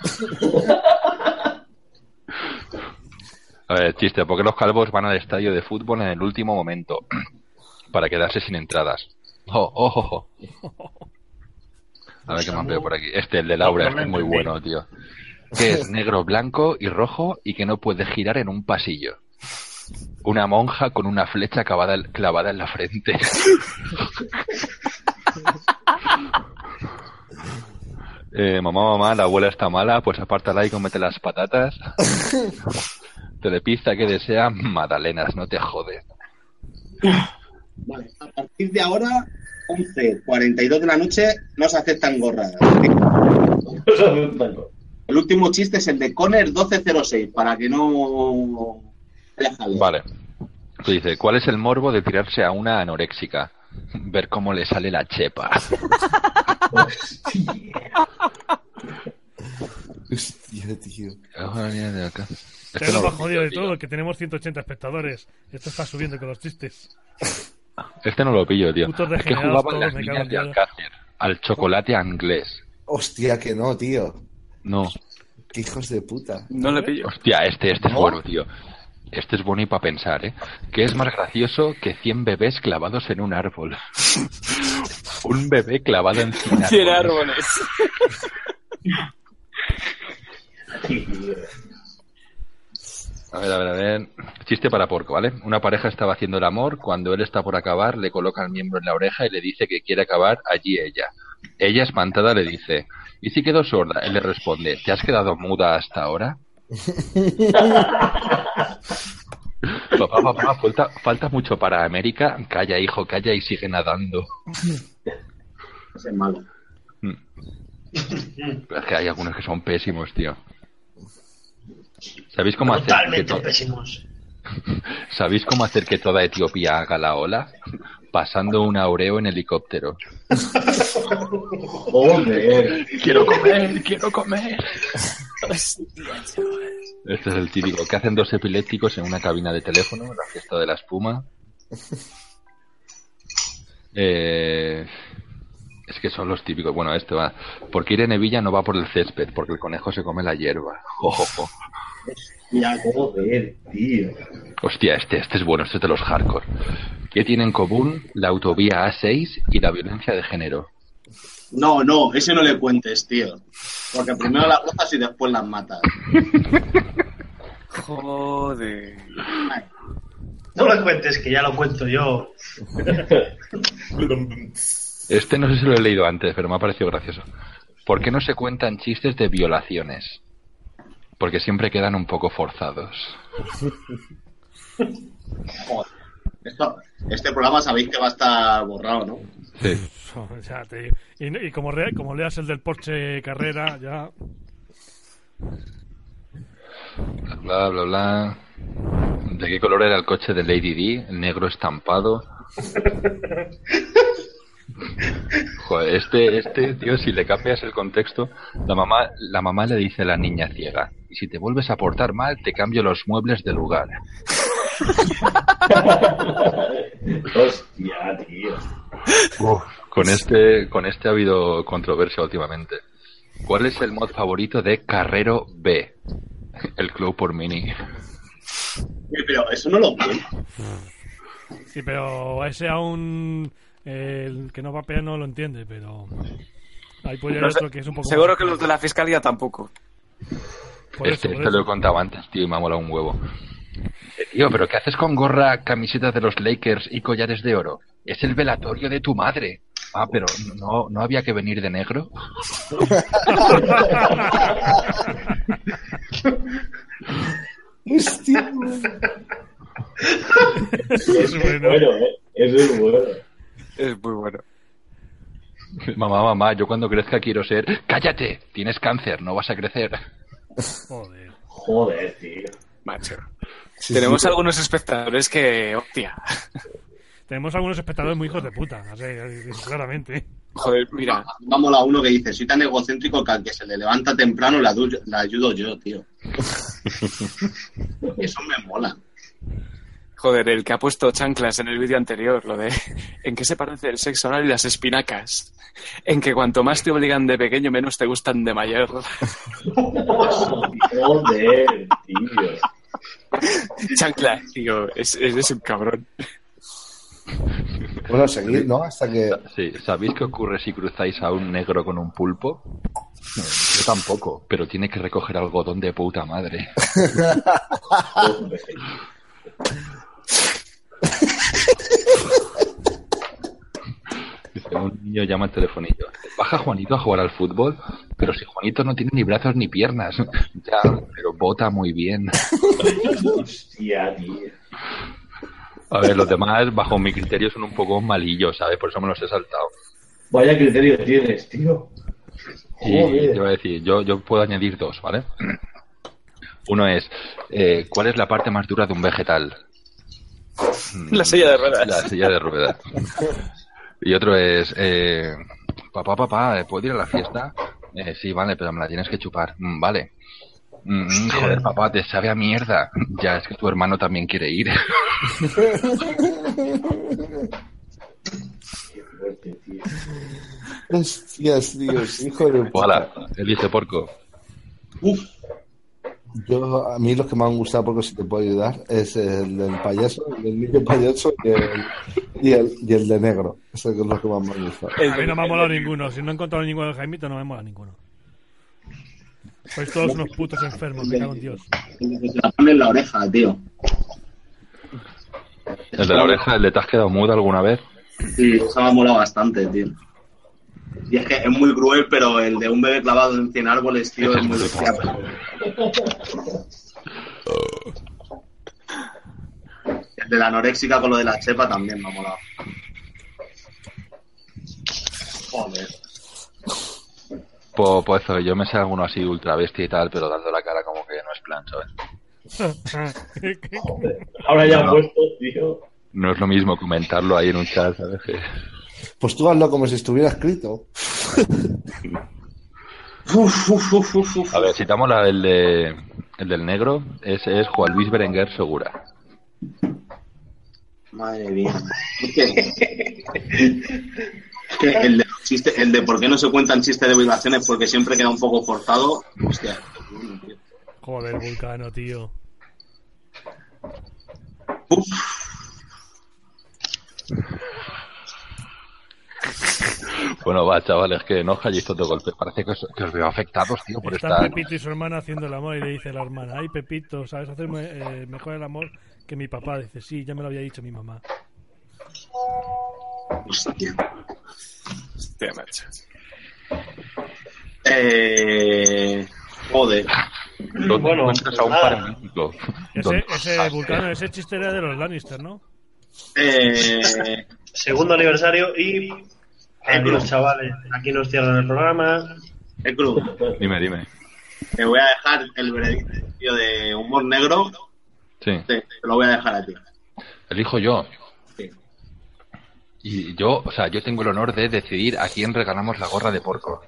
Speaker 4: A ver, chiste, ¿por qué los calvos van al estadio de fútbol en el último momento? *clears throat* Para quedarse sin entradas. Oh, oh, oh, oh. A ver qué me han pedido por aquí. Este, el de Laura, este es muy bueno, tío. Que es negro, blanco y rojo y que no puede girar en un pasillo. Una monja con una flecha clavada, clavada en la frente. Eh, mamá, mamá, la abuela está mala, pues apártala y comete las patatas. Telepista que desea, magdalenas, no te jodes.
Speaker 11: Vale, a partir de ahora, 11.42 de la noche, no se aceptan gorras. El último chiste es el de Conner 1206, para que no... haya jaleo.
Speaker 4: Vale. Tú dice, ¿cuál es el morbo de tirarse a una anoréxica? Ver cómo le sale la chepa.
Speaker 3: Hostia, tío.
Speaker 4: Es
Speaker 7: Este
Speaker 4: que
Speaker 7: es lo
Speaker 4: no
Speaker 7: más
Speaker 4: lo-
Speaker 7: jodido de todo, que tenemos 180 espectadores. Esto está subiendo con los chistes. *laughs*
Speaker 4: Este no lo pillo, tío.
Speaker 7: Putos
Speaker 4: Es que
Speaker 7: degenerados
Speaker 4: jugaban
Speaker 7: todos,
Speaker 4: las
Speaker 7: me cago
Speaker 4: niñas
Speaker 7: en
Speaker 4: de
Speaker 7: Dios.
Speaker 4: Alcácer al chocolate inglés.
Speaker 3: Hostia, que no, tío.
Speaker 4: No.
Speaker 3: Qué hijos de puta.
Speaker 2: No le pillo.
Speaker 4: Hostia, este, este es
Speaker 3: ¿No?
Speaker 4: bueno, tío. Este es bueno y para pensar, ¿eh? ¿Qué es más gracioso que 100 bebés clavados en un árbol?
Speaker 2: *laughs*
Speaker 4: un bebé clavado en 100 árboles.
Speaker 2: Cien árboles.
Speaker 4: A ver, a ver, a ver. Chiste para porco, ¿vale? Una pareja estaba haciendo el amor, cuando él está por acabar, le coloca el miembro en la oreja y le dice que quiere acabar allí ella. Ella espantada le dice, y si quedó sorda, él le responde, ¿te has quedado muda hasta ahora? Papá, papá, falta, falta mucho para América. Calla, hijo, calla y sigue nadando.
Speaker 11: Es malo.
Speaker 4: Pero es que hay algunos que son pésimos, tío. ¿Sabéis cómo hacer que
Speaker 6: Totalmente
Speaker 4: to-
Speaker 6: pésimos.
Speaker 4: ¿Sabéis cómo hacer que toda Etiopía haga la ola? Pasando un aureo en helicóptero.
Speaker 8: Joder.
Speaker 4: Quiero comer, quiero comer. Este es el típico que hacen dos epilépticos en una cabina de teléfono, en la fiesta de la espuma. Eh, es que son los típicos. Bueno, este va. Porque Irene Villa no va por el césped, porque el conejo se come la hierba. Jo, jo, jo.
Speaker 8: Ya, joder, tío.
Speaker 4: Hostia, este, este es bueno, este es de los hardcore. ¿Qué tienen en común la autovía A6 y la violencia de género?
Speaker 11: No, no, ese no le cuentes, tío. Porque primero las gozas y después las matas.
Speaker 2: Joder.
Speaker 6: No lo cuentes, que ya lo cuento yo.
Speaker 4: Este no sé si lo he leído antes, pero me ha parecido gracioso. ¿Por qué no se cuentan chistes de violaciones? Porque siempre quedan un poco forzados.
Speaker 11: Joder. Esto- este programa sabéis que va a estar borrado, ¿no?
Speaker 4: Sí.
Speaker 7: O sea, te digo. Y, y como, re- como leas el del Porsche Carrera, ya.
Speaker 4: Bla, bla, bla. ¿De qué color era el coche de Lady D? Negro estampado. Joder, este, este, tío, si le cambias el contexto, la mamá, la mamá le dice a la niña ciega, y si te vuelves a portar mal, te cambio los muebles de lugar.
Speaker 8: Hostia, tío.
Speaker 4: Uf, con este, con este ha habido controversia últimamente. ¿Cuál es el mod favorito de Carrero B? El club por mini.
Speaker 11: Sí, pero eso no lo cuento.
Speaker 7: Sí, pero ese aún. eh, el que no va a pegar no lo entiende, pero. Ahí puede haber otro que es un poco.
Speaker 2: Seguro que los de la fiscalía tampoco.
Speaker 7: Por
Speaker 4: Este,
Speaker 7: eso, por
Speaker 4: este lo he
Speaker 7: eso.
Speaker 4: contado antes, tío, y me ha molado un huevo. Eh, Tío, ¿pero qué haces con gorra, camisetas de los Lakers y collares de oro? Es el velatorio de tu madre. Ah, pero no, no había que venir de negro.
Speaker 3: Hostia.
Speaker 8: es bueno. ¿eh? Eso es bueno.
Speaker 2: Es muy bueno.
Speaker 4: Mamá, mamá, yo cuando crezca quiero ser. ¡Cállate! Tienes cáncer, no vas a crecer.
Speaker 7: Joder.
Speaker 8: Joder, tío.
Speaker 2: Macho.
Speaker 4: Sí,
Speaker 2: Tenemos
Speaker 4: sí.
Speaker 2: algunos espectadores que, hostia.
Speaker 7: Tenemos algunos espectadores muy hijos de puta, así, claramente.
Speaker 2: Joder, mira.
Speaker 11: Va a molar uno que dice, soy tan egocéntrico que al que se le levanta temprano la, du- la ayudo yo, tío. Eso me mola.
Speaker 2: Joder, el que ha puesto chanclas en el vídeo anterior, lo de en qué se parece el sexo anal y las espinacas. En que cuanto más te obligan de pequeño, menos te gustan de mayor.
Speaker 8: Joder, tío.
Speaker 2: Chanclas, tío, es, eres un cabrón.
Speaker 3: Bueno, seguir, ¿no? Hasta que.
Speaker 4: Sí, ¿sabéis qué ocurre si cruzáis a un negro con un pulpo? No, yo tampoco, pero tiene que recoger algodón de
Speaker 3: *laughs*
Speaker 4: puta madre.
Speaker 8: Joder.
Speaker 4: Dice, Un niño llama al telefonillo. Baja Juanito a jugar al fútbol, pero si Juanito no tiene ni brazos ni piernas. Ya, pero bota muy bien.
Speaker 8: Hostia, tío.
Speaker 4: A ver, los demás, bajo mi criterio, son un poco malillos, ¿sabes? Por eso me los he saltado.
Speaker 8: Vaya criterio tienes, tío.
Speaker 4: Y
Speaker 8: Joder.
Speaker 4: te voy a decir, yo, yo puedo añadir dos, ¿vale? *clears throat* Uno es, eh, ¿cuál es la parte más dura de un vegetal?
Speaker 2: *laughs*
Speaker 4: Mm,
Speaker 2: La silla de ruedas.
Speaker 4: La silla de ruedas. Y otro es, eh, papá, papá, ¿puedo ir a la fiesta? Eh, sí, vale, pero me la tienes que chupar. "Mm, vale. "Mm, mm, joder, papá, te sabe a mierda. *laughs* Ya, es que tu hermano también quiere ir.
Speaker 8: Qué fuerte, tío.
Speaker 3: *laughs* Hostias, Dios, hijo de.
Speaker 4: Hola, elige porco.
Speaker 3: Yo, a mí los que me han gustado, porque si te puedo ayudar, es el del payaso, el del niño payaso y el, y el, y el de negro. Esos son los que más me han gustado.
Speaker 7: A mí no me ha molado ninguno. Si no he encontrado ninguno de Jaimito, no me ha molado ninguno. Sois todos unos putos enfermos, me cago en Dios.
Speaker 11: Se la pone en la oreja, tío.
Speaker 4: El de la oreja, ¿le te has quedado muda alguna vez?
Speaker 11: Sí, eso me ha molado bastante, tío. Y es que es muy cruel, pero el de un bebé clavado en 100 árboles, tío, es muy hostia. El de la anoréxica con lo de la chepa también me ha molado. Joder.
Speaker 4: Por, por eso, yo me sé alguno así ultra bestia y tal, pero dando la cara como que no es plan, ¿sabes?
Speaker 8: *laughs* Ahora ya
Speaker 4: No.
Speaker 8: puesto, tío.
Speaker 4: No es lo mismo comentarlo ahí en un chat,
Speaker 11: *laughs*
Speaker 4: ¿sabes? Que-
Speaker 3: Pues tú hazlo como si estuviera escrito.
Speaker 4: A ver, citamos la del, de, el del negro, ese es Juan Luis Berenguer Segura.
Speaker 11: Madre mía. Es que- es que el, de los chistes- el de por qué no se cuentan chistes de vibraciones porque siempre queda un poco cortado. Hostia.
Speaker 7: Joder, Vulcano, tío.
Speaker 4: Bueno, va, chavales, que no os calléis todo de golpe. Parece que os, que os veo afectados, tío, por
Speaker 7: Están
Speaker 4: estar...
Speaker 7: Pepito y su hermana haciendo el amor y le dice la hermana, ay Pepito, ¿sabes hacerme eh, mejor el amor que mi papá? Dice, sí, ya me lo había dicho mi mamá.
Speaker 11: Hostia, Eh, joder.
Speaker 4: ¿Dónde
Speaker 11: Bueno, pues
Speaker 4: encuentras a un
Speaker 11: nada.
Speaker 4: paralítico?
Speaker 7: Ese,
Speaker 4: ¿Dónde-
Speaker 2: Ah,
Speaker 7: ese Vulcano, ese chiste era de los Lannister, ¿no?
Speaker 11: Eh,
Speaker 6: Segundo aniversario y
Speaker 11: Es
Speaker 6: los
Speaker 11: cruz,
Speaker 6: chavales, aquí nos cierran el programa.
Speaker 11: es cruz.
Speaker 4: Dime, dime.
Speaker 11: Te voy a dejar el veredicto tío, de humor negro.
Speaker 4: Sí.
Speaker 11: Te, te lo voy a dejar a ti.
Speaker 4: Elijo yo.
Speaker 11: Sí.
Speaker 4: Y yo, o sea, yo tengo el honor de decidir a quién regalamos la gorra de porco.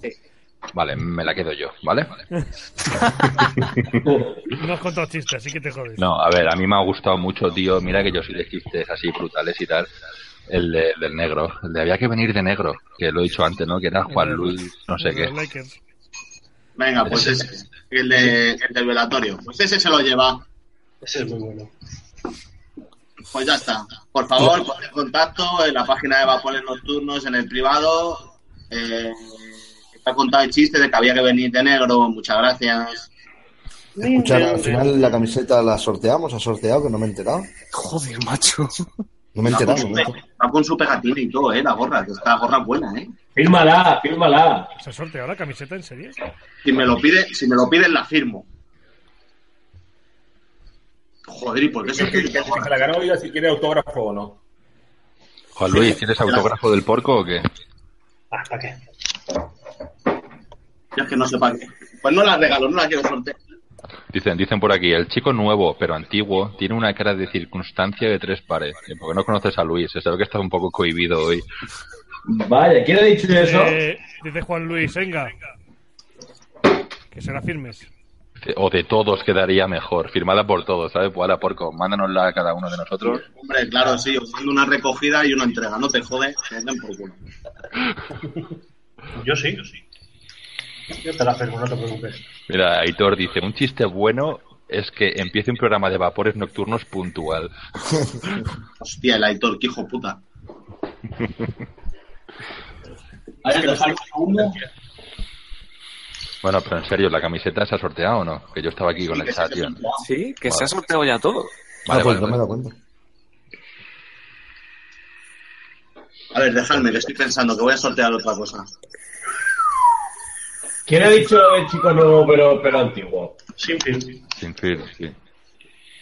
Speaker 11: Sí.
Speaker 4: Vale, me la quedo yo,
Speaker 11: *laughs*
Speaker 4: ¿vale?
Speaker 7: *laughs*
Speaker 11: Oh.
Speaker 7: No has contado chistes, así que te jodes.
Speaker 4: No, a ver, a mí me ha gustado mucho, tío. Mira que yo soy de chistes así brutales y tal. El de- del negro, el de había que venir de negro, que lo he dicho antes, ¿no? Que era Juan Luis, no sé qué.
Speaker 7: Los Lakers.
Speaker 11: Venga, pues ese. El, de, el del velatorio. Pues ese se lo lleva.
Speaker 6: Ese es muy bueno.
Speaker 11: Pues ya está. Por favor, ponte en contacto en la página de Vapores Nocturnos, en el privado. Eh, te ha contado el chiste de que había que venir de negro. Muchas gracias.
Speaker 3: Escuchar, al final la camiseta la sorteamos, ha sorteado, que no me he enterado.
Speaker 2: Joder, macho.
Speaker 3: No me he
Speaker 11: Va con,
Speaker 3: enterado.
Speaker 11: su,
Speaker 3: no.
Speaker 11: va con su pegatina y todo, ¿eh? La gorra, que está gorra buena, ¿eh?
Speaker 8: Fírmala, fírmala.
Speaker 7: ¿Se ha sorteado la camiseta en serio?
Speaker 11: Si me lo pide, si me lo piden, la firmo. Joder, ¿y por qué
Speaker 9: Que, que- que se la ganó oiga si quiere autógrafo o no.
Speaker 4: Juan Luis, ¿tienes autógrafo del porco o qué?
Speaker 6: Ah, ¿para qué?
Speaker 11: Yo es que no sé para qué. Pues no la regalo, no la quiero sortear.
Speaker 4: Dicen, dicen por aquí, el chico nuevo, pero antiguo, tiene una cara de circunstancia de tres pares. ¿Y ¿Por qué no conoces a Luis? Se sabe que está un poco cohibido hoy.
Speaker 8: Vaya, ¿quién ha dicho eso?
Speaker 7: Eh, dice Juan Luis, venga. Que será firmes.
Speaker 4: O de todos quedaría mejor. Firmada por todos, ¿sabes? Pues ahora, porco, mándanosla a cada uno de nosotros.
Speaker 11: Hombre, claro, sí, os mando una recogida y una entrega. No te jodes, que me den
Speaker 9: *laughs*
Speaker 11: por culo.
Speaker 6: Yo sí, yo sí. Yo te la firmo, no te preocupes.
Speaker 4: Mira, Aitor dice, un chiste bueno es que empiece un programa de vapores nocturnos
Speaker 3: *laughs*
Speaker 4: puntual.
Speaker 11: Hostia, el Aitor, qué hijo puta.
Speaker 8: Hay que dejar uno.
Speaker 4: Bueno, pero en serio, ¿la camiseta se ha sorteado o no? Que yo estaba aquí con la chat, tío.
Speaker 2: Sí, que se ha sorteado ya todo.
Speaker 4: Vale,
Speaker 3: Ah, pues
Speaker 4: vale,
Speaker 3: no me he
Speaker 4: vale.
Speaker 3: dado cuenta.
Speaker 11: A ver, dejadme, que estoy pensando que voy a sortear otra cosa.
Speaker 8: ¿Quién ha dicho el chico nuevo pero, pero antiguo?
Speaker 6: Sin fin.
Speaker 4: Sin fin, sí.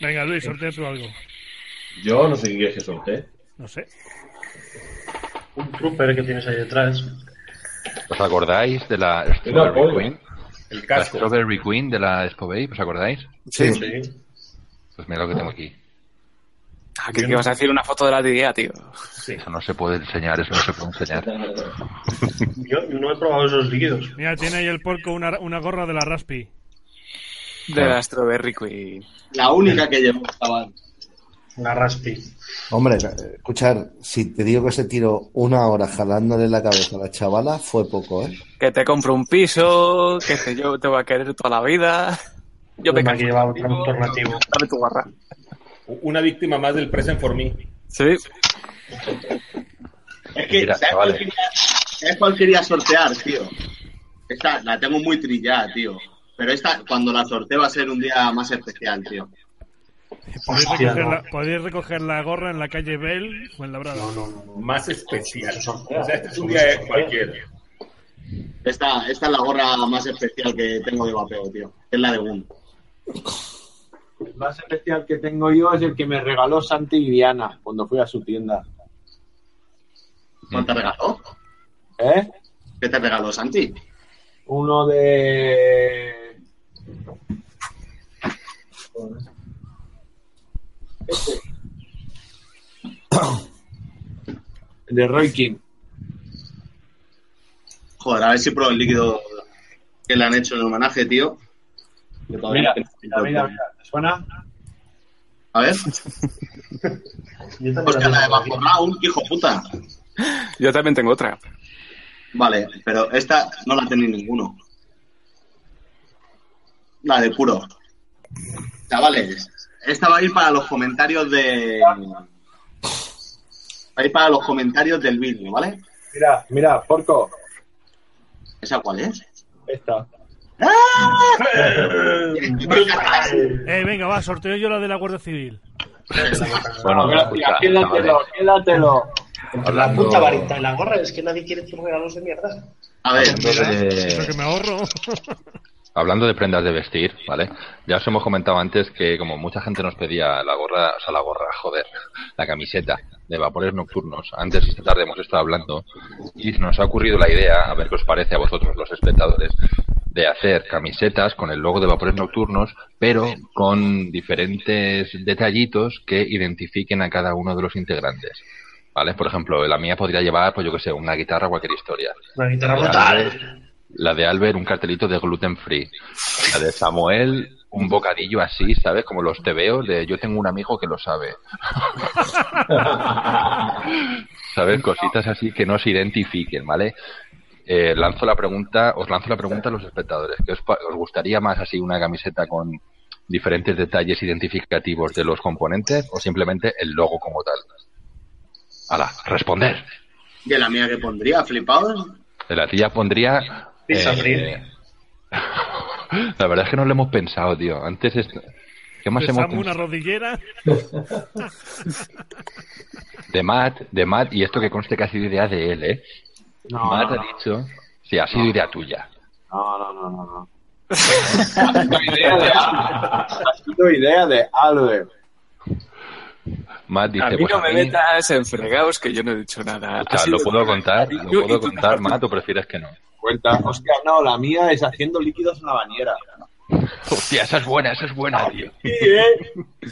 Speaker 7: Venga, Luis, sortea tú algo.
Speaker 8: Yo no sé qué ¿eh? es que sorte.
Speaker 7: No sé.
Speaker 6: Un trooper que tienes ahí detrás.
Speaker 4: ¿Os acordáis de la
Speaker 6: apoyo.
Speaker 4: Strawberry Queen?
Speaker 9: El
Speaker 4: La
Speaker 9: casco.
Speaker 4: Strawberry Queen de la Expo Babe, ¿os acordáis?
Speaker 3: Sí.
Speaker 4: Pues mira lo que tengo aquí.
Speaker 2: Ah, que, que vas a decir una foto de la DIA, tío.
Speaker 4: Eso no se puede enseñar, eso no se puede enseñar.
Speaker 6: Yo no he probado esos líquidos.
Speaker 7: Mira, tiene ahí el porco una, una gorra de la Raspi.
Speaker 2: De la Strawberry Queen.
Speaker 11: La única que llevo, chaval.
Speaker 6: La raspi.
Speaker 3: Hombre, eh, escuchar, si te digo que se tiró una hora jalándole la cabeza a la chavala, fue poco, ¿eh?
Speaker 2: Que te compro un piso, que te, yo te voy a querer toda la vida. Yo me
Speaker 6: Toma, que
Speaker 2: caso
Speaker 6: lleva un
Speaker 2: contigo.
Speaker 6: traductor nativo.
Speaker 2: Dame tu barra.
Speaker 9: Una víctima más del Present for Me.
Speaker 2: Sí.
Speaker 11: Es que,
Speaker 4: Mira,
Speaker 11: ¿sabes,
Speaker 4: vale.
Speaker 11: cuál quería, ¿sabes cuál quería sortear, tío? Esta la tengo muy trillada, tío. Pero esta, cuando la sortee, va a ser un día más especial, tío.
Speaker 7: Podéis
Speaker 9: Hostia,
Speaker 7: recoger,
Speaker 9: no.
Speaker 7: la, podéis recoger la gorra en la calle Bell o en la brada.
Speaker 9: No, no, no. Más especial.
Speaker 11: feas.
Speaker 9: O sea, este es un
Speaker 11: Son
Speaker 9: día
Speaker 11: feas.
Speaker 9: cualquiera.
Speaker 11: Esta, esta es la gorra más especial que tengo de vapeo, tío. Es la de Boom.
Speaker 1: El más especial que tengo yo es el que me regaló Santi Viviana cuando fui a su tienda.
Speaker 11: ¿Cuánto te regaló?
Speaker 1: ¿Eh?
Speaker 11: ¿Qué te regaló Santi?
Speaker 1: Uno de. Este. El de Roy King.
Speaker 11: Joder, a ver si pruebo el líquido que le han hecho en el homenaje, tío. Que todavía
Speaker 1: Mira,
Speaker 11: no
Speaker 1: mira,
Speaker 11: tengo
Speaker 1: mira, mira. ¿Te suena?
Speaker 11: A ver. Hostia, la de Bajo Raúl, hijo puta.
Speaker 2: Yo también tengo otra.
Speaker 11: Vale, pero esta no la tenéis ninguno. La de puro. Chavales, esta va a ir para los comentarios de. Va a ir para los comentarios del vídeo, ¿vale?
Speaker 1: Mira, mira, porco.
Speaker 11: ¿Esa cuál es?
Speaker 1: Esta.
Speaker 7: Eh, venga, va, sorteo yo la de la Guardia Civil.
Speaker 4: Bueno, escucha, chavales,
Speaker 1: quédatelo.
Speaker 6: La
Speaker 4: hablando-
Speaker 6: puta varita y la gorra, es que nadie quiere tus regalos de mierda.
Speaker 11: A
Speaker 4: ver,
Speaker 7: Eso que me ahorro.
Speaker 4: Hablando de prendas de vestir, ¿vale? Ya os hemos comentado antes que como mucha gente nos pedía la gorra, o sea, la gorra, joder, la camiseta de vapores nocturnos, antes esta tarde hemos estado hablando y nos ha ocurrido la idea, a ver qué os parece a vosotros los espectadores, de hacer camisetas con el logo de vapores nocturnos, pero con diferentes detallitos que identifiquen a cada uno de los integrantes. ¿Vale? Por ejemplo, la mía podría llevar, pues yo que sé, una guitarra o cualquier historia.
Speaker 6: Una guitarra
Speaker 4: Ya,
Speaker 6: brutal.
Speaker 4: La de Albert, un cartelito de gluten free. La de Samuel, un bocadillo así, ¿sabes? Como los tebeos de yo tengo un amigo que lo sabe. ¿Sabes? Cositas así que no se identifiquen, ¿vale? Eh, lanzo la pregunta, os lanzo la pregunta a los espectadores. ¿Qué os, pa- os gustaría más así una camiseta con diferentes detalles identificativos de los componentes o simplemente el logo como tal? Ala, responder.
Speaker 11: De la mía que pondría, flipados.
Speaker 4: De la tía pondría.
Speaker 11: Pizza
Speaker 4: eh, la verdad es que no lo hemos pensado, tío. Antes es- ¿Qué más
Speaker 7: Te
Speaker 4: hemos
Speaker 7: saco una
Speaker 4: pensado?
Speaker 7: rodillera.
Speaker 4: De Matt, de Matt, y esto que conste que ha sido idea de él, ¿eh?
Speaker 1: No,
Speaker 4: Matt
Speaker 1: no,
Speaker 4: ha dicho. Sí, ha sido idea tuya.
Speaker 1: No, no, no, no. *laughs* no. ha, sido idea de, ha sido idea *laughs* de Albert.
Speaker 4: Matt dice.
Speaker 2: a mí
Speaker 4: pues
Speaker 2: no
Speaker 4: a
Speaker 2: me
Speaker 4: mí-
Speaker 2: metas en fregados que yo no he dicho nada.
Speaker 4: o sea, ¿Lo puedo contar? ¿Lo
Speaker 2: Yo-
Speaker 4: puedo
Speaker 2: y tú-
Speaker 4: contar, Matt, o prefieres que no?
Speaker 1: Cuenta. Hostia, no, la mía es haciendo líquidos en la bañera.
Speaker 4: Hostia, esa es buena, esa es buena, tío.
Speaker 1: Sí, ¿eh?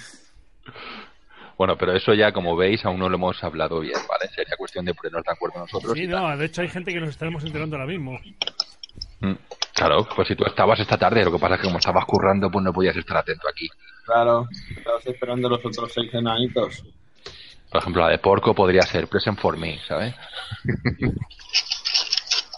Speaker 4: Bueno, pero eso ya, como veis, aún no lo hemos hablado bien, ¿vale? Sería cuestión de ponernos de acuerdo nosotros.
Speaker 7: Sí, no, de hecho hay gente que nos estaremos enterando ahora mismo.
Speaker 4: Mm, Claro, pues si tú estabas esta tarde, lo que pasa es que como estabas currando, pues no podías estar atento aquí.
Speaker 1: Claro, estabas esperando los otros seis enanitos.
Speaker 4: Por ejemplo, la de Porco podría ser Present for Me, ¿sabes? *laughs*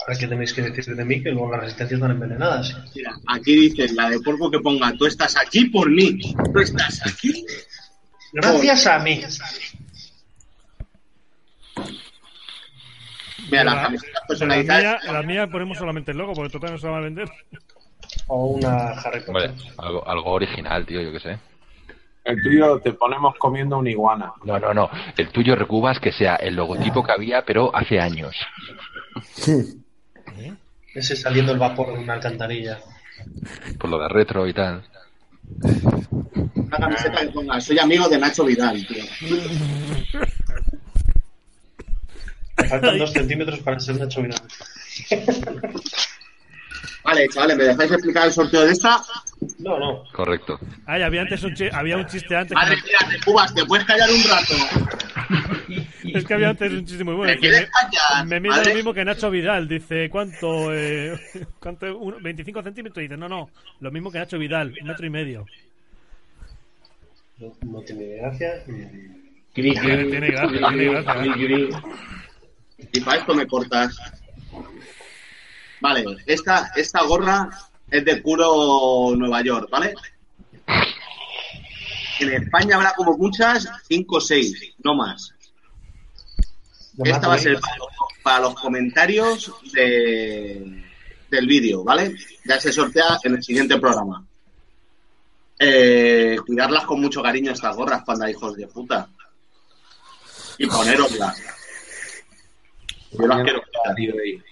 Speaker 6: Ahora que tenéis que decir de mí que luego las resistencias están envenenadas.
Speaker 11: Mira, aquí dicen la de porco que ponga, tú estás aquí por mí. Tú estás aquí.
Speaker 6: Gracias a mí.
Speaker 11: Mira, las
Speaker 7: La-
Speaker 11: camisetas
Speaker 7: La mía,
Speaker 11: personalizadas.
Speaker 7: la mía ponemos solamente el logo porque total no se va a vender.
Speaker 6: O una Harry
Speaker 4: Hombre, algo, algo original, tío, yo qué sé.
Speaker 1: El tuyo te ponemos comiendo una iguana.
Speaker 4: No, no, no. El tuyo, Recubas, que sea el logotipo que había, pero hace años.
Speaker 6: ¿Eh? Ese saliendo el vapor de una alcantarilla.
Speaker 4: Por lo de retro y tal.
Speaker 11: Una camiseta que ponga, soy amigo de Nacho Vidal, tío.
Speaker 6: Me faltan dos centímetros para ser Nacho Vidal.
Speaker 11: Vale, chavales, ¿me dejáis explicar el sorteo de esta?
Speaker 6: No, no.
Speaker 4: Correcto.
Speaker 7: Ay, había antes un, chi- había un chiste antes.
Speaker 11: Madre mía, de Cubas, ¿te puedes callar un rato?
Speaker 7: Es que había antes un chiste muy bueno.
Speaker 11: ¿Te quieres callar?
Speaker 7: Me mira lo
Speaker 11: madre?
Speaker 7: mismo que Nacho Vidal, dice, ¿cuánto? Eh, ¿cuánto es uno? 25 centímetros, dice, no, no, lo mismo que Nacho Vidal, un metro y medio.
Speaker 6: No, no tiene gracia. ni-
Speaker 8: Gris, gris,
Speaker 7: Tiene gracia, tiene gracia.
Speaker 8: gris.
Speaker 11: Y para esto me cortas. Vale, esta, esta gorra es de puro Nueva York, ¿vale? En España habrá como muchas, 5 o 6, no más. Esta va a ser para los, para los comentarios de- del vídeo, ¿vale? Ya se sortea en el siguiente programa. eh, cuidarlas con mucho cariño estas gorras, panda hijos de puta. Y poneroslas. Yo las quiero cuidar.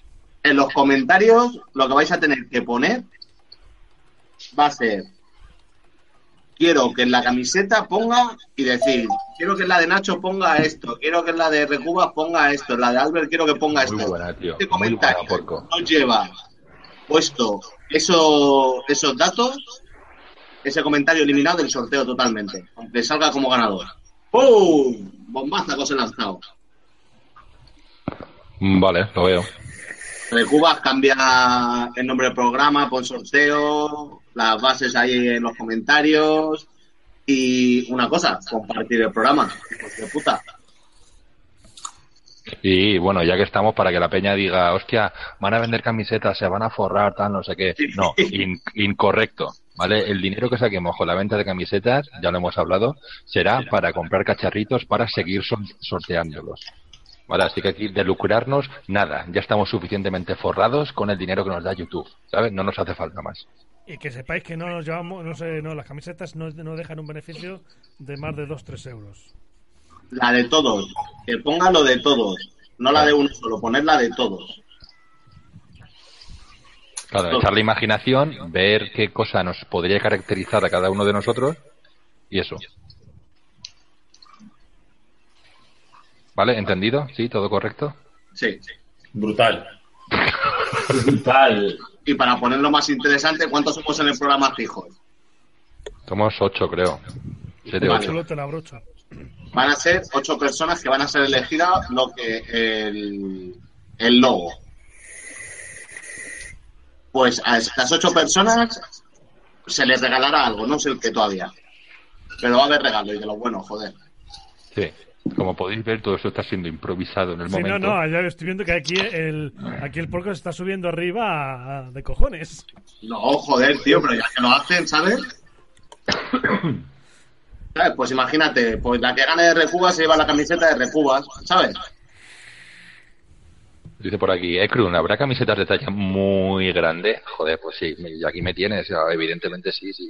Speaker 11: En los comentarios lo que vais a tener que poner va a ser quiero que en la camiseta ponga y decir, quiero que en la de Nacho ponga esto, quiero que en la de Recuba ponga esto, en la de Albert quiero que ponga esto.
Speaker 4: Muy buena, tío.
Speaker 11: Este
Speaker 4: Muy buena,
Speaker 11: comentario
Speaker 4: porco.
Speaker 11: nos lleva puesto eso, esos datos, ese comentario eliminado del sorteo totalmente, aunque salga como ganador. ¡Pum! Bombaza que os he lanzado.
Speaker 4: Mm, Vale, lo veo.
Speaker 11: Recuba cambia el nombre del programa, pon sorteo, las bases ahí en los comentarios. Y una cosa, compartir el programa. hijos de puta.
Speaker 4: Y bueno, ya que estamos para que la peña diga, hostia, van a vender camisetas, se van a forrar, tal, no sé qué. No, in- incorrecto. ¿Vale? El dinero que saquemos con la venta de camisetas, ya lo hemos hablado, será para comprar cacharritos para seguir sor- sorteándolos. ¿Vale? Así que aquí de lucrarnos, nada. Ya estamos suficientemente forrados con el dinero que nos da YouTube. ¿Sabes? No nos hace falta más.
Speaker 7: Y que sepáis que no nos llevamos, no sé, no, las camisetas no, no dejan un beneficio de más de 2-3 euros.
Speaker 11: La de todos. Que ponga lo de todos. No la de uno solo, poner la de todos.
Speaker 4: Claro, echar la imaginación, ver qué cosa nos podría caracterizar a cada uno de nosotros y eso. ¿Vale? ¿Entendido? ¿Sí? ¿Todo correcto?
Speaker 11: Sí.
Speaker 9: Brutal.
Speaker 11: Brutal. Y para ponerlo más interesante, ¿cuántos somos en el programa fijo?
Speaker 4: Somos ocho, creo. Siete,
Speaker 11: Vale.
Speaker 4: ocho.
Speaker 7: Solo te la brocha.
Speaker 11: Van a ser ocho personas que van a ser elegidas lo que el, el logo. Pues a estas ocho personas se les regalará algo, no sé el que todavía. Pero va a haber regalo y de lo bueno, joder.
Speaker 4: Sí. Como podéis ver, todo esto está siendo improvisado en el
Speaker 7: Sí, no,
Speaker 4: momento.
Speaker 7: no, ya estoy viendo que aquí el, aquí el porco se está subiendo arriba a- de cojones. *clears throat*
Speaker 11: No, joder, tío, pero ya que lo hacen, ¿sabes? ¿Sabes? Pues imagínate, pues la que gane de Recuba se lleva la camiseta de Recuba, ¿sabes?
Speaker 4: Dice por aquí, eh, Krun, ¿habrá camisetas de talla muy grande? Joder, pues sí, y aquí me tienes, evidentemente sí, sí.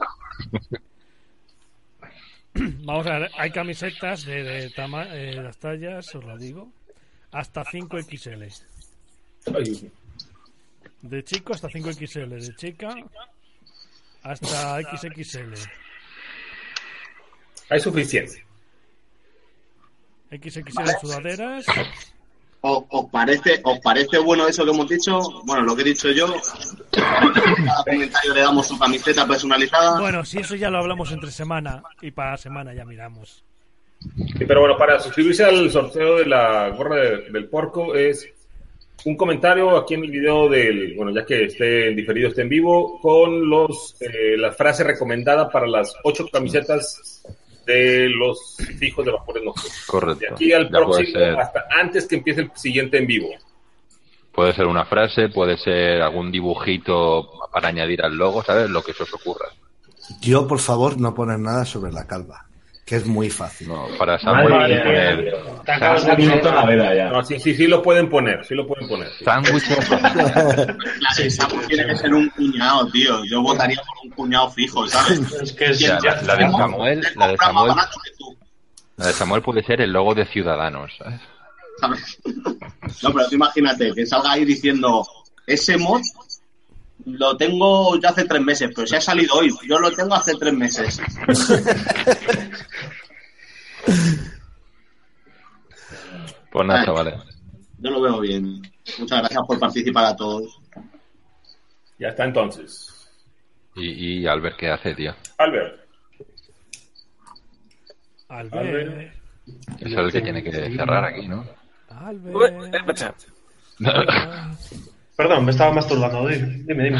Speaker 7: Vamos a ver, hay camisetas de, de tama- eh, las tallas, os lo digo, hasta 5XL. De chico hasta 5XL, de chica hasta XXL.
Speaker 9: Hay suficiente.
Speaker 7: XXL sudaderas.
Speaker 11: ¿Os, os parece, ¿Os parece bueno eso que hemos dicho? Bueno, lo que he dicho yo. Cada comentario le damos su camiseta personalizada.
Speaker 7: Bueno, si eso ya lo hablamos entre semana y para semana ya miramos.
Speaker 9: Sí, pero bueno, para suscribirse al sorteo de la gorra de- del porco es un comentario aquí en el video del, bueno, ya que esté en diferido, esté en vivo, con los eh, la frase recomendada para las ocho camisetas de los hijos de vapores nocturnos.
Speaker 4: Correcto.
Speaker 9: De aquí al
Speaker 4: Ya puede ser.
Speaker 9: próximo, hasta antes que empiece el siguiente en vivo.
Speaker 4: Puede ser una frase, puede ser algún dibujito para añadir al logo, ¿sabes? Lo que se os ocurra.
Speaker 3: Yo, por favor, no poner nada sobre la calva, que es muy fácil.
Speaker 4: Para Samuel
Speaker 3: Madre
Speaker 4: y
Speaker 3: mía,
Speaker 4: poner
Speaker 3: tío.
Speaker 9: Te
Speaker 3: acabas de inventar la vela ya.
Speaker 9: No, sí, sí, sí lo pueden poner, sí lo pueden poner.
Speaker 4: Sándwiches.
Speaker 11: La de Samu tiene que ser un cuñado, tío. Yo votaría por un cuñado fijo, ¿sabes? Es que
Speaker 4: Ya, la, la de Samuel, la de Samuel, la de Samuel puede ser el logo de Ciudadanos, ¿sabes?
Speaker 11: No, pero tú imagínate que salga ahí diciendo ese mod lo tengo ya hace tres meses, pero se ha salido hoy. Yo lo tengo hace tres meses.
Speaker 4: Pues nada,
Speaker 11: Ay.
Speaker 4: chavales.
Speaker 11: Yo lo veo bien. Muchas gracias por participar a todos.
Speaker 9: Ya está entonces.
Speaker 4: Y, y Albert, ¿qué hace, tío?
Speaker 9: Albert.
Speaker 7: Albert.
Speaker 4: Es el que tiene que cerrar aquí, ¿no?
Speaker 2: eh,
Speaker 7: Albert.
Speaker 6: *laughs* Perdón, me estaba masturbando. Dime, dime.
Speaker 2: *laughs*
Speaker 6: dime.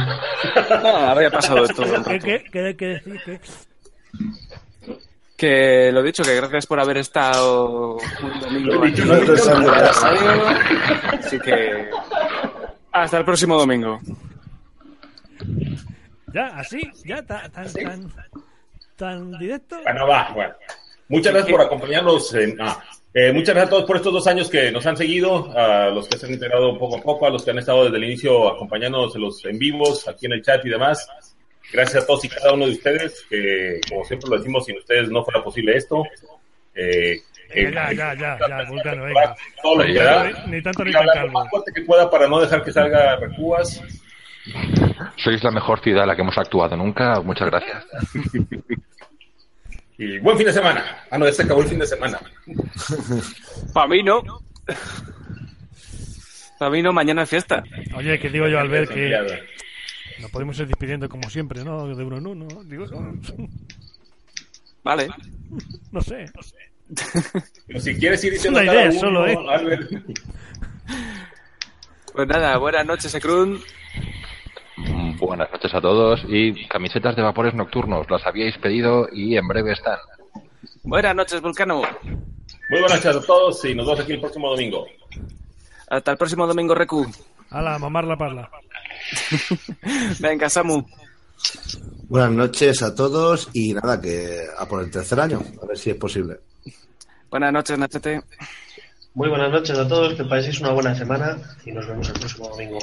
Speaker 2: Ah, había pasado esto.
Speaker 7: ¿Qué, qué, qué, qué decir? ¿Qué?
Speaker 2: Que lo dicho, que gracias por haber estado un domingo aquí.
Speaker 3: no he dicho nada.
Speaker 2: Así que hasta el próximo domingo.
Speaker 7: Ya, así, ya, ta- tan, tan, tan directo.
Speaker 9: Bueno, Ah, va, bueno. Muchas gracias por acompañarnos. en- ah, eh, muchas gracias a todos por estos dos años que nos han seguido, a los que se han integrado poco a poco, a los que han estado desde el inicio acompañándonos en los en vivos, aquí en el chat y demás. Gracias a todos y cada uno de ustedes, que como siempre lo decimos, sin ustedes no fuera posible esto. Eh, eh,
Speaker 7: Venga, ya, ya, ya, ya, Vulcano, venga.
Speaker 9: todo lo que da,
Speaker 7: Ni tanto ni
Speaker 9: y
Speaker 7: tan
Speaker 9: hablar lo
Speaker 7: calvo.
Speaker 9: más fuerte que pueda para no dejar que salga recubas.
Speaker 4: Sois la mejor ciudad en la que hemos actuado nunca. Muchas gracias.
Speaker 9: *laughs* Y buen fin de semana. Ah, no, ya se acabó el fin de semana.
Speaker 2: Para mí no. Para mí no, mañana es fiesta.
Speaker 7: Oye, que digo yo, Albert, que nos podemos ir despidiendo como siempre, ¿no? De uno en uno. Digo,
Speaker 2: Vale.
Speaker 7: no sé.
Speaker 9: Pero si quieres ir
Speaker 7: Es
Speaker 9: diciendo
Speaker 7: una
Speaker 9: cada
Speaker 7: idea
Speaker 9: uno,
Speaker 7: solo, ¿eh?
Speaker 9: Albert.
Speaker 2: Pues nada, buenas noches, Ecrun.
Speaker 4: Mm, Buenas noches a todos y camisetas de vapores nocturnos. Las habíais pedido y en breve están.
Speaker 2: Buenas noches, Vulcano.
Speaker 9: Muy buenas noches a todos y nos vemos aquí el próximo domingo.
Speaker 2: Hasta el próximo domingo, Recu.
Speaker 7: Hala, mamar la parla.
Speaker 2: Venga, Samu.
Speaker 3: Buenas noches a todos y nada, que a por el tercer año, a ver si es posible.
Speaker 2: Buenas noches, Nachete.
Speaker 6: Muy buenas noches a todos, que paséis una buena semana y nos vemos el próximo domingo.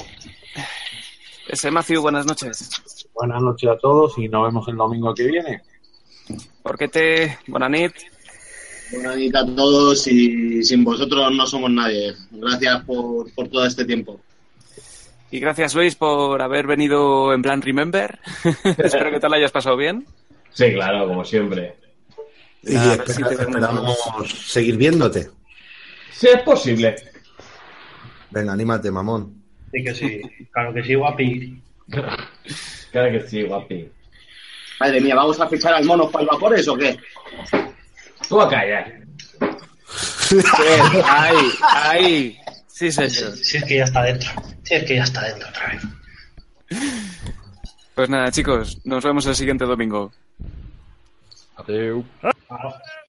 Speaker 2: Ese Matthew, buenas noches.
Speaker 1: Buenas noches a todos y nos vemos el domingo que viene.
Speaker 2: Porquete, buenas noches.
Speaker 11: Buenas noches a todos y sin vosotros no somos nadie. Gracias por, por todo este tiempo.
Speaker 2: Y gracias, Luis, por haber venido en plan Remember. Espero que te lo hayas pasado bien.
Speaker 8: Sí, claro, como siempre.
Speaker 3: Y
Speaker 2: Ah,
Speaker 3: espera-
Speaker 2: sí, te-
Speaker 3: esperamos
Speaker 1: *laughs*
Speaker 3: seguir viéndote.
Speaker 8: Si es posible.
Speaker 3: Venga, anímate, mamón.
Speaker 6: Sí que sí, claro que sí, guapi.
Speaker 8: Claro que sí, guapi.
Speaker 11: Madre mía, ¿vamos a fichar al mono para el vapores o qué?
Speaker 8: Tú a callar.
Speaker 2: Ahí, ahí. Sí, señor.
Speaker 6: Si es que ya está dentro, si es que ya está dentro otra vez.
Speaker 2: Pues nada, chicos, nos vemos el siguiente domingo.
Speaker 4: Adeu.
Speaker 6: Ah.